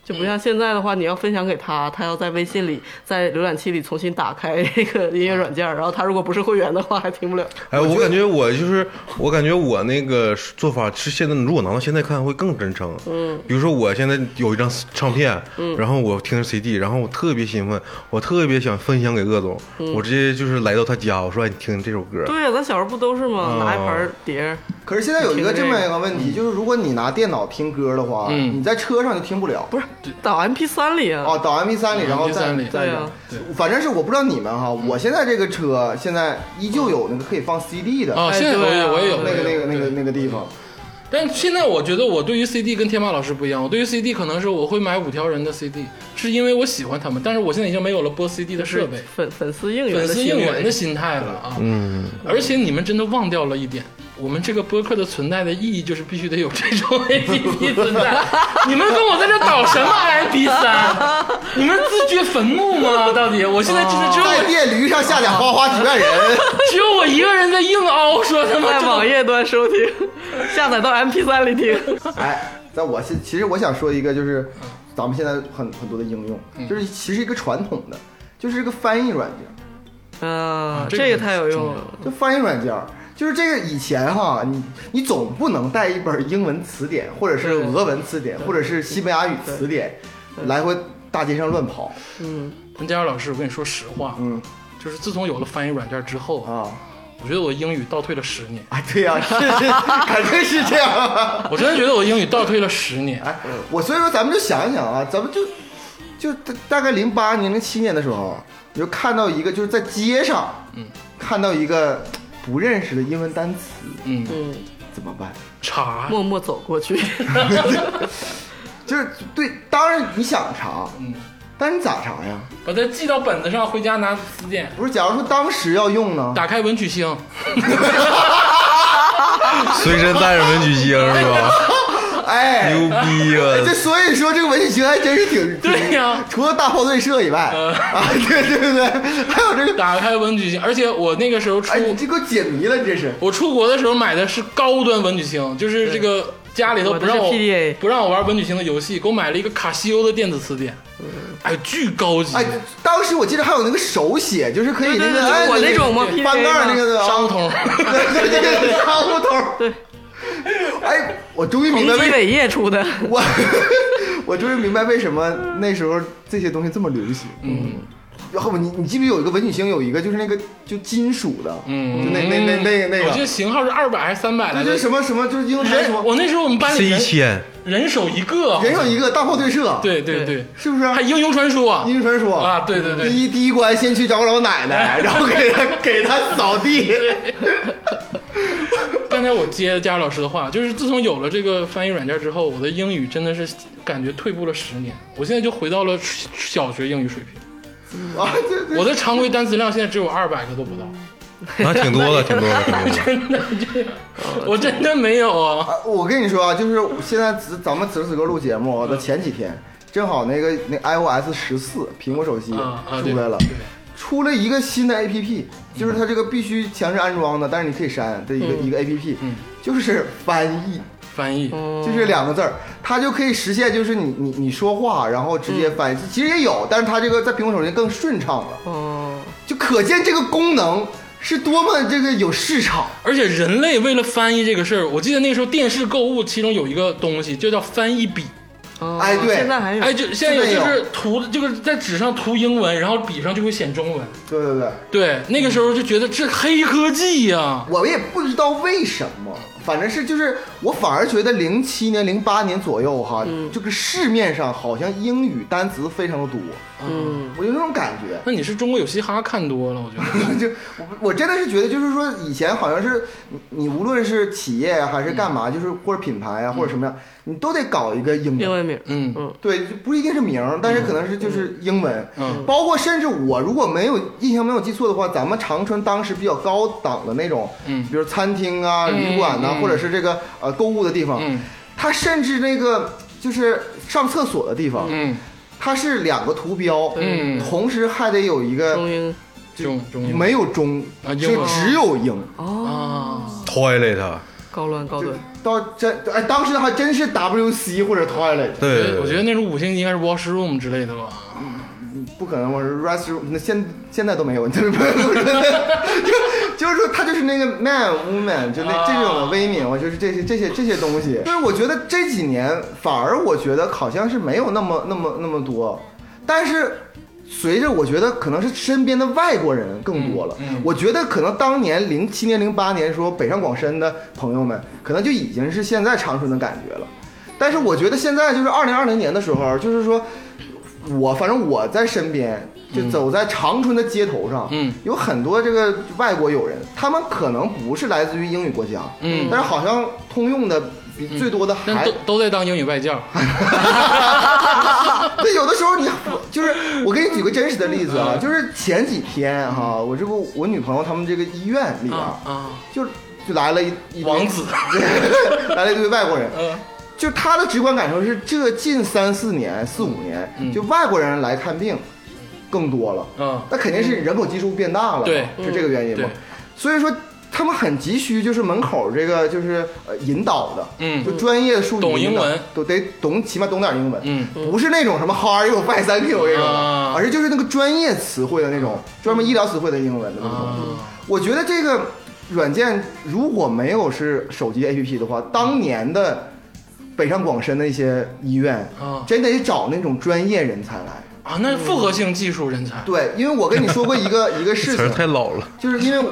Speaker 3: 就不像现在的话，你要分享给
Speaker 2: 嗯
Speaker 3: 他，他要在微信里、在浏览器里重新打开这个音乐软件，
Speaker 2: 嗯
Speaker 3: 然后他如果不是会员的话，还听不了。
Speaker 4: 哎，我感觉我就是，我感觉我那个做法是现在，如果拿到现在看会更真诚。嗯，比如说我现在有一张唱片，然后我听着 CD，然后我特别兴奋，我特别想分享给鄂总，我直接就是来到他家，我说哎你听这首歌，
Speaker 3: 对啊呀、咱小时候不都是吗？
Speaker 4: 哦
Speaker 3: 拿一盘碟儿，
Speaker 5: 可是现在有一个这么一个问题，就是如果你拿电脑听歌的话，
Speaker 2: 嗯
Speaker 5: 你在车上就听不了。
Speaker 3: 不是导 MP 3里啊。
Speaker 5: 哦，导 MP
Speaker 2: 嗯
Speaker 5: 三里，然后再
Speaker 2: MP3 里
Speaker 5: 再
Speaker 3: 对啊
Speaker 5: 反正是我不知道你们哈，
Speaker 2: 嗯
Speaker 5: 我现在这个车现在依旧有那个可以放 CD 的
Speaker 2: 啊，
Speaker 3: 哎
Speaker 2: 现在我
Speaker 3: 对
Speaker 2: 也
Speaker 3: 啊
Speaker 2: 我也有
Speaker 5: 那个那个那个
Speaker 2: 对
Speaker 5: 那个地方。
Speaker 2: 但现在我觉得我对于 CD 跟天马老师不一样，我对于 CD 可能是我会买五条人的 CD，是因为我喜欢他们，但是我现在已经没有了播 CD 的
Speaker 3: 是
Speaker 2: 设备，
Speaker 3: 粉粉丝应援
Speaker 2: 粉
Speaker 3: 的
Speaker 2: 丝
Speaker 3: 行为
Speaker 2: 应援的心态了啊。嗯，而且你们真的忘掉了一点。我们这个播客的存在的意义就是必须得有这种 A P P 存在。你们跟我在这搞什么 I P 三？你们自掘坟墓吗？到底？我现在真的只有
Speaker 5: 在
Speaker 2: 我
Speaker 5: 电驴上下点花花几 万人，
Speaker 2: 只有我一个人在硬凹说他妈
Speaker 3: 在
Speaker 2: 这
Speaker 3: 网
Speaker 2: 个
Speaker 3: 页端收听，下载到 MP 3 里听。
Speaker 5: 哎，在我现其实我想说一个，就是
Speaker 2: 嗯
Speaker 5: 咱们现在很很多的应用，就是其实一个传统的，就是这个翻译软件。
Speaker 3: 嗯、
Speaker 2: 啊这个
Speaker 3: 这个太有
Speaker 2: 重
Speaker 3: 用
Speaker 2: 要
Speaker 3: 了。
Speaker 5: 就翻译软件儿，就是这个以前哈，你你总不能带一本英文词典，或者是俄文词典，或者是西班牙语词典，来回大街上乱跑
Speaker 2: 陈佳老师，我跟你说实话，啊
Speaker 5: 嗯，
Speaker 2: 就是自从有了翻译软件之后啊，
Speaker 5: 啊
Speaker 2: 我觉得我英语倒退了十年，
Speaker 5: 啊！对呀、是是，肯定是这样。啊
Speaker 2: 我真的觉得我英语倒退了十年。
Speaker 5: 哎，我所以说咱们就想想啊，咱们就就大大概零八年、零七年的时候，你就看到一个就是在街上，嗯，看到一个不认识的英文单词，
Speaker 2: 嗯，
Speaker 3: 嗯，
Speaker 5: 怎么办？
Speaker 2: 查
Speaker 3: 默默走过去。
Speaker 5: 就是对，当然你想查，
Speaker 2: 嗯，
Speaker 5: 但是你咋查呀？
Speaker 2: 把它记到本子上，回家拿词典，
Speaker 5: 不是，假如说当时要用呢？
Speaker 2: 打开文曲星，
Speaker 4: 随身带着文曲星是吧？
Speaker 5: 哎，
Speaker 4: 牛逼
Speaker 5: 这
Speaker 4: 啊！
Speaker 5: 所以说这个文曲星还真是挺
Speaker 2: 对呀嗯
Speaker 5: 挺除了大炮队社以外啊，对对对对，还有这个，
Speaker 2: 打开文曲星，而且我那个时候出
Speaker 5: 哎，你这给我解谜了，你这是
Speaker 2: 我出国的时候买的是高端文曲星，就是这个家里头不让
Speaker 3: 我
Speaker 2: 我
Speaker 3: 的是 PDA
Speaker 2: 不让我玩文曲星的游戏，给我买了一个卡西欧的电子词典，哎，巨高级，
Speaker 5: 嗯哎，当时我记得还有那个手写，就是可以那
Speaker 3: 对
Speaker 5: 个
Speaker 3: 对对
Speaker 5: 哎
Speaker 3: 我那种嘛
Speaker 5: 个
Speaker 3: PVA
Speaker 5: 翻盖儿那个的啊
Speaker 2: 商务，通，
Speaker 5: 对对对对，商务通，
Speaker 3: 对，
Speaker 5: 哎，我终于
Speaker 3: 红
Speaker 5: 明白
Speaker 3: 基
Speaker 5: 为
Speaker 3: 伟业出的。
Speaker 5: 我 我终于明白为什么那时候这些东西这么流行，嗯。然后你你记不记得有一个文曲星有一个就是那个就金属的，
Speaker 2: 嗯
Speaker 5: 就那那那那那
Speaker 2: 我记得
Speaker 5: 个，
Speaker 2: 型号是二百还是三百来
Speaker 5: 就
Speaker 2: 着
Speaker 5: 是？什么什么就是英文
Speaker 3: 哎
Speaker 5: 什么
Speaker 2: 人，我那时候我们班
Speaker 4: 这
Speaker 2: 里
Speaker 4: 一
Speaker 2: 人
Speaker 4: 千，
Speaker 2: 人手一个，
Speaker 5: 人有一个大炮对射，，
Speaker 2: 对对对，
Speaker 5: 是不是？
Speaker 3: 哎
Speaker 2: 还英雄传说啊，
Speaker 5: 英语传说
Speaker 2: 啊对对对
Speaker 5: 第一第一关先去找老奶 奶，然后给她给她扫地。
Speaker 2: 刚才我接佳老师的话，就是自从有了这个翻译软件之后，我的英语真的是感觉退步了十年。我现在就回到了小学英语水平，
Speaker 5: 啊，对对，
Speaker 2: 我的常规单词量现在只有二百个都不到，
Speaker 4: 那挺多的，挺多的，挺多的。
Speaker 2: 真的，
Speaker 5: 嗯
Speaker 2: 我真的没有啊。
Speaker 5: 啊我跟你说啊，就是现在咱咱们此时此刻录节目的前几天，正好那个那 iOS 十四苹果手机
Speaker 2: 啊啊对
Speaker 5: 嗯出来了
Speaker 2: 对，
Speaker 5: 出了一个新的 APP，就是它这个必须强制安装的，但是你可以删的一个一个 APP，就是翻译。
Speaker 2: 翻译，
Speaker 5: 就是两个字儿，它就可以实现，就是你你你说话，然后直接翻译。其实也有，但是它这个在苹果手机更顺畅了，
Speaker 3: 哦，
Speaker 5: 就可见这个功能是多么这个有市场。
Speaker 2: 而且人类为了翻译这个事儿，我记得那个时候电视购物其中有一个东西就叫翻译笔，
Speaker 3: 哦
Speaker 5: 哎对
Speaker 3: 现在还有
Speaker 2: 哎，就现在有
Speaker 5: 现在有
Speaker 2: 就是涂，就是在纸上涂英文，然后笔上就会显中文。
Speaker 5: 对对对，
Speaker 2: 对，那个时候就觉得这黑科技呀、
Speaker 5: 我也不知道为什么，反正是就是我反而觉得零七年、零八年左右哈，这个市面上好像英语单词非常的多，
Speaker 3: 嗯，
Speaker 5: 我有那种感觉。
Speaker 2: 那你是中国有嘻哈看多了，我觉得。
Speaker 5: 就我我真的是觉得，就是说以前好像是你你无论是企业啊还是干嘛，就是或者品牌啊或者什么样，你都得搞一个英
Speaker 3: 英
Speaker 5: 文。
Speaker 3: 文名，
Speaker 2: 嗯
Speaker 3: 嗯
Speaker 5: 对，就不一定是名儿，但是可能是就是英文，
Speaker 2: 嗯
Speaker 5: 包括甚至我如果没有印象没有记错的话，咱们长春当时比较高档的那种，
Speaker 2: 嗯
Speaker 5: 比如餐厅啊、
Speaker 2: 嗯
Speaker 5: 旅馆呐、
Speaker 2: 嗯
Speaker 5: 或者是这个呃购物的地方，
Speaker 2: 嗯
Speaker 5: 它甚至那个就是上厕所的地方，
Speaker 2: 嗯，
Speaker 5: 它是两个图标，
Speaker 2: 嗯
Speaker 5: 同时还得有一
Speaker 3: 中
Speaker 5: 个
Speaker 3: 英
Speaker 2: 中中英
Speaker 5: 没有中，
Speaker 2: 啊英
Speaker 5: 就
Speaker 2: 文
Speaker 5: 只有英。
Speaker 3: 哦，
Speaker 2: 啊，
Speaker 4: toilet，
Speaker 3: 高端高
Speaker 5: 就
Speaker 3: 端，
Speaker 5: 到真哎，当时还真是 WC 或者 toilet，
Speaker 4: 对，
Speaker 2: 我觉得那种五星级应该是 washroom 之类的吧。
Speaker 5: 不可能，我是 restroom，那现现在都没有， 就是不是就就是说他就是那个 man woman，就那、
Speaker 2: 啊
Speaker 5: 这种的威名，我就是这些这些这些东西。但是我觉得这几年反而我觉得好像是没有那么那么那么多，但是。随着我觉得可能是身边的外国人更多了，
Speaker 2: 嗯嗯
Speaker 5: 我觉得可能当年零七年零八年说北上广深的朋友们，可能就已经是现在长春的感觉了。但是我觉得现在就是二零二零年的时候，就是说我反正我在身边，就走在长春的街头上，
Speaker 2: 嗯，
Speaker 5: 有很多这个外国友人，他们可能不是来自于英语国家，
Speaker 2: 嗯
Speaker 5: 但是好像通用的比最多的
Speaker 2: 但
Speaker 5: 还
Speaker 2: 都，都在当英语外教。
Speaker 5: 对，有的时候你就是我给你举个真实的例子啊，
Speaker 2: 嗯
Speaker 5: 就是前几天哈、我这不我女朋友他们这个医院里边、
Speaker 2: 啊啊，
Speaker 5: 就就来了一一堆
Speaker 2: 王子
Speaker 5: 来了一堆外国人，
Speaker 2: 嗯
Speaker 5: 就他的直观感受是，这近三四年、四五年，
Speaker 2: 嗯
Speaker 5: 就外国人来看病更多了。
Speaker 2: 嗯
Speaker 5: 那肯定是人口基数变大了嘛，
Speaker 2: 对嗯
Speaker 5: 是这个原因嘛
Speaker 2: 对。
Speaker 5: 所以说他们很急需，就是门口这个就是呃引导的，
Speaker 2: 嗯
Speaker 5: 就专业术语
Speaker 2: 懂
Speaker 5: 引
Speaker 2: 英
Speaker 5: 导
Speaker 2: 文，
Speaker 5: 都得懂，起码懂点英文，
Speaker 2: 嗯，
Speaker 5: 不是那种什么 How are you, Why thank you 这种
Speaker 2: 啊
Speaker 5: 的，而是就是那个专业词汇的那种，专门医疗词汇的英文的那种。
Speaker 2: 啊，
Speaker 5: 我觉得这个软件如果没有是手机 APP 的话，当年的北上广深的一些医院
Speaker 2: 啊，
Speaker 5: 真得找那种专业人才来。
Speaker 2: 啊，那复合性技术人才。
Speaker 5: 对，因为我跟你说过 一个一个事
Speaker 4: 词儿
Speaker 5: 情，
Speaker 4: 太老了。
Speaker 5: 就是因为我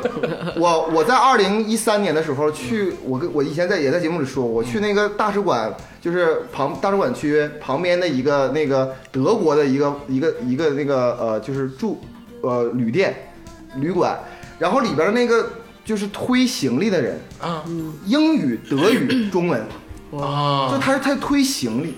Speaker 5: 我我在二零一三年的时候去，我跟我以前在也在节目里说，我去那个大使馆，就是旁大使馆区旁边的一个那个德国的一个一个一个那个呃，就是住呃旅店旅馆，然后里边那个就是推行李的人，
Speaker 2: 啊
Speaker 5: 英语、德语、中文，就
Speaker 2: 啊！
Speaker 5: 他是他推行李，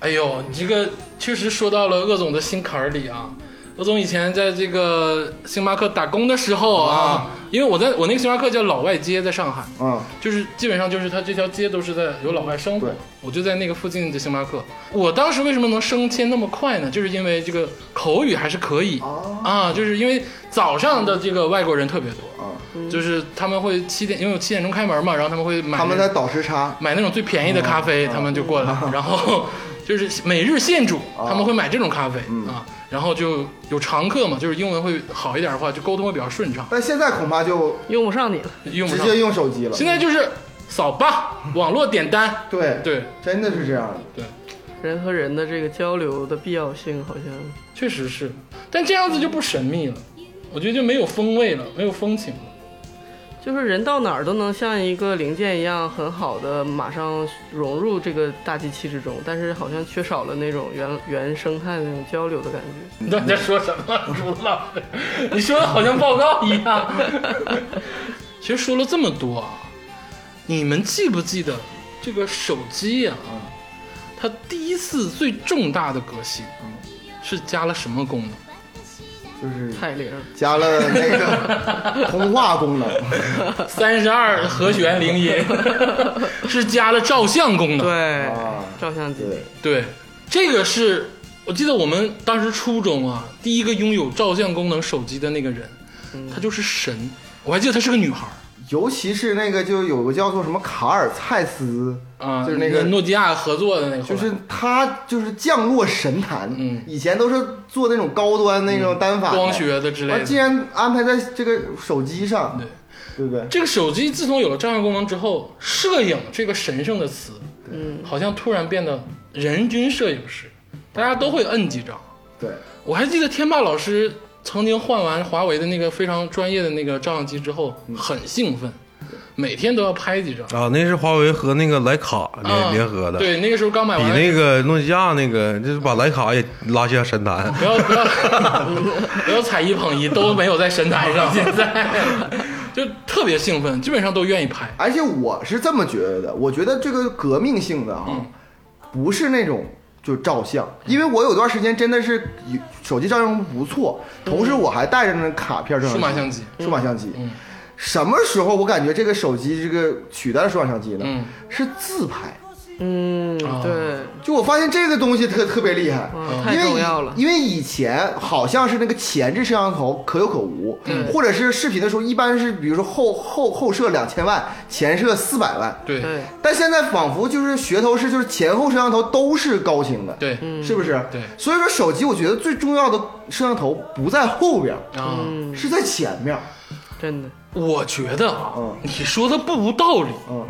Speaker 2: 哎呦，你这个确实说到了鄂总的心坎儿里啊。鄂总以前在这个星巴克打工的时候啊，因为我在我那个星巴克叫老外街，在上海。
Speaker 5: 嗯，
Speaker 2: 就是基本上就是他这条街都是在有老外生活
Speaker 5: 对，
Speaker 2: 我就在那个附近的星巴克。我当时为什么能升迁那么快呢？就是因为这个口语还是可以
Speaker 5: 哦
Speaker 2: 啊，就是因为早上的这个外国人特别
Speaker 5: 啊
Speaker 2: 多，就是他们会七点，因为我七点钟开门嘛，然后他们会买
Speaker 5: 他们
Speaker 2: 那
Speaker 5: 在嗯倒时差，
Speaker 2: 买那种最便宜的咖啡，他们就过来，然后就是每日现煮，
Speaker 5: 哦嗯
Speaker 2: 他们会买这种咖啡啊，然后就有常客嘛，就是英文会好一点的话，就沟通会比较顺畅，
Speaker 5: 但现在恐怕就
Speaker 3: 用不上你了，
Speaker 2: 用不
Speaker 5: 直
Speaker 2: 上。
Speaker 5: 接用手机了
Speaker 2: 现，在就是扫吧，网络点单，
Speaker 5: 对，
Speaker 2: 对。
Speaker 5: 真的是这样的。
Speaker 3: 人和人的这个交流的必要性好像
Speaker 2: 确实是，但这样子就不神秘了，我觉得就没有风味了，没有风情了。
Speaker 3: 就是人到哪儿都能像一个零件一样很好的马上融入这个大机器之中，但是好像缺少了那种原原生态的那种交流的感觉。
Speaker 2: 你到底在说什么， 朱老师？你说的好像报告一样。 其实说了这么多啊，你们记不记得这个手机呀、啊？它第一次最重大的革新啊是加了什么功能？
Speaker 5: 就是
Speaker 3: 菜铃儿，
Speaker 5: 加了那 个通话功能，
Speaker 2: 三十二和弦铃音 是加了照相功能。
Speaker 3: 对，
Speaker 5: 啊
Speaker 3: 照相机，
Speaker 5: 对，
Speaker 2: 对，这个是我记得我们当时初中啊，第一个拥有照相功能手机的那个人，
Speaker 5: 嗯
Speaker 2: 她就是神。我还记得她是个女孩儿
Speaker 5: 尤其是那个就有个叫做什么卡尔蔡司
Speaker 2: 啊，
Speaker 5: 就是那个
Speaker 2: 跟诺基亚合作的那个，
Speaker 5: 就是他就是降落神坛，
Speaker 2: 嗯
Speaker 5: 以前都是做那种高端那种单反的、
Speaker 2: 光学的之类
Speaker 5: 啊，竟
Speaker 2: 的。
Speaker 5: 然安排在这个手机上，
Speaker 2: 对，
Speaker 5: 对不对？
Speaker 2: 这个手机自从有了照相功能之后，摄影这个神圣的词，
Speaker 3: 嗯，
Speaker 2: 好像突然变得人均摄影师，大家都会摁几张。
Speaker 5: 对，
Speaker 2: 我还记得天霸老师曾经换完华为的那个非常专业的那个照相机之后，
Speaker 5: 嗯
Speaker 2: 很兴奋，每天都要拍几张。
Speaker 4: 啊，那是华为和那个徕卡
Speaker 2: 啊
Speaker 4: 联联合的，
Speaker 2: 对，那个时候刚买
Speaker 4: 比
Speaker 2: 完，
Speaker 4: 那个诺基亚那个，就是把徕卡也拉下神坛。
Speaker 2: 不要不要不要踩一捧一，都没有在神台
Speaker 5: 哎
Speaker 2: 上，现在就特别兴奋，基本上都愿意拍。
Speaker 5: 而且我是这么觉得的，我觉得这个革命性的哈、
Speaker 2: 嗯
Speaker 5: 不是那种就照相，因为我有段时间真的是有手机照相不错，同时我还带着那卡片照
Speaker 2: 嗯
Speaker 5: 相
Speaker 2: 数码相机，嗯
Speaker 5: 数码相机。什么时候我感觉这个手机这个取代了数码相机呢？
Speaker 2: 嗯
Speaker 5: 是自拍。
Speaker 3: 嗯，对，
Speaker 5: 就我发现这个东西特特别厉害，
Speaker 3: 嗯
Speaker 5: 因为
Speaker 3: 太重要了
Speaker 5: 因为以前好像是那个前置摄像头可有可无，
Speaker 2: 嗯
Speaker 5: 或者是视频的时候一般是比如说后后后摄两千万，前摄四百万，
Speaker 2: 对
Speaker 3: 对，
Speaker 5: 但现在仿佛就是噱头是就是前后摄像头都是高清的，，
Speaker 2: 对
Speaker 5: 是不是？
Speaker 2: 对
Speaker 5: 所以说手机我觉得最重要的摄像头不在后边，
Speaker 2: 啊，
Speaker 5: 是在前面。
Speaker 3: 真的，
Speaker 2: 我觉得啊
Speaker 5: 嗯，
Speaker 2: 你说的不无道理，
Speaker 5: 嗯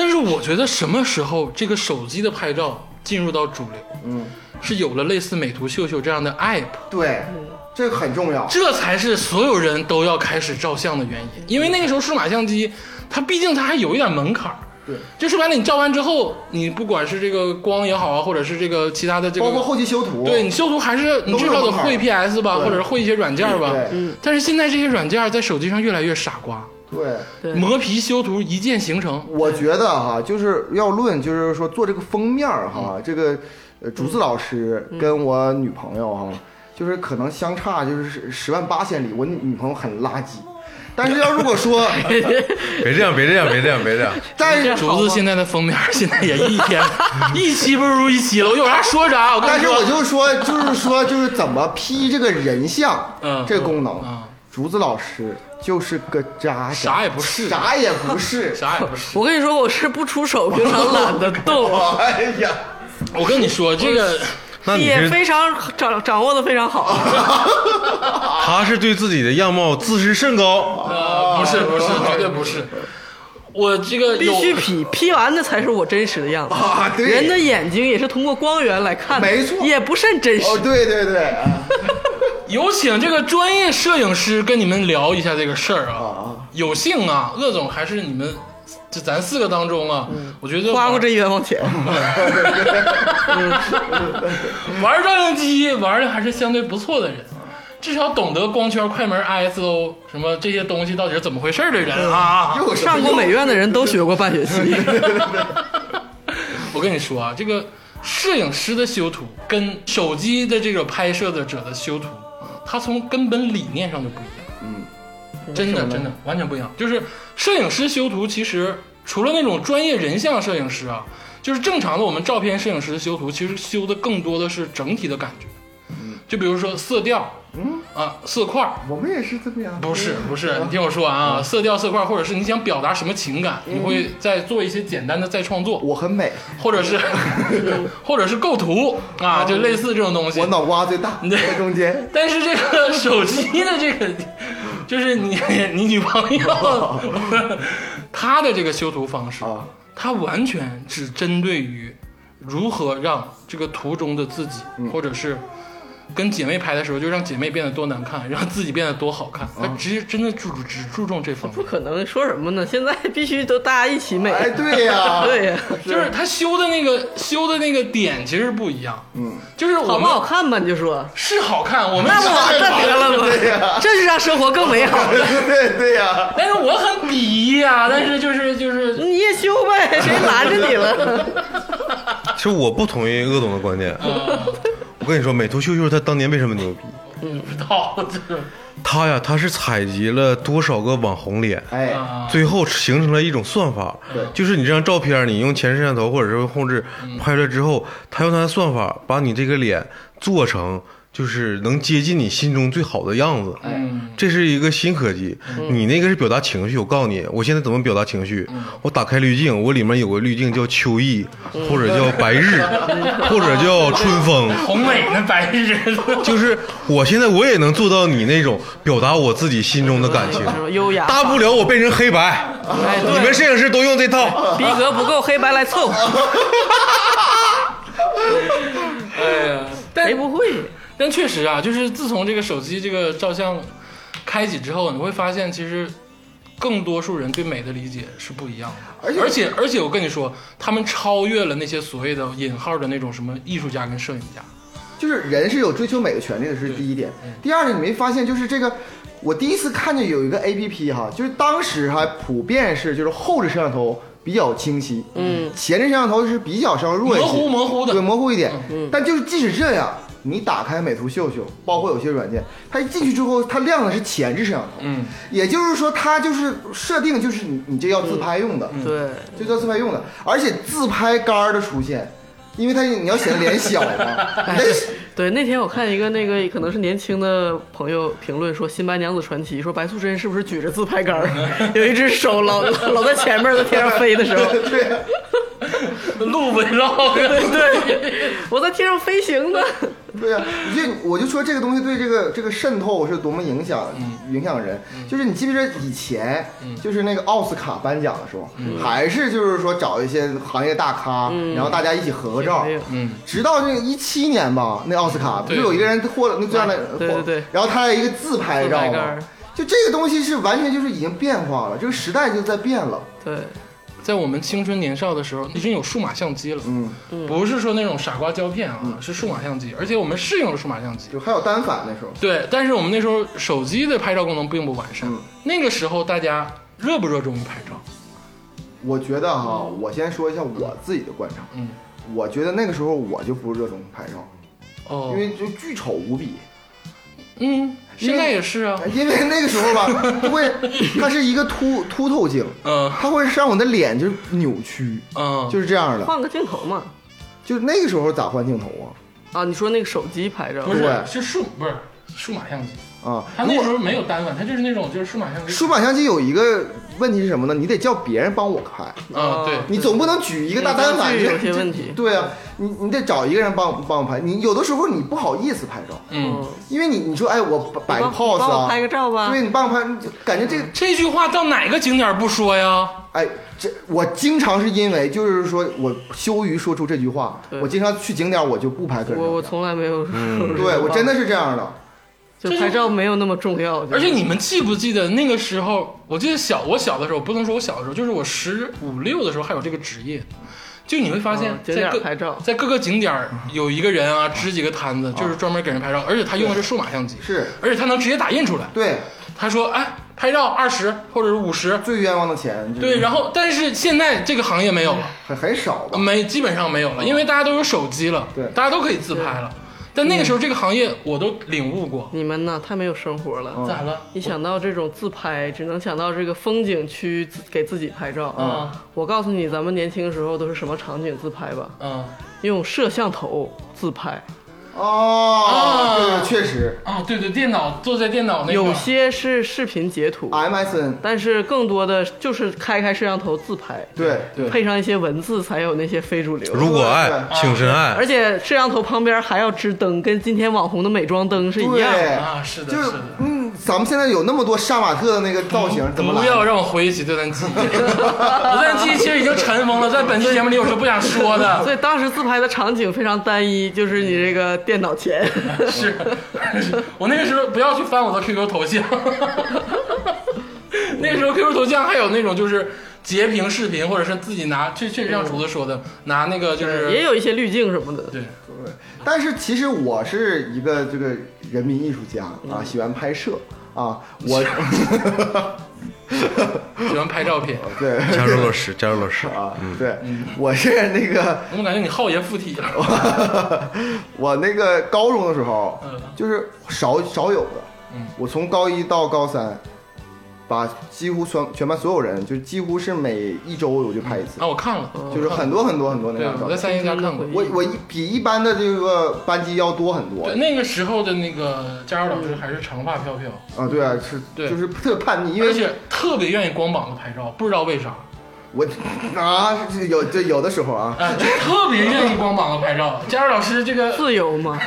Speaker 2: 但是我觉得什么时候这个手机的拍照进入到主流，
Speaker 5: 嗯，
Speaker 2: 是有了类似美图秀秀这样的 app。
Speaker 5: 对，
Speaker 2: 嗯
Speaker 5: 这个很重要。
Speaker 2: 这才是所有人都要开始照相的原因，因为那个时候数码相机，它毕竟它还有一点门槛儿。
Speaker 5: 对，
Speaker 2: 就说白了，你照完之后，你不管是这个光也好啊，或者是这个其他的这个，
Speaker 5: 包括后期修图，
Speaker 2: 对你修图还是你至少得会 PS 吧，
Speaker 5: 对
Speaker 2: 或者是会一些软件儿吧
Speaker 5: 对。
Speaker 2: 但是现在这些软件儿在手机上越来越傻瓜，
Speaker 5: 对，
Speaker 3: 对
Speaker 2: 磨皮修图一键形成。
Speaker 5: 我觉得哈，就是要论，就是说做这个封面儿哈，
Speaker 2: 嗯
Speaker 5: 这个呃竹子老师跟我女朋友哈，就是可能相差就是十十万八千里，我女女朋友很垃圾。但是要如 果说，
Speaker 2: 哎
Speaker 4: 别这样，别这样，别这样，别这样。
Speaker 5: 但是
Speaker 2: 竹子现在的封面儿现在也一天一期不如一期了，我有啥说啥。我跟
Speaker 5: 但
Speaker 2: 你
Speaker 5: 是
Speaker 2: 说，
Speaker 5: 我 就说，就是说，就是怎么 P 这个人像，
Speaker 2: 嗯
Speaker 5: 这个功能，
Speaker 2: 嗯
Speaker 5: 竹子老师就是个渣渣，
Speaker 2: 啥也不是，
Speaker 5: 啥也不是
Speaker 2: 啥也不是。
Speaker 3: 我跟你说，我是不出手，平常懒得动，
Speaker 5: 哎呀，
Speaker 2: 我跟你说，这个
Speaker 4: 那你
Speaker 3: 也
Speaker 4: 是
Speaker 3: 非常掌掌握的非常好，
Speaker 5: 啊
Speaker 4: 他是对自己的样貌自视甚高，
Speaker 2: 呃，不是不是，绝对不是。我这个
Speaker 3: 必
Speaker 2: 有
Speaker 3: 须 P P 完的才是我真实的样子。
Speaker 5: 啊，对，
Speaker 3: 人的眼睛也是通过光源来看的，
Speaker 5: 没错
Speaker 3: 也不甚真实。
Speaker 5: 哦，对对对， 啊
Speaker 2: 有请这个专业摄影师跟你们聊一下这个事儿啊。有幸啊，鄂总还是你们这咱四个当中啊，我觉得
Speaker 3: 嗯花过这冤枉钱，
Speaker 5: 哦
Speaker 2: 玩照相机玩的还是相对不错的人。至少懂得光圈、快门、ISO 什么这些东西到底是怎么回事儿的人啊！
Speaker 5: 又是
Speaker 3: 上过美院的人都学过半学 期。
Speaker 2: 我跟你说啊，这个摄影师的修图跟手机的这个拍摄的者的修图，它从根本理念上就不一样。真的真的完全不一样。就是摄影师修图，其实除了那种专业人像摄影师啊，就是正常的我们照片摄影师的修图，其实修的更多的是整体的感觉。就比如说色调，嗯啊，色块儿，
Speaker 5: 我们也是这么样，
Speaker 2: 不是不是，你听我说啊，色调色块儿，或者是你想表达什么情感，你会再做一些简单的再创作，
Speaker 5: 我很美，
Speaker 2: 或者是 或者是构图啊，就类似这种东西。
Speaker 5: 我脑瓜最大，
Speaker 2: 对
Speaker 5: 在中间，
Speaker 2: 但是这个手机的这个， 就是你你女朋友， 她的这个修图方式
Speaker 5: 啊，
Speaker 2: 她完全只针对于如何让这个图中的自己，或者是跟姐妹拍的时候，就让姐妹变得多难看， 让自己变得多好看。她只真的注只注重这方面
Speaker 3: 不，可能说什么呢？现在必须都大家一起美。
Speaker 5: 哎，对 呀，
Speaker 3: 对呀，
Speaker 2: 就是她修的那个修的那个点其实不一样。嗯，就是我
Speaker 3: 好
Speaker 2: 们
Speaker 3: 不好看吧？你就 说，
Speaker 2: 是好看，我们
Speaker 3: 那不完
Speaker 2: 是
Speaker 3: 蛋得了吗？这是让生活更美好。
Speaker 5: 对对呀，
Speaker 2: 但是我很鄙夷呀、但是就是就是
Speaker 3: 你也修呗，谁拦着你 了？
Speaker 4: 其实我不同意鄂总的观点。我跟你说，美图秀秀它当年为什么牛逼？
Speaker 2: 套，就是
Speaker 4: 它呀，它是采集了多少个网红脸，
Speaker 5: 哎，
Speaker 2: 啊，
Speaker 4: 最后形成了一种算法，就是你这张照片，你用前摄像头或者是后置拍出来之后，它用它的算法把你这个脸做成就是能接近你心中最好的样子。
Speaker 2: 嗯，
Speaker 4: 这是一个新科技，你那个是表达情绪。我告诉你，我现在怎么表达情绪？我打开滤镜，我里面有个滤镜叫秋意，或者叫白日，或者叫春风。
Speaker 2: 红美那白日，
Speaker 4: 就是我现在我也能做到你那种表达我自己心中的感情，
Speaker 3: 优雅，
Speaker 4: 大不了我变成黑白。
Speaker 3: 哎，
Speaker 4: 你们
Speaker 3: 对，
Speaker 4: 摄影师都用这套，
Speaker 3: 逼格不够，黑白来凑。
Speaker 2: 但确实啊，就是自从这个手机这个照相开启之后，你会发现其实。更多数人对美的理解是不一样的，
Speaker 5: 而且
Speaker 2: 而且而且我跟你说，他们超越了那些所谓的引号的那种什么艺术家跟摄影家，
Speaker 5: 就是人是有追求美的权利的，是第一点。
Speaker 2: 嗯
Speaker 5: 第二点，你没发现就是这个，我第一次看见有一个 A P P 哈，就是当时还普遍是就是后置摄像头比较清晰，嗯，前置摄像头是比较稍微弱一些，
Speaker 2: 模糊模糊的嗯
Speaker 5: 对，模糊一点。但就是即使这样，你打开美图秀秀，包括有些软件，它一进去之后，它亮的是前置摄像头，
Speaker 2: 嗯，
Speaker 5: 也就是说它就是设定就是你你这要自拍用
Speaker 2: 嗯
Speaker 5: 的，
Speaker 3: 对，
Speaker 5: 就叫自拍用的，而且自拍杆儿的出现。因为它你要显得脸小嘛， 你得
Speaker 3: 对，那天我看一个那个可能是年轻的朋友评论说《新白娘子传奇》，说白素贞是不是举着自拍杆儿， 有一只手老老在前面在天上飞的时候，
Speaker 5: 对，
Speaker 2: 录 vlog，
Speaker 3: 对，我在天上飞行呢。
Speaker 5: 对呀、你就我就说这个东西对这个这个渗透是多么影响、影响人，就是你记不记得以前、就是那个奥斯卡颁奖的时候，还是就是说找一些行业大咖，然后大家一起合个照
Speaker 3: 嗯也没有，
Speaker 2: 嗯，
Speaker 5: 直到那一七年吧，那奥斯卡不
Speaker 2: 对
Speaker 5: 是有一个人获了那最佳的，
Speaker 3: 对对对
Speaker 5: 然后他有一个自拍照
Speaker 3: 自拍杆
Speaker 5: 嘛
Speaker 3: 儿，
Speaker 5: 就这个东西是完全就是已经变化了，这个时代就在变了，
Speaker 3: 对，
Speaker 2: 在我们青春年少的时候，已经有数码相机了，
Speaker 5: 嗯，
Speaker 2: 不是说那种傻瓜胶片啊，是数码相机，而且我们适应了数码相机。
Speaker 5: 就还有单反那时候，
Speaker 2: 对，但是我们那时候手机的拍照功能并不完善，
Speaker 5: 嗯
Speaker 2: 那个时候大家热不热衷于拍照？
Speaker 5: 我觉得哈，我先说一下我自己的观察，
Speaker 2: 嗯，
Speaker 5: 我觉得那个时候我就不热衷拍照。
Speaker 2: 哦
Speaker 5: 因，为就巨丑无比。哎
Speaker 2: 嗯，现在也是啊，
Speaker 5: 因为那个时候吧， 它会，它是一个凸凸透镜，
Speaker 2: 嗯
Speaker 5: 它会让我的脸就是扭曲，
Speaker 2: 嗯，
Speaker 5: 就是这样的。
Speaker 3: 换个镜头嘛。
Speaker 5: 就是那个时候咋换镜头
Speaker 3: 啊，你说那个手机拍照
Speaker 2: 不，是
Speaker 5: 对
Speaker 2: 是数不是数码相机，
Speaker 5: 啊？啊，
Speaker 2: 它那时候没有单反，它就是那种就是数码相机。
Speaker 5: 数码相机有一个问题是什么呢？你得叫别人帮我拍，
Speaker 2: 啊，对，
Speaker 5: 你总不能举一个大单反
Speaker 3: 对
Speaker 5: 去。
Speaker 3: 有些问题
Speaker 5: 对啊，你你得找一个人帮帮我拍。你有的时候你不好意思拍照，
Speaker 2: 嗯，
Speaker 5: 因为你你说哎我摆摆个
Speaker 3: 哦你帮你
Speaker 5: pose
Speaker 3: 帮
Speaker 5: 啊，
Speaker 3: 我拍个照吧
Speaker 5: 对你帮我拍，你就感觉这个
Speaker 2: 这句话到哪个景点不说呀？
Speaker 5: 哎，这我经常是因为就是说我羞于说出这句话，
Speaker 3: 对
Speaker 5: 我经常去景点我就不拍个人
Speaker 3: 我我
Speaker 5: 照
Speaker 3: 从来没有，
Speaker 5: 片嗯对我真的是这样的，
Speaker 3: 就拍照没有那么重要，
Speaker 5: 嗯
Speaker 2: 而且你们记不记得那个时候？我记得小我小的时候，不能说我小的时候，就是我十五六的时候还有这个职业。就你会发现
Speaker 3: 哦，景
Speaker 2: 在
Speaker 3: 点
Speaker 2: 各
Speaker 3: 拍照
Speaker 2: 在各个景点儿有一个人啊，支几个摊子，就是专门给人拍照，而且他用的是数码相机，
Speaker 5: 哦是
Speaker 2: 而且他能直接打印出来。
Speaker 5: 对
Speaker 2: 他说：“哎，拍照二十或者是五十。
Speaker 5: 最冤枉的钱”就是
Speaker 2: 对，然后但是现在这个行业没有了。
Speaker 5: 很很少吧，
Speaker 2: 没，基本上没有了，因为大家都有手机了，
Speaker 5: 嗯对
Speaker 2: 大家都可以自拍了。但那个时候，这个行业我都领悟过。
Speaker 3: 你们呢太没有生活了。
Speaker 5: 嗯
Speaker 2: 咋了？
Speaker 3: 一想到这种自拍，只能想到这个风景区自给自己拍照
Speaker 2: 啊！
Speaker 3: 我告诉你，咱们年轻的时候都是什么场景自拍吧？
Speaker 2: 嗯
Speaker 3: 用摄像头自拍，
Speaker 5: 哦，
Speaker 2: 啊
Speaker 5: 对，确实
Speaker 2: 啊，对对，电脑坐在电脑那个，
Speaker 3: 有些是视频截图，
Speaker 5: 哎，MSN，
Speaker 3: 但是更多的就是开开摄像头自拍，
Speaker 5: 对对，
Speaker 3: 配上一些文字才有那些非主流。
Speaker 4: 如果爱，请深爱。
Speaker 3: 而且摄像头旁边还要支灯，跟今天网红的美妆灯是一样的。
Speaker 5: 对
Speaker 2: 啊，是的，
Speaker 5: 就是是
Speaker 2: 的。嗯
Speaker 5: 嗯，咱们现在有那么多杀马特的那个造型，怎么
Speaker 2: 不
Speaker 5: 来
Speaker 2: 要让我回忆起这段记忆， 这段记忆其实已经尘封了。在本期节目里，我是不想说的。
Speaker 3: 所以当时自拍的场景非常单一，就是你这个电脑前。
Speaker 2: 是， 是我那个时候不要去翻我的 QQ 头像， 那时候 QQ 头像还有那种就是截屏视频，或者是自己拿，确确实像厨子说的，拿那个就是
Speaker 3: 也有一些滤镜什么的，
Speaker 2: 对，
Speaker 5: 对，但是其实我是一个这个人民艺术家啊，喜欢拍摄啊，我
Speaker 2: 喜欢拍照片。
Speaker 5: 对
Speaker 4: 加入老师，加入老师，
Speaker 5: 啊，对，我是那个。
Speaker 2: 我感觉你浩爷附体了。
Speaker 5: 我那个高中的时候
Speaker 2: 嗯，
Speaker 5: 就是少少有的
Speaker 2: 嗯，
Speaker 5: 我从高一到高三，把几乎全全班所有人，就几乎是每一周我就拍一次
Speaker 2: 啊，，我看了，
Speaker 5: 哦就是很多很多很多那
Speaker 2: 对，啊
Speaker 5: 样
Speaker 2: 我
Speaker 5: 照
Speaker 2: 在
Speaker 5: 片。
Speaker 2: 三一家看过。
Speaker 5: 我我一比一般的这个班级要多很多
Speaker 2: 对，那个时候的那个佳茹老师还是长发飘飘，
Speaker 5: 啊，对啊，是
Speaker 2: 对
Speaker 5: 就是特别叛逆，因
Speaker 2: 而
Speaker 5: 为
Speaker 2: 且特别愿意光膀子拍照，不知道为啥，
Speaker 5: 我啊这有这有的时候啊，
Speaker 2: 哎，就特别愿意光膀子拍照。佳茹老师这个
Speaker 3: 自由嘛，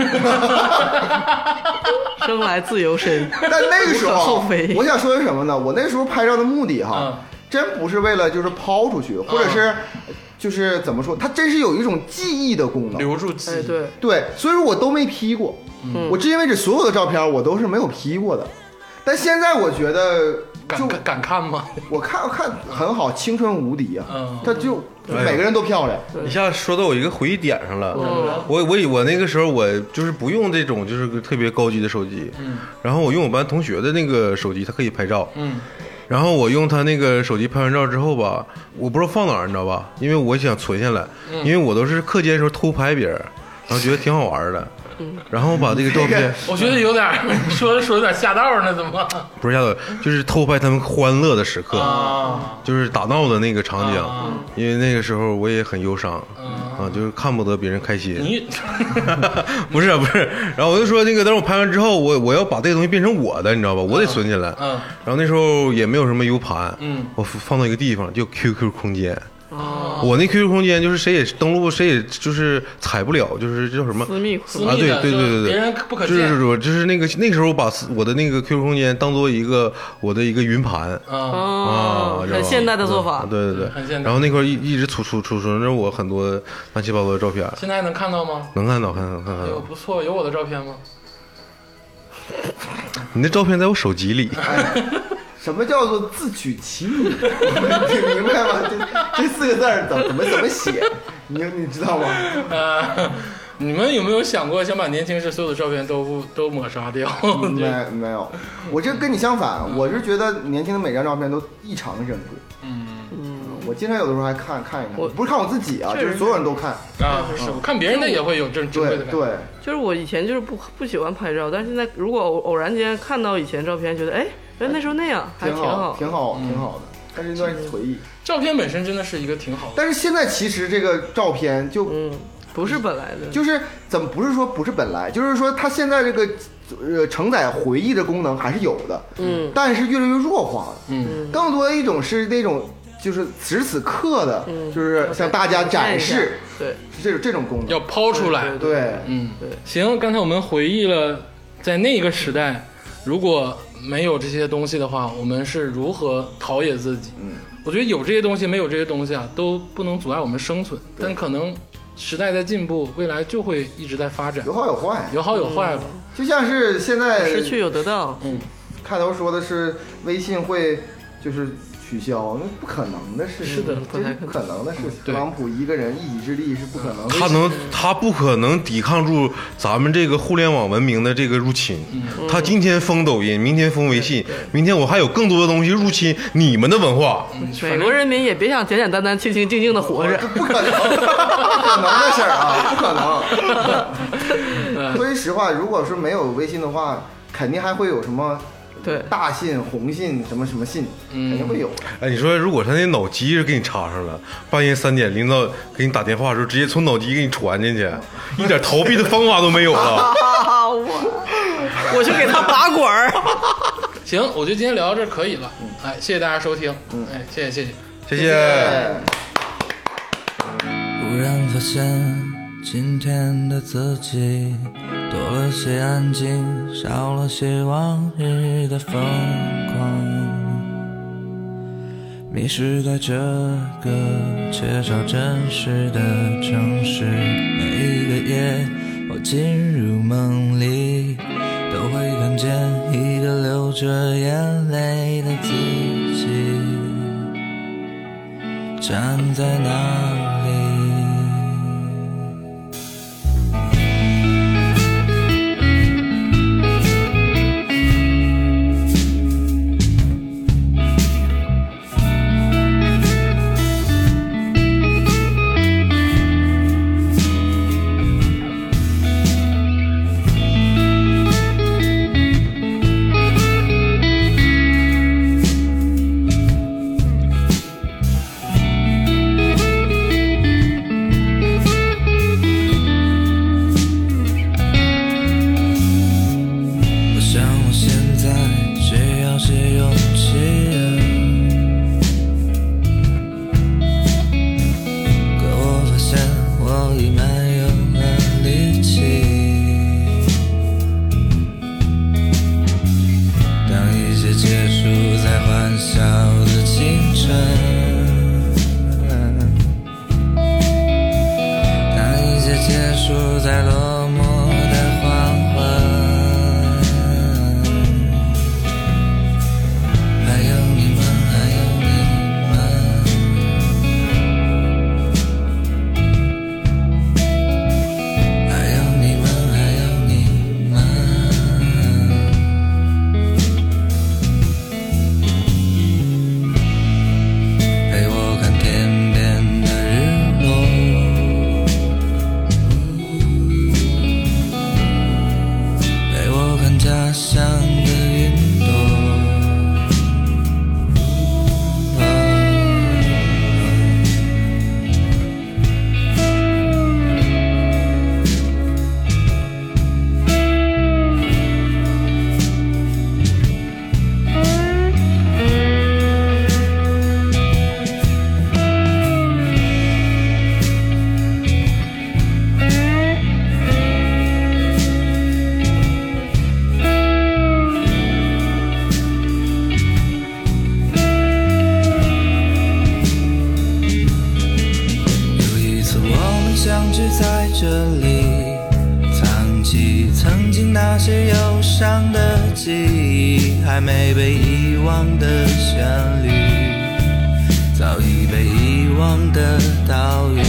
Speaker 3: 生来自由身。
Speaker 5: 但那个时候
Speaker 3: 无可厚
Speaker 5: 啊
Speaker 3: 非
Speaker 5: 我想说是什么呢？我那时候拍照的目的哈
Speaker 2: 嗯，
Speaker 3: 嗯
Speaker 5: 真不是为了就是抛出去，或者是就是怎么说，它真是有一种记忆的功能。
Speaker 2: 留住记忆。
Speaker 3: 哎，对，
Speaker 5: 对，所以说我都没 P 过。
Speaker 3: 嗯
Speaker 5: 我至今为止所有的照片我都是没有 P 过的，但现在我觉得就
Speaker 2: 敢敢敢看吗？
Speaker 5: 我看我看很好，青春无敌啊
Speaker 2: 嗯！
Speaker 5: 他就就
Speaker 4: 哎呀
Speaker 5: 每个人都漂亮，
Speaker 4: 一下说到我一个回忆点上了。
Speaker 3: 嗯
Speaker 4: 我我以我那个时候我就是不用这种就是特别高级的手机，
Speaker 2: 嗯
Speaker 4: 然后我用我班同学的那个手机，它可以拍照，
Speaker 2: 嗯，
Speaker 4: 然后我用他那个手机拍完照之后吧，我不知道放哪儿，你知道吧？因为我想存下来，因为我都是课间时候偷拍别人，然后觉得挺好玩的，然后把这个照片
Speaker 2: 我觉得有点儿 说说有点下道呢，怎么？
Speaker 4: 不是下头，就是偷拍他们欢乐的时刻，
Speaker 2: 啊，
Speaker 4: 就是打闹的那个场景
Speaker 2: 啊，
Speaker 4: 因为那个时候我也很忧伤啊，就是看不得别人开心。
Speaker 2: 你
Speaker 4: 不是不是，然后我就说那个，等我拍完之后，我我要把这个东西变成我的，你知
Speaker 2: 啊
Speaker 4: 道吧？我得存起来。
Speaker 2: 嗯
Speaker 4: 然后那时候也没有什么 U 盘，
Speaker 2: 嗯啊
Speaker 4: 我放到一个地方叫 QQ 空间。我那 QQ 空间就是谁也登录，谁也就是踩不了，就是叫什么
Speaker 3: 私密
Speaker 2: 私
Speaker 3: 裤，
Speaker 4: 啊？
Speaker 2: 密
Speaker 4: 对
Speaker 2: 的
Speaker 4: 对对
Speaker 2: 就
Speaker 4: 对对，
Speaker 2: 别人不可
Speaker 4: 就
Speaker 2: 见
Speaker 4: 是我就是那个那时候我把私我的那个 QQ 空间当做一个我的一个云盘。
Speaker 2: 啊，
Speaker 4: 啊
Speaker 3: 哦，，
Speaker 4: 知道吧
Speaker 3: 很现代的做
Speaker 4: 嗯
Speaker 3: 法，
Speaker 4: 对对
Speaker 2: 很
Speaker 4: 对
Speaker 2: 现。代
Speaker 4: 然后那块儿一一直储储储存着我很多乱七八糟的照片，
Speaker 2: 现在还能看到吗？
Speaker 4: 能看到，看到，看到
Speaker 2: 有。不错，有我的照片吗？
Speaker 4: 你那照片在我手机里，
Speaker 5: 什么叫做自取其辱？ 你明白吗？这这四个字儿怎怎么怎么写？你你知道吗？
Speaker 2: 呃， 你们有没有想过想把年轻时所有的照片都不都抹杀掉？
Speaker 5: 嗯没没有，我这跟你相反，我是觉得年轻的每张照片都异常珍贵。
Speaker 2: 嗯
Speaker 5: 我经常有的时候还看看一看，
Speaker 3: 我
Speaker 5: 不是看我自己啊，就是所有人都看。
Speaker 2: 啊，是我看别人的也会有这种珍贵
Speaker 5: 对
Speaker 2: 的感觉。
Speaker 5: 对，
Speaker 3: 就是我以前就是不不喜欢拍照，但是现在如果偶偶然间看到以前照片，觉得哎，原来那时候那样，还
Speaker 5: 挺
Speaker 3: 挺
Speaker 5: 好，
Speaker 3: 好。
Speaker 5: 哎挺好，
Speaker 2: 嗯
Speaker 5: 挺好的。但是一段回忆，
Speaker 2: 照片本身真的是一个挺好的，
Speaker 5: 但是现在其实这个照片就
Speaker 3: 嗯，不是本来的，
Speaker 5: 就是怎么不是说不是本来，就是说它现在这个呃承载回忆的功能还是有的，
Speaker 3: 嗯，
Speaker 5: 但是越来越弱化了。
Speaker 2: 嗯，
Speaker 5: 更多的一种是那种就是此时此刻的，
Speaker 3: 嗯
Speaker 5: 就是向大家展示
Speaker 3: 对，
Speaker 5: 这种这种功能
Speaker 2: 要。抛出来
Speaker 3: 对。对
Speaker 5: 对，
Speaker 2: 嗯
Speaker 3: 对，
Speaker 2: 行，刚才我们回忆了在那个时代，如果没有这些东西的话，我们是如何陶冶自己。
Speaker 5: 嗯，
Speaker 2: 我觉得有这些东西，没有这些东西啊，都不能阻碍我们生存。但可能时代在进步，未来就会一直在发展
Speaker 5: 有，嗯好有坏，
Speaker 2: 有好有坏吧。
Speaker 5: 就像是现在
Speaker 3: 失去有得到，
Speaker 5: 开头说的是微信会就是取消，那不可能的事情，
Speaker 3: 是的
Speaker 5: 这
Speaker 3: 不太嗯可
Speaker 5: 是
Speaker 3: 能
Speaker 5: 不可能的事情。特
Speaker 2: 对
Speaker 5: 朗普一个人一己之力是不可能的。
Speaker 4: 他能，他不可能抵抗住咱们这个互联网文明的这个入侵。他今天封抖音，明天封微信，明天我还有更多的东西入侵你们的文化。
Speaker 3: 美国人民也别想简简单单、清清静静的活着。
Speaker 5: 不可能，不可能的事儿啊，不可 能。说句实话，如果是没有微信的话，肯定还会有什么
Speaker 3: 对，嗯
Speaker 5: 大信、红信、什么什么信，肯定会有。
Speaker 4: 哎，你说如果他那脑机给你插上了，半夜三点领导给你打电话的时候，直接从脑机给你传进去，一点逃避的方法都没有了。
Speaker 3: 啊，我我去给他拔管儿。
Speaker 2: 行，我觉得今天聊到这儿可以
Speaker 5: 嗯
Speaker 2: 了。哎，谢谢大家收听。哎，谢谢谢谢。
Speaker 4: 谢谢。
Speaker 6: 忽然发现，今天的自己多了些安静，少了些往日的疯狂，迷失在这个缺少真实的城市。每一个夜，我进入梦里，都会看见一个流着眼泪的自己。站在那里。在落寞的黄昏。还有你们，还有你们。还有你们，还有你们。陪我看天边的日落，陪我看家乡的云朵。有一次我们相聚在这里，藏起曾经那些忧伤的记忆，还没被遗忘的旋律，早已被遗忘的岛屿。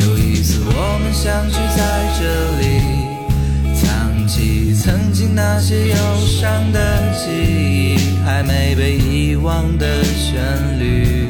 Speaker 6: 有一次我们相聚在这里，藏起曾经那些忧伤的记忆，还没被遗忘的旋律。